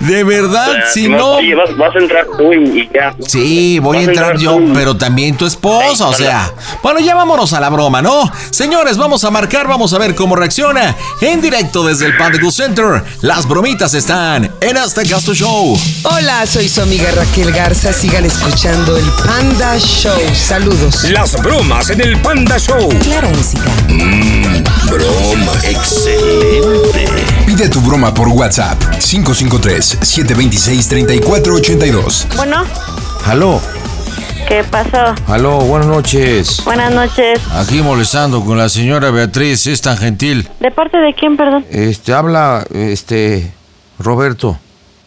De verdad,
O sea,
si
vas-
no...
Oye, vas, vas a entrar tú y y ya.
Sí, voy a
Vas
entrar yo,
tú.
pero también tu esposa, o sea. Bueno, ya vámonos a la broma, ¿no? Señores, vamos a marcar, vamos a ver cómo reacciona. En directo desde el Panda Cool Center, las bromitas están en Hasta Acá tu Show.
Hola, soy su amiga Raquel Garza. Sigan escuchando el Panda Show. Saludos.
Las bromas en el Panda Show. Mm.
Claro, música.
Broma. Excelente.
Pide tu broma por WhatsApp 553-726-3482.
Bueno,
Aló,
¿qué pasó?
aló, buenas noches.
Buenas noches.
Aquí molestando con la señora Beatriz, es tan gentil.
¿De parte de quién, perdón?
Este, habla, este, Roberto.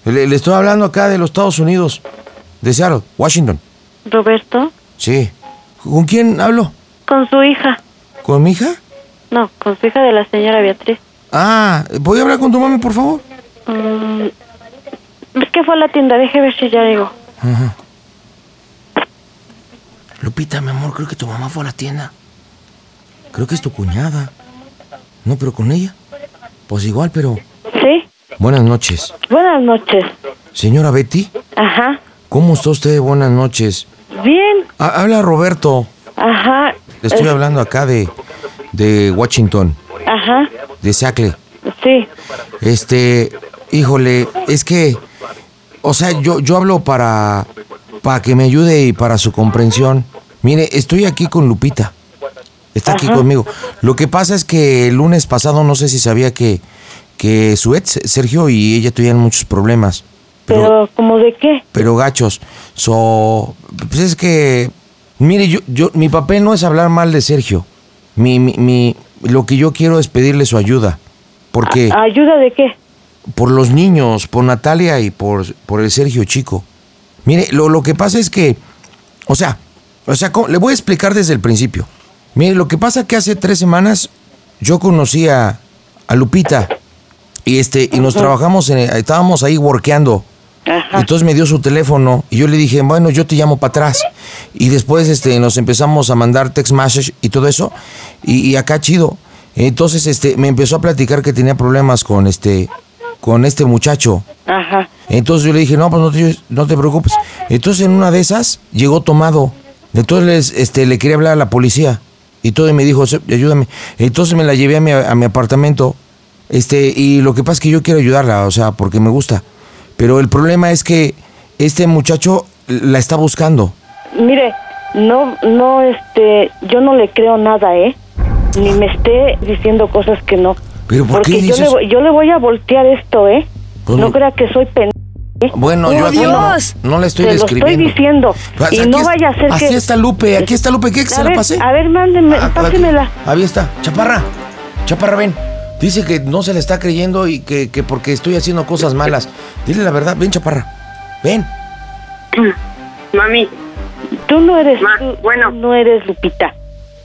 Le, le estoy hablando acá de los Estados Unidos, de Seattle, Washington.
¿Roberto?
Sí. ¿Con quién hablo?
Con su hija.
¿Con mi hija?
No, con su hija de la señora Beatriz.
Ah, ¿voy a hablar con tu mami, por favor?
Mm, es que fue a la tienda, deje ver si ya llegó.
Ajá. Lupita, mi amor, creo que tu mamá fue a la tienda. Creo que es tu cuñada. No, pero con ella. Pues igual, pero...
¿Sí?
Buenas noches.
Buenas noches.
Señora Betty,
Ajá.
¿cómo está usted? Buenas noches.
Bien.
Ha- habla Roberto.
Ajá.
Le estoy
Eh,
hablando acá de, de Washington,
Ajá.
de Sacle.
Sí.
Este, híjole, es que, o sea, yo, yo hablo para, para que me ayude y para su comprensión. Mire, estoy aquí con Lupita. Está aquí
Ajá.
conmigo. Lo que pasa es que el lunes pasado no sé si sabía que, que su ex, Sergio, y ella tuvieron muchos problemas.
Pero, ¿como de qué?
pero gachos. So, pues es que, mire, yo, yo, mi papel no es hablar mal de Sergio. Mi, mi, mi- lo que yo quiero es pedirle su ayuda. Porque,
¿Ayuda de qué?
por los niños, por Natalia y por, por el Sergio Chico. Mire, lo, lo que pasa es que, o sea, o sea, ¿cómo? le voy a explicar desde el principio. Mire, lo que pasa que hace tres semanas yo conocí a, a Lupita y este y nos trabajamos,
eh,
en, estábamos ahí workeando. Entonces me dio su teléfono y yo le dije, bueno, yo te llamo para atrás. Y después este, nos empezamos a mandar text message y todo eso. Y, y acá chido. Entonces este, me empezó a platicar que tenía problemas con este, con este muchacho.
Ajá.
Entonces yo le dije, no, pues no te, no te preocupes. Entonces en una de esas llegó tomado. Entonces este, le quería hablar a la policía. Y todo y me dijo, "Sí, ayúdame. Entonces me la llevé a mi, a mi apartamento. Este, y lo que pasa es que yo quiero ayudarla, o sea, porque me gusta. Pero el problema es que este muchacho la está buscando.
Mire, no, no, este, yo no le creo nada, ¿eh? Ni me esté diciendo cosas que no.
¿Pero por
Porque
qué
yo le,
dices?
voy- yo le voy a voltear esto, ¿eh?
Pues
no
no-
crea que soy pen... ¿eh?
Bueno, yo aquí no- no, le estoy
Te
describiendo.
lo estoy diciendo.
Pues
y
aquí
no
es-
vaya a ser
así
que... Eh,
está Lupe, aquí está Lupe, ¿qué que
a
se la
ver,
pasé?
A ver, mándeme,
Ah, claro que-
pásemela.
Ahí está, chaparra. Chaparra, ven. Dice que no se le está creyendo y que, que porque estoy haciendo cosas malas. Dile la verdad, ven, chaparra. Ven.
Mami. Tú no eres... tú no eres Lupita.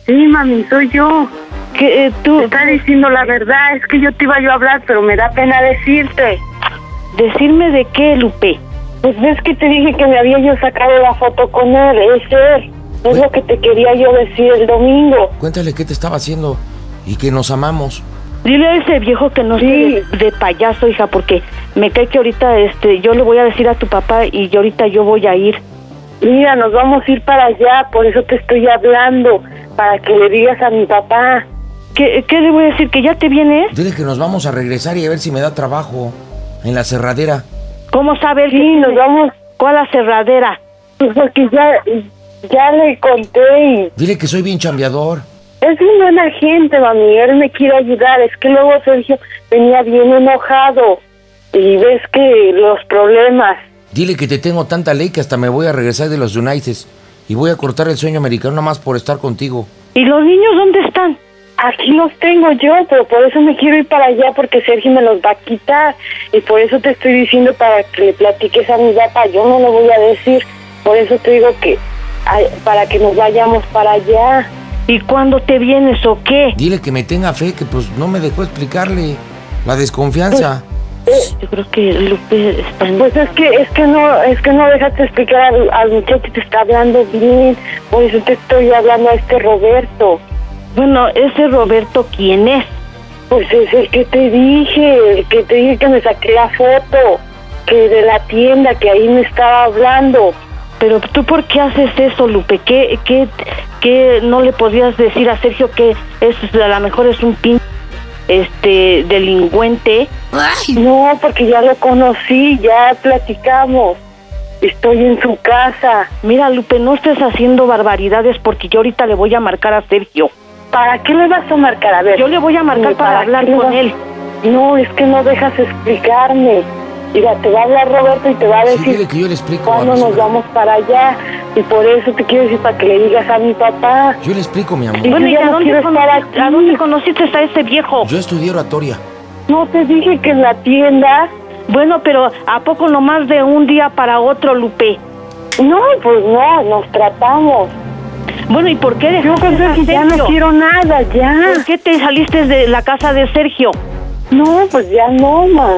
Sí, mami, soy yo.
Que eh, tú...
Te está diciendo la verdad, es que yo te iba yo a hablar, pero me da pena decirte.
¿Decirme de qué, Lupe?
Pues ves que te dije que me había yo sacado la foto con él, es él.
Pues
Es lo que te quería yo decir el domingo.
Cuéntale qué te estaba haciendo y que nos amamos.
Dile a ese viejo que no esté de, de payaso, hija, porque me cae que ahorita este, yo le voy a decir a tu papá y yo ahorita yo voy a ir.
Mira, nos vamos a ir para allá, por eso te estoy hablando, para que le digas a mi papá.
¿Qué, qué le voy a decir? ¿Que ya te vienes?
Dile que nos vamos a regresar y a ver si me da trabajo en la cerradera.
¿Cómo sabe él? Sí, nos
vamos.
¿Cuál la cerradera?
Pues porque ya, ya le conté y
Dile que soy bien chambeador.
Es un buena gente, mami. Él me quiere ayudar. Es que luego Sergio venía bien enojado. Y ves que los problemas.
Dile que te tengo tanta ley que hasta me voy a regresar de los United y voy a cortar el sueño americano nada más por estar contigo.
¿Y los niños dónde están? Aquí los tengo yo, pero por eso me quiero ir para allá porque Sergio me los va a quitar y por eso te estoy diciendo para que le platiques a mi papá, yo no lo voy a decir, por eso te digo que ay, para que nos vayamos para allá. ¿Y cuándo te vienes o qué?
Dile que me tenga fe, que pues no me dejó explicarle la desconfianza.
Yo creo que Lupe está Pues es que es que no es que no dejaste explicar al, al muchacho que te está hablando bien, por eso te estoy hablando a este Roberto. Bueno, ese Roberto quién es? Pues es el que te dije, el que te dije que me saqué la foto, que de la tienda que ahí me estaba hablando. Pero tú por qué haces eso, Lupe? ¿Qué qué qué no le podrías decir a Sergio que es a lo mejor es un pin este delincuente. No, porque ya lo conocí, ya platicamos. Estoy en su casa. Mira, Lupe, no estés haciendo barbaridades porque yo ahorita le voy a marcar a Sergio. ¿Para qué le vas a marcar? A ver. Yo le voy a marcar para, hablar con él. No, es que no dejas explicarme. Mira, te va a hablar Roberto y te va a decir
Dile que yo le explico.
cuándo
vamos.
nos vamos para allá. Y por eso te quiero decir para que le digas a mi papá.
Yo le explico, mi amor.
Y yo ya no quiero estar aquí. ¿A dónde conociste a ese viejo?
Yo estudié oratoria.
No te dije que en la tienda. Bueno, pero ¿a poco nomás de un día para otro, Lupe? No, pues no, nos tratamos. Bueno, ¿y por qué dejaste creo que ya no quiero nada, ya. ¿Por qué te saliste de la casa de Sergio? No, pues ya no, ma.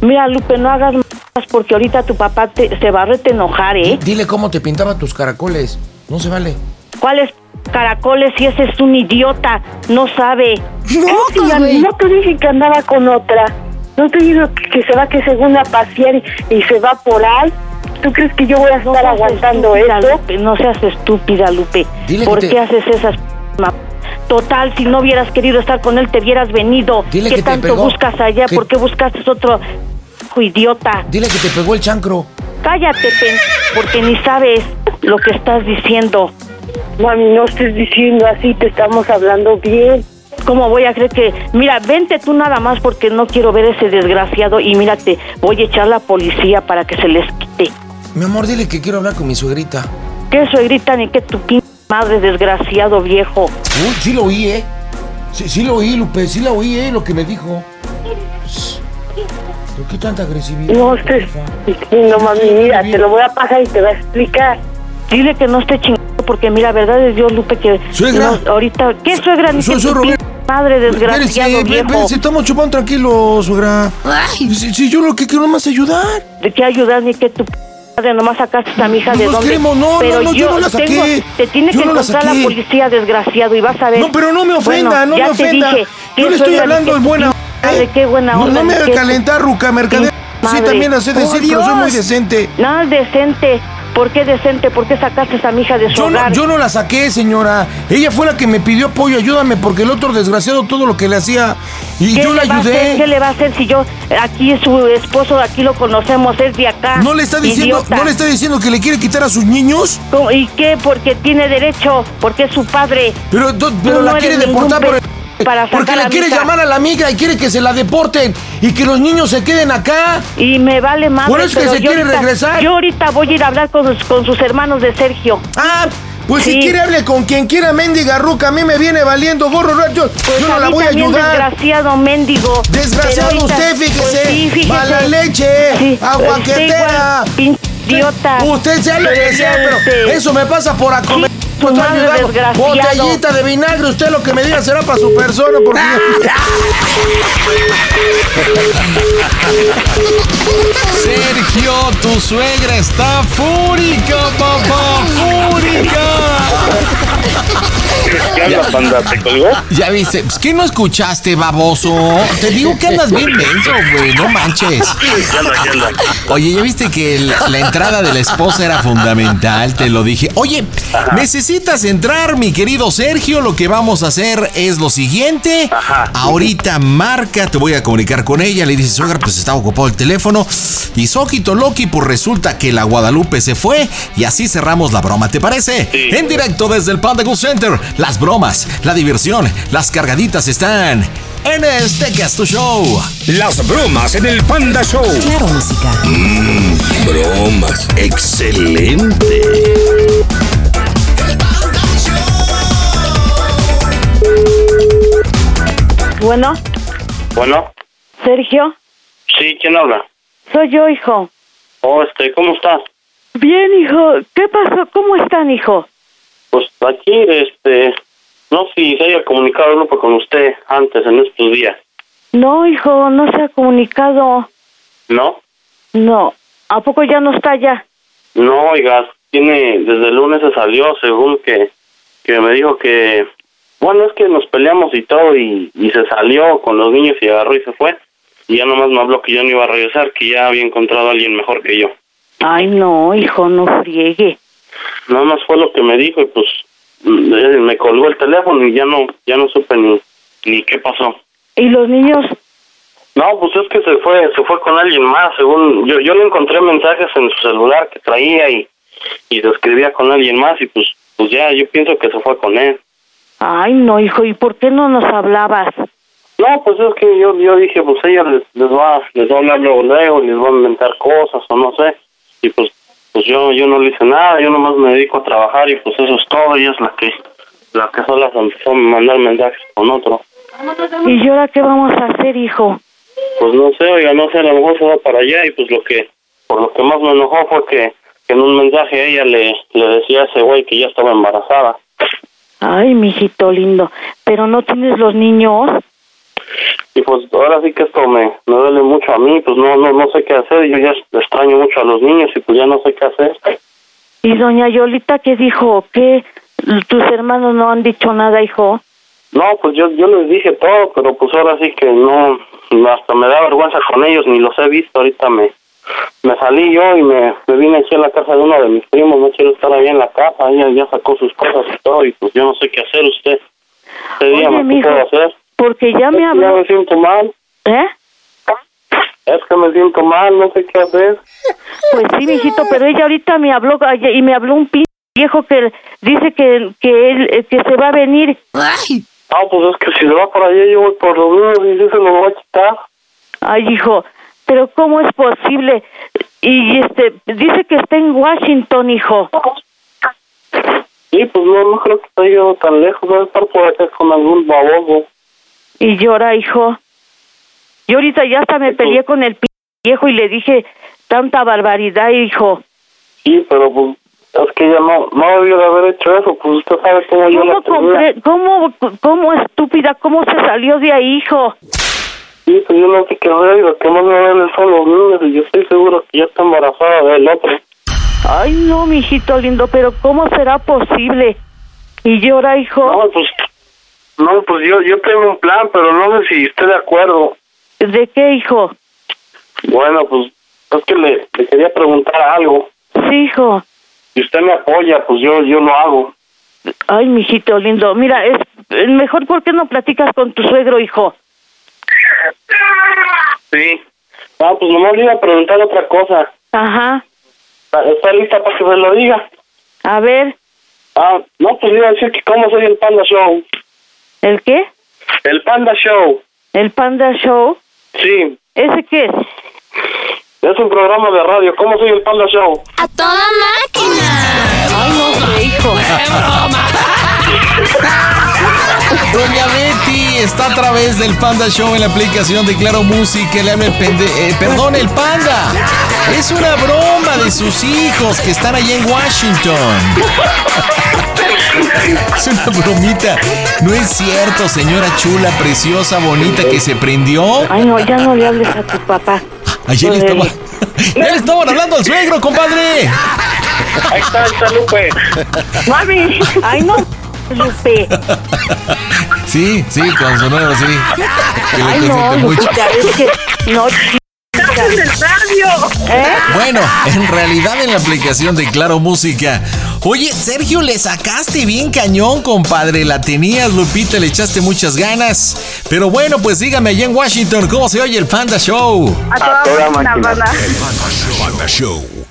Mira, Lupe, no hagas más porque ahorita tu papá te- se va a rete enojar, ¿eh?
Dile cómo te pintaba tus caracoles. No se vale.
¿Cuáles caracoles si ese es un idiota? No sabe. No, pues, no te dije que andaba con otra. No te digo que, que se va que según a pasear y, y se va por ahí. ¿Tú crees que yo voy a estar aguantando esto? no seas estúpida, Lupe.
Dile
¿Por
que te-
qué haces esas ma- Total, si no hubieras querido estar con él, te hubieras venido.
Dile
¿Qué
que te
tanto
pegó,
buscas allá?
que-
¿Por qué buscaste otro idiota?
Dile que te pegó el chancro.
Cállate, Pen, porque ni sabes lo que estás diciendo. Mami, no estés diciendo así, te estamos hablando bien. ¿Cómo voy a creer que.? Mira, vente tú nada más porque no quiero ver ese desgraciado y mírate, voy a echar a la policía para que se les quite.
Mi amor, dile que quiero hablar con mi suegrita.
¿Qué suegrita ni que tu pin madre desgraciado viejo?
Uy, sí lo oí, ¿eh? Sí, sí lo oí, Lupe. Sí la oí, ¿eh? Lo que me dijo. Pues, ¿Por qué tanta agresividad?
No estés diciendo, mami, mira, te lo voy a pasar y te va a explicar. Dile que no esté chingando porque mira, verdad es Dios, Lupe, que...
Suegra.
no, ahorita... ¿Qué suegra? Ni
Soy-
que
soy
tu
Roberto.
pin Madre desgraciado
Espérese,
viejo.
espérese, estamos chupando tranquilo, suegra. Si, si yo lo que quiero nomás es ayudar.
¿De qué ayudar ni que tu p- madre nomás sacaste a mi hija
No
de
nos
dónde?
queremos, no,
pero
no, no, yo no la
tengo-
saqué.
te tiene
Yo
que
no la
encontrar la,
saqué.
policía, desgraciado, y vas a ver.
No, pero no me ofenda,
Bueno,
no me
ya te
ofenda.
dije,
Yo
qué
le estoy
suegra,
hablando
ni
en
qué
buena ¿eh?
p- madre, qué buena
No,
onda.
no me
ni
haga
qué-
calentar, Ruca, mercader. Sí,
madre.
también la sé
Por
decir, pero soy muy
Dios.
decente.
No, decente. ¿Por qué decente? ¿Por qué sacaste a mi hija de su
Yo no,
hogar?
yo no la saqué, señora. Ella fue la que me pidió apoyo, ayúdame, porque el otro desgraciado todo lo que le hacía. Y
¿Qué
yo la
le va a hacer? ¿Qué
ayudé.
le va a hacer si yo, aquí es su esposo, aquí lo conocemos, es de acá?
No le está diciendo,
idiota.
no le está diciendo que le quiere quitar a sus niños.
¿Cómo- ¿Y qué? Porque tiene derecho, porque es su padre.
Pero, do- pero
no
la
eres
quiere
ningún
deportar por el-
pe- para sacar
porque
a
la
mi
quiere
hija.
llamar a la amiga y quiere que se la deporten y que los niños se queden acá.
Y me vale madre.
Por eso es que
pero
se
yo
quiere
ahorita-
regresar.
Yo ahorita voy a ir a hablar con, sus- con sus hermanos de Sergio.
Ah, Pues si
Sí.
quiere hable con quien quiera, mendiga ruca, a mí me viene valiendo gorro, no, yo, yo no
Pues a
la
mí
voy a
también,
ayudar.
desgraciado mendigo.
Desgraciado
Pero ahorita-
usted, fíjese,
Pues sí, fíjese.
mala leche,
Sí,
aguaquetera.
usted igual, pinche idiota.
Usted sea lo que sea, pero
Deviante.
eso me pasa por Pues acometer.
Su
estoy
madre
ayudando.
desgraciado.
Botellita de vinagre, usted lo que me diga será para su persona, porque...
Sergio, tu suegra está fúrica, papá, fúrica.
¿Qué habla, panda? ¿Te colgó?
Ya viste, pues ¿qué no escuchaste, baboso? Te digo que andas bien dentro, güey, no manches.
¿Qué anda, qué anda?
Oye, ya viste que el- la entrada de la esposa era fundamental, te lo dije. Oye, necesitas entrar, mi querido Sergio. Lo que vamos a hacer es lo siguiente. Ahorita marca, te voy a comunicar con ella. Le dices, oiga, pues está ocupado el teléfono. Y Soquito Loki, pues resulta que la Guadalupe se fue. Y así cerramos la broma, ¿te parece? En directo desde el Panda Gold Center. Las bromas, la diversión, las cargaditas están en este Castu Show.
Las bromas en el Panda Show.
Claro, música.
Mm.
Mm, Bromas. Excelente.
Bueno,
Bueno,
Sergio,
sí, ¿quién habla?
soy yo, hijo.
Oh, este, ¿cómo estás?
Bien, hijo. ¿Qué pasó? ¿Cómo están, hijo?
Pues aquí, este, no sé si se haya comunicado uno con usted antes en estos días,
No, hijo, no se ha comunicado.
¿no?
No. ¿A poco ya no está ya?
No, oiga, tiene, desde el lunes se salió, según que, que me dijo que, bueno, es que nos peleamos y todo, y, y se salió con los niños y agarró y se fue. Y ya nomás me habló que yo no iba a regresar, que ya había encontrado a alguien mejor que yo.
Ay, no, hijo, no friegue.
Nada más fue lo que me dijo y pues mm, eh, me colgó el teléfono y ya no, ya no supe ni, ni qué pasó.
¿Y los niños?
No, pues es que se fue, se fue con alguien más, según yo, yo le encontré mensajes en su celular que traía y, y se escribía con alguien más y pues, pues ya, yo pienso que se fue con él.
Ay, no, hijo, ¿y por qué no nos hablabas?
No, pues es que yo, yo dije, pues ella les, les va, les va a hablar luego, luego, les va a inventar cosas o no sé. Y pues, pues yo, yo no le hice nada, yo nomás me dedico a trabajar y pues eso es todo, ella es la que, la que sola se empezó a mandar mensajes con otro.
¿Y yo ahora qué vamos a hacer, hijo?
Pues no sé, oiga, no sé, a lo mejor se va para allá y pues lo que, por lo que más me enojó fue que, que en un mensaje ella le, le decía a ese güey que ya estaba embarazada.
Ay, mijito lindo, pero no tienes los niños.
Y pues ahora sí que esto me, me duele mucho a mí, pues no, no, no sé qué hacer, yo ya extraño mucho a los niños y pues ya no sé qué hacer.
¿Y doña Yolita qué dijo? ¿Qué? ¿Tus hermanos no han dicho nada, hijo?
No, pues yo, yo les dije todo, pero pues ahora sí que no, hasta me da vergüenza con ellos, ni los he visto, ahorita me, me salí yo y me, me vine aquí a la casa de uno de mis primos, no quiero estar ahí en la casa, ella ya sacó sus cosas y todo, y pues yo no sé qué hacer usted, usted
Oye,
dígame qué
mijo,
puedo hacer.
Porque ya me
Ya
habló.
me siento mal,
¿Eh?
es que me siento mal, no sé qué hacer.
Pues sí, mijito, pero ella ahorita me habló ayer- y me habló un pin- viejo que dice que, que él eh, que se va a venir.
Ah, pues es que si se va por allá yo voy por los míos y yo se los voy a quitar.
Ay, hijo, pero ¿cómo es posible? Y este dice que está en Washington, hijo.
Sí, pues no, no creo que esté yo tan lejos, voy a estar por acá con algún baboso.
Y llora, hijo. Yo ahorita ya hasta me peleé con el pin- viejo y le dije tanta barbaridad, hijo.
Sí, pero pues es que ella no, no debió de haber hecho eso, pues usted sabe cómo yo la
¿Cómo,
tenía.
compre- cómo, cómo estúpida, cómo se salió de ahí, hijo?
Sí, pues yo no sé qué hacer, lo que más me duele son los niños y yo estoy seguro que ya está embarazada del otro.
Ay, no, mijito lindo, pero ¿cómo será posible? Y llora, hijo.
No, pues, no, pues yo, yo tengo un plan, pero no sé si esté de acuerdo.
¿De qué, hijo?
Bueno, pues es que le, le quería preguntar algo.
Sí, hijo.
Si usted me apoya, pues yo, yo lo hago.
Ay, mijito lindo. Mira, es es mejor porque no platicas con tu suegro, hijo.
Sí. Ah, pues nomás le iba a preguntar otra cosa.
Ajá.
¿Está- ¿Está lista para que se lo diga?
A ver,
Ah, no, pues le iba a decir que cómo soy el Panda Show.
¿el qué?
El Panda Show,
¿El Panda Show?
sí.
¿Ese qué es?
Es un programa de radio. ¿Cómo soy el Panda Show?
¡A toda máquina!
Ay, no sé, hijo.
Doña Betty está a través del Panda Show en la aplicación de Claro Music. Le habla el pende- eh, perdón, el Panda. Es una broma de sus hijos que están allá en Washington. Es una bromita. No es cierto, señora chula, preciosa, bonita, que se prendió.
Ay, no, ya no le hables a tu papá.
Ayer le
Lo de-
estaba... Ya le estaban hablando al suegro, compadre.
Ahí está, ahí está Lupe.
¡Mami! ¡Ay, no! Lupe.
Sí, sí, con su nuevo, sí. Que le
¡Ay, no!
consiente mucho.
Lupita, es que... No, ¿Eh?
Bueno, en realidad en la aplicación de Claro Música. Oye, Sergio, le sacaste bien cañón, compadre. La tenías, Lupita, le echaste muchas ganas. Pero bueno, pues dígame allá en Washington, ¿cómo se oye el Panda Show?
A toda máquina,
Panda Show.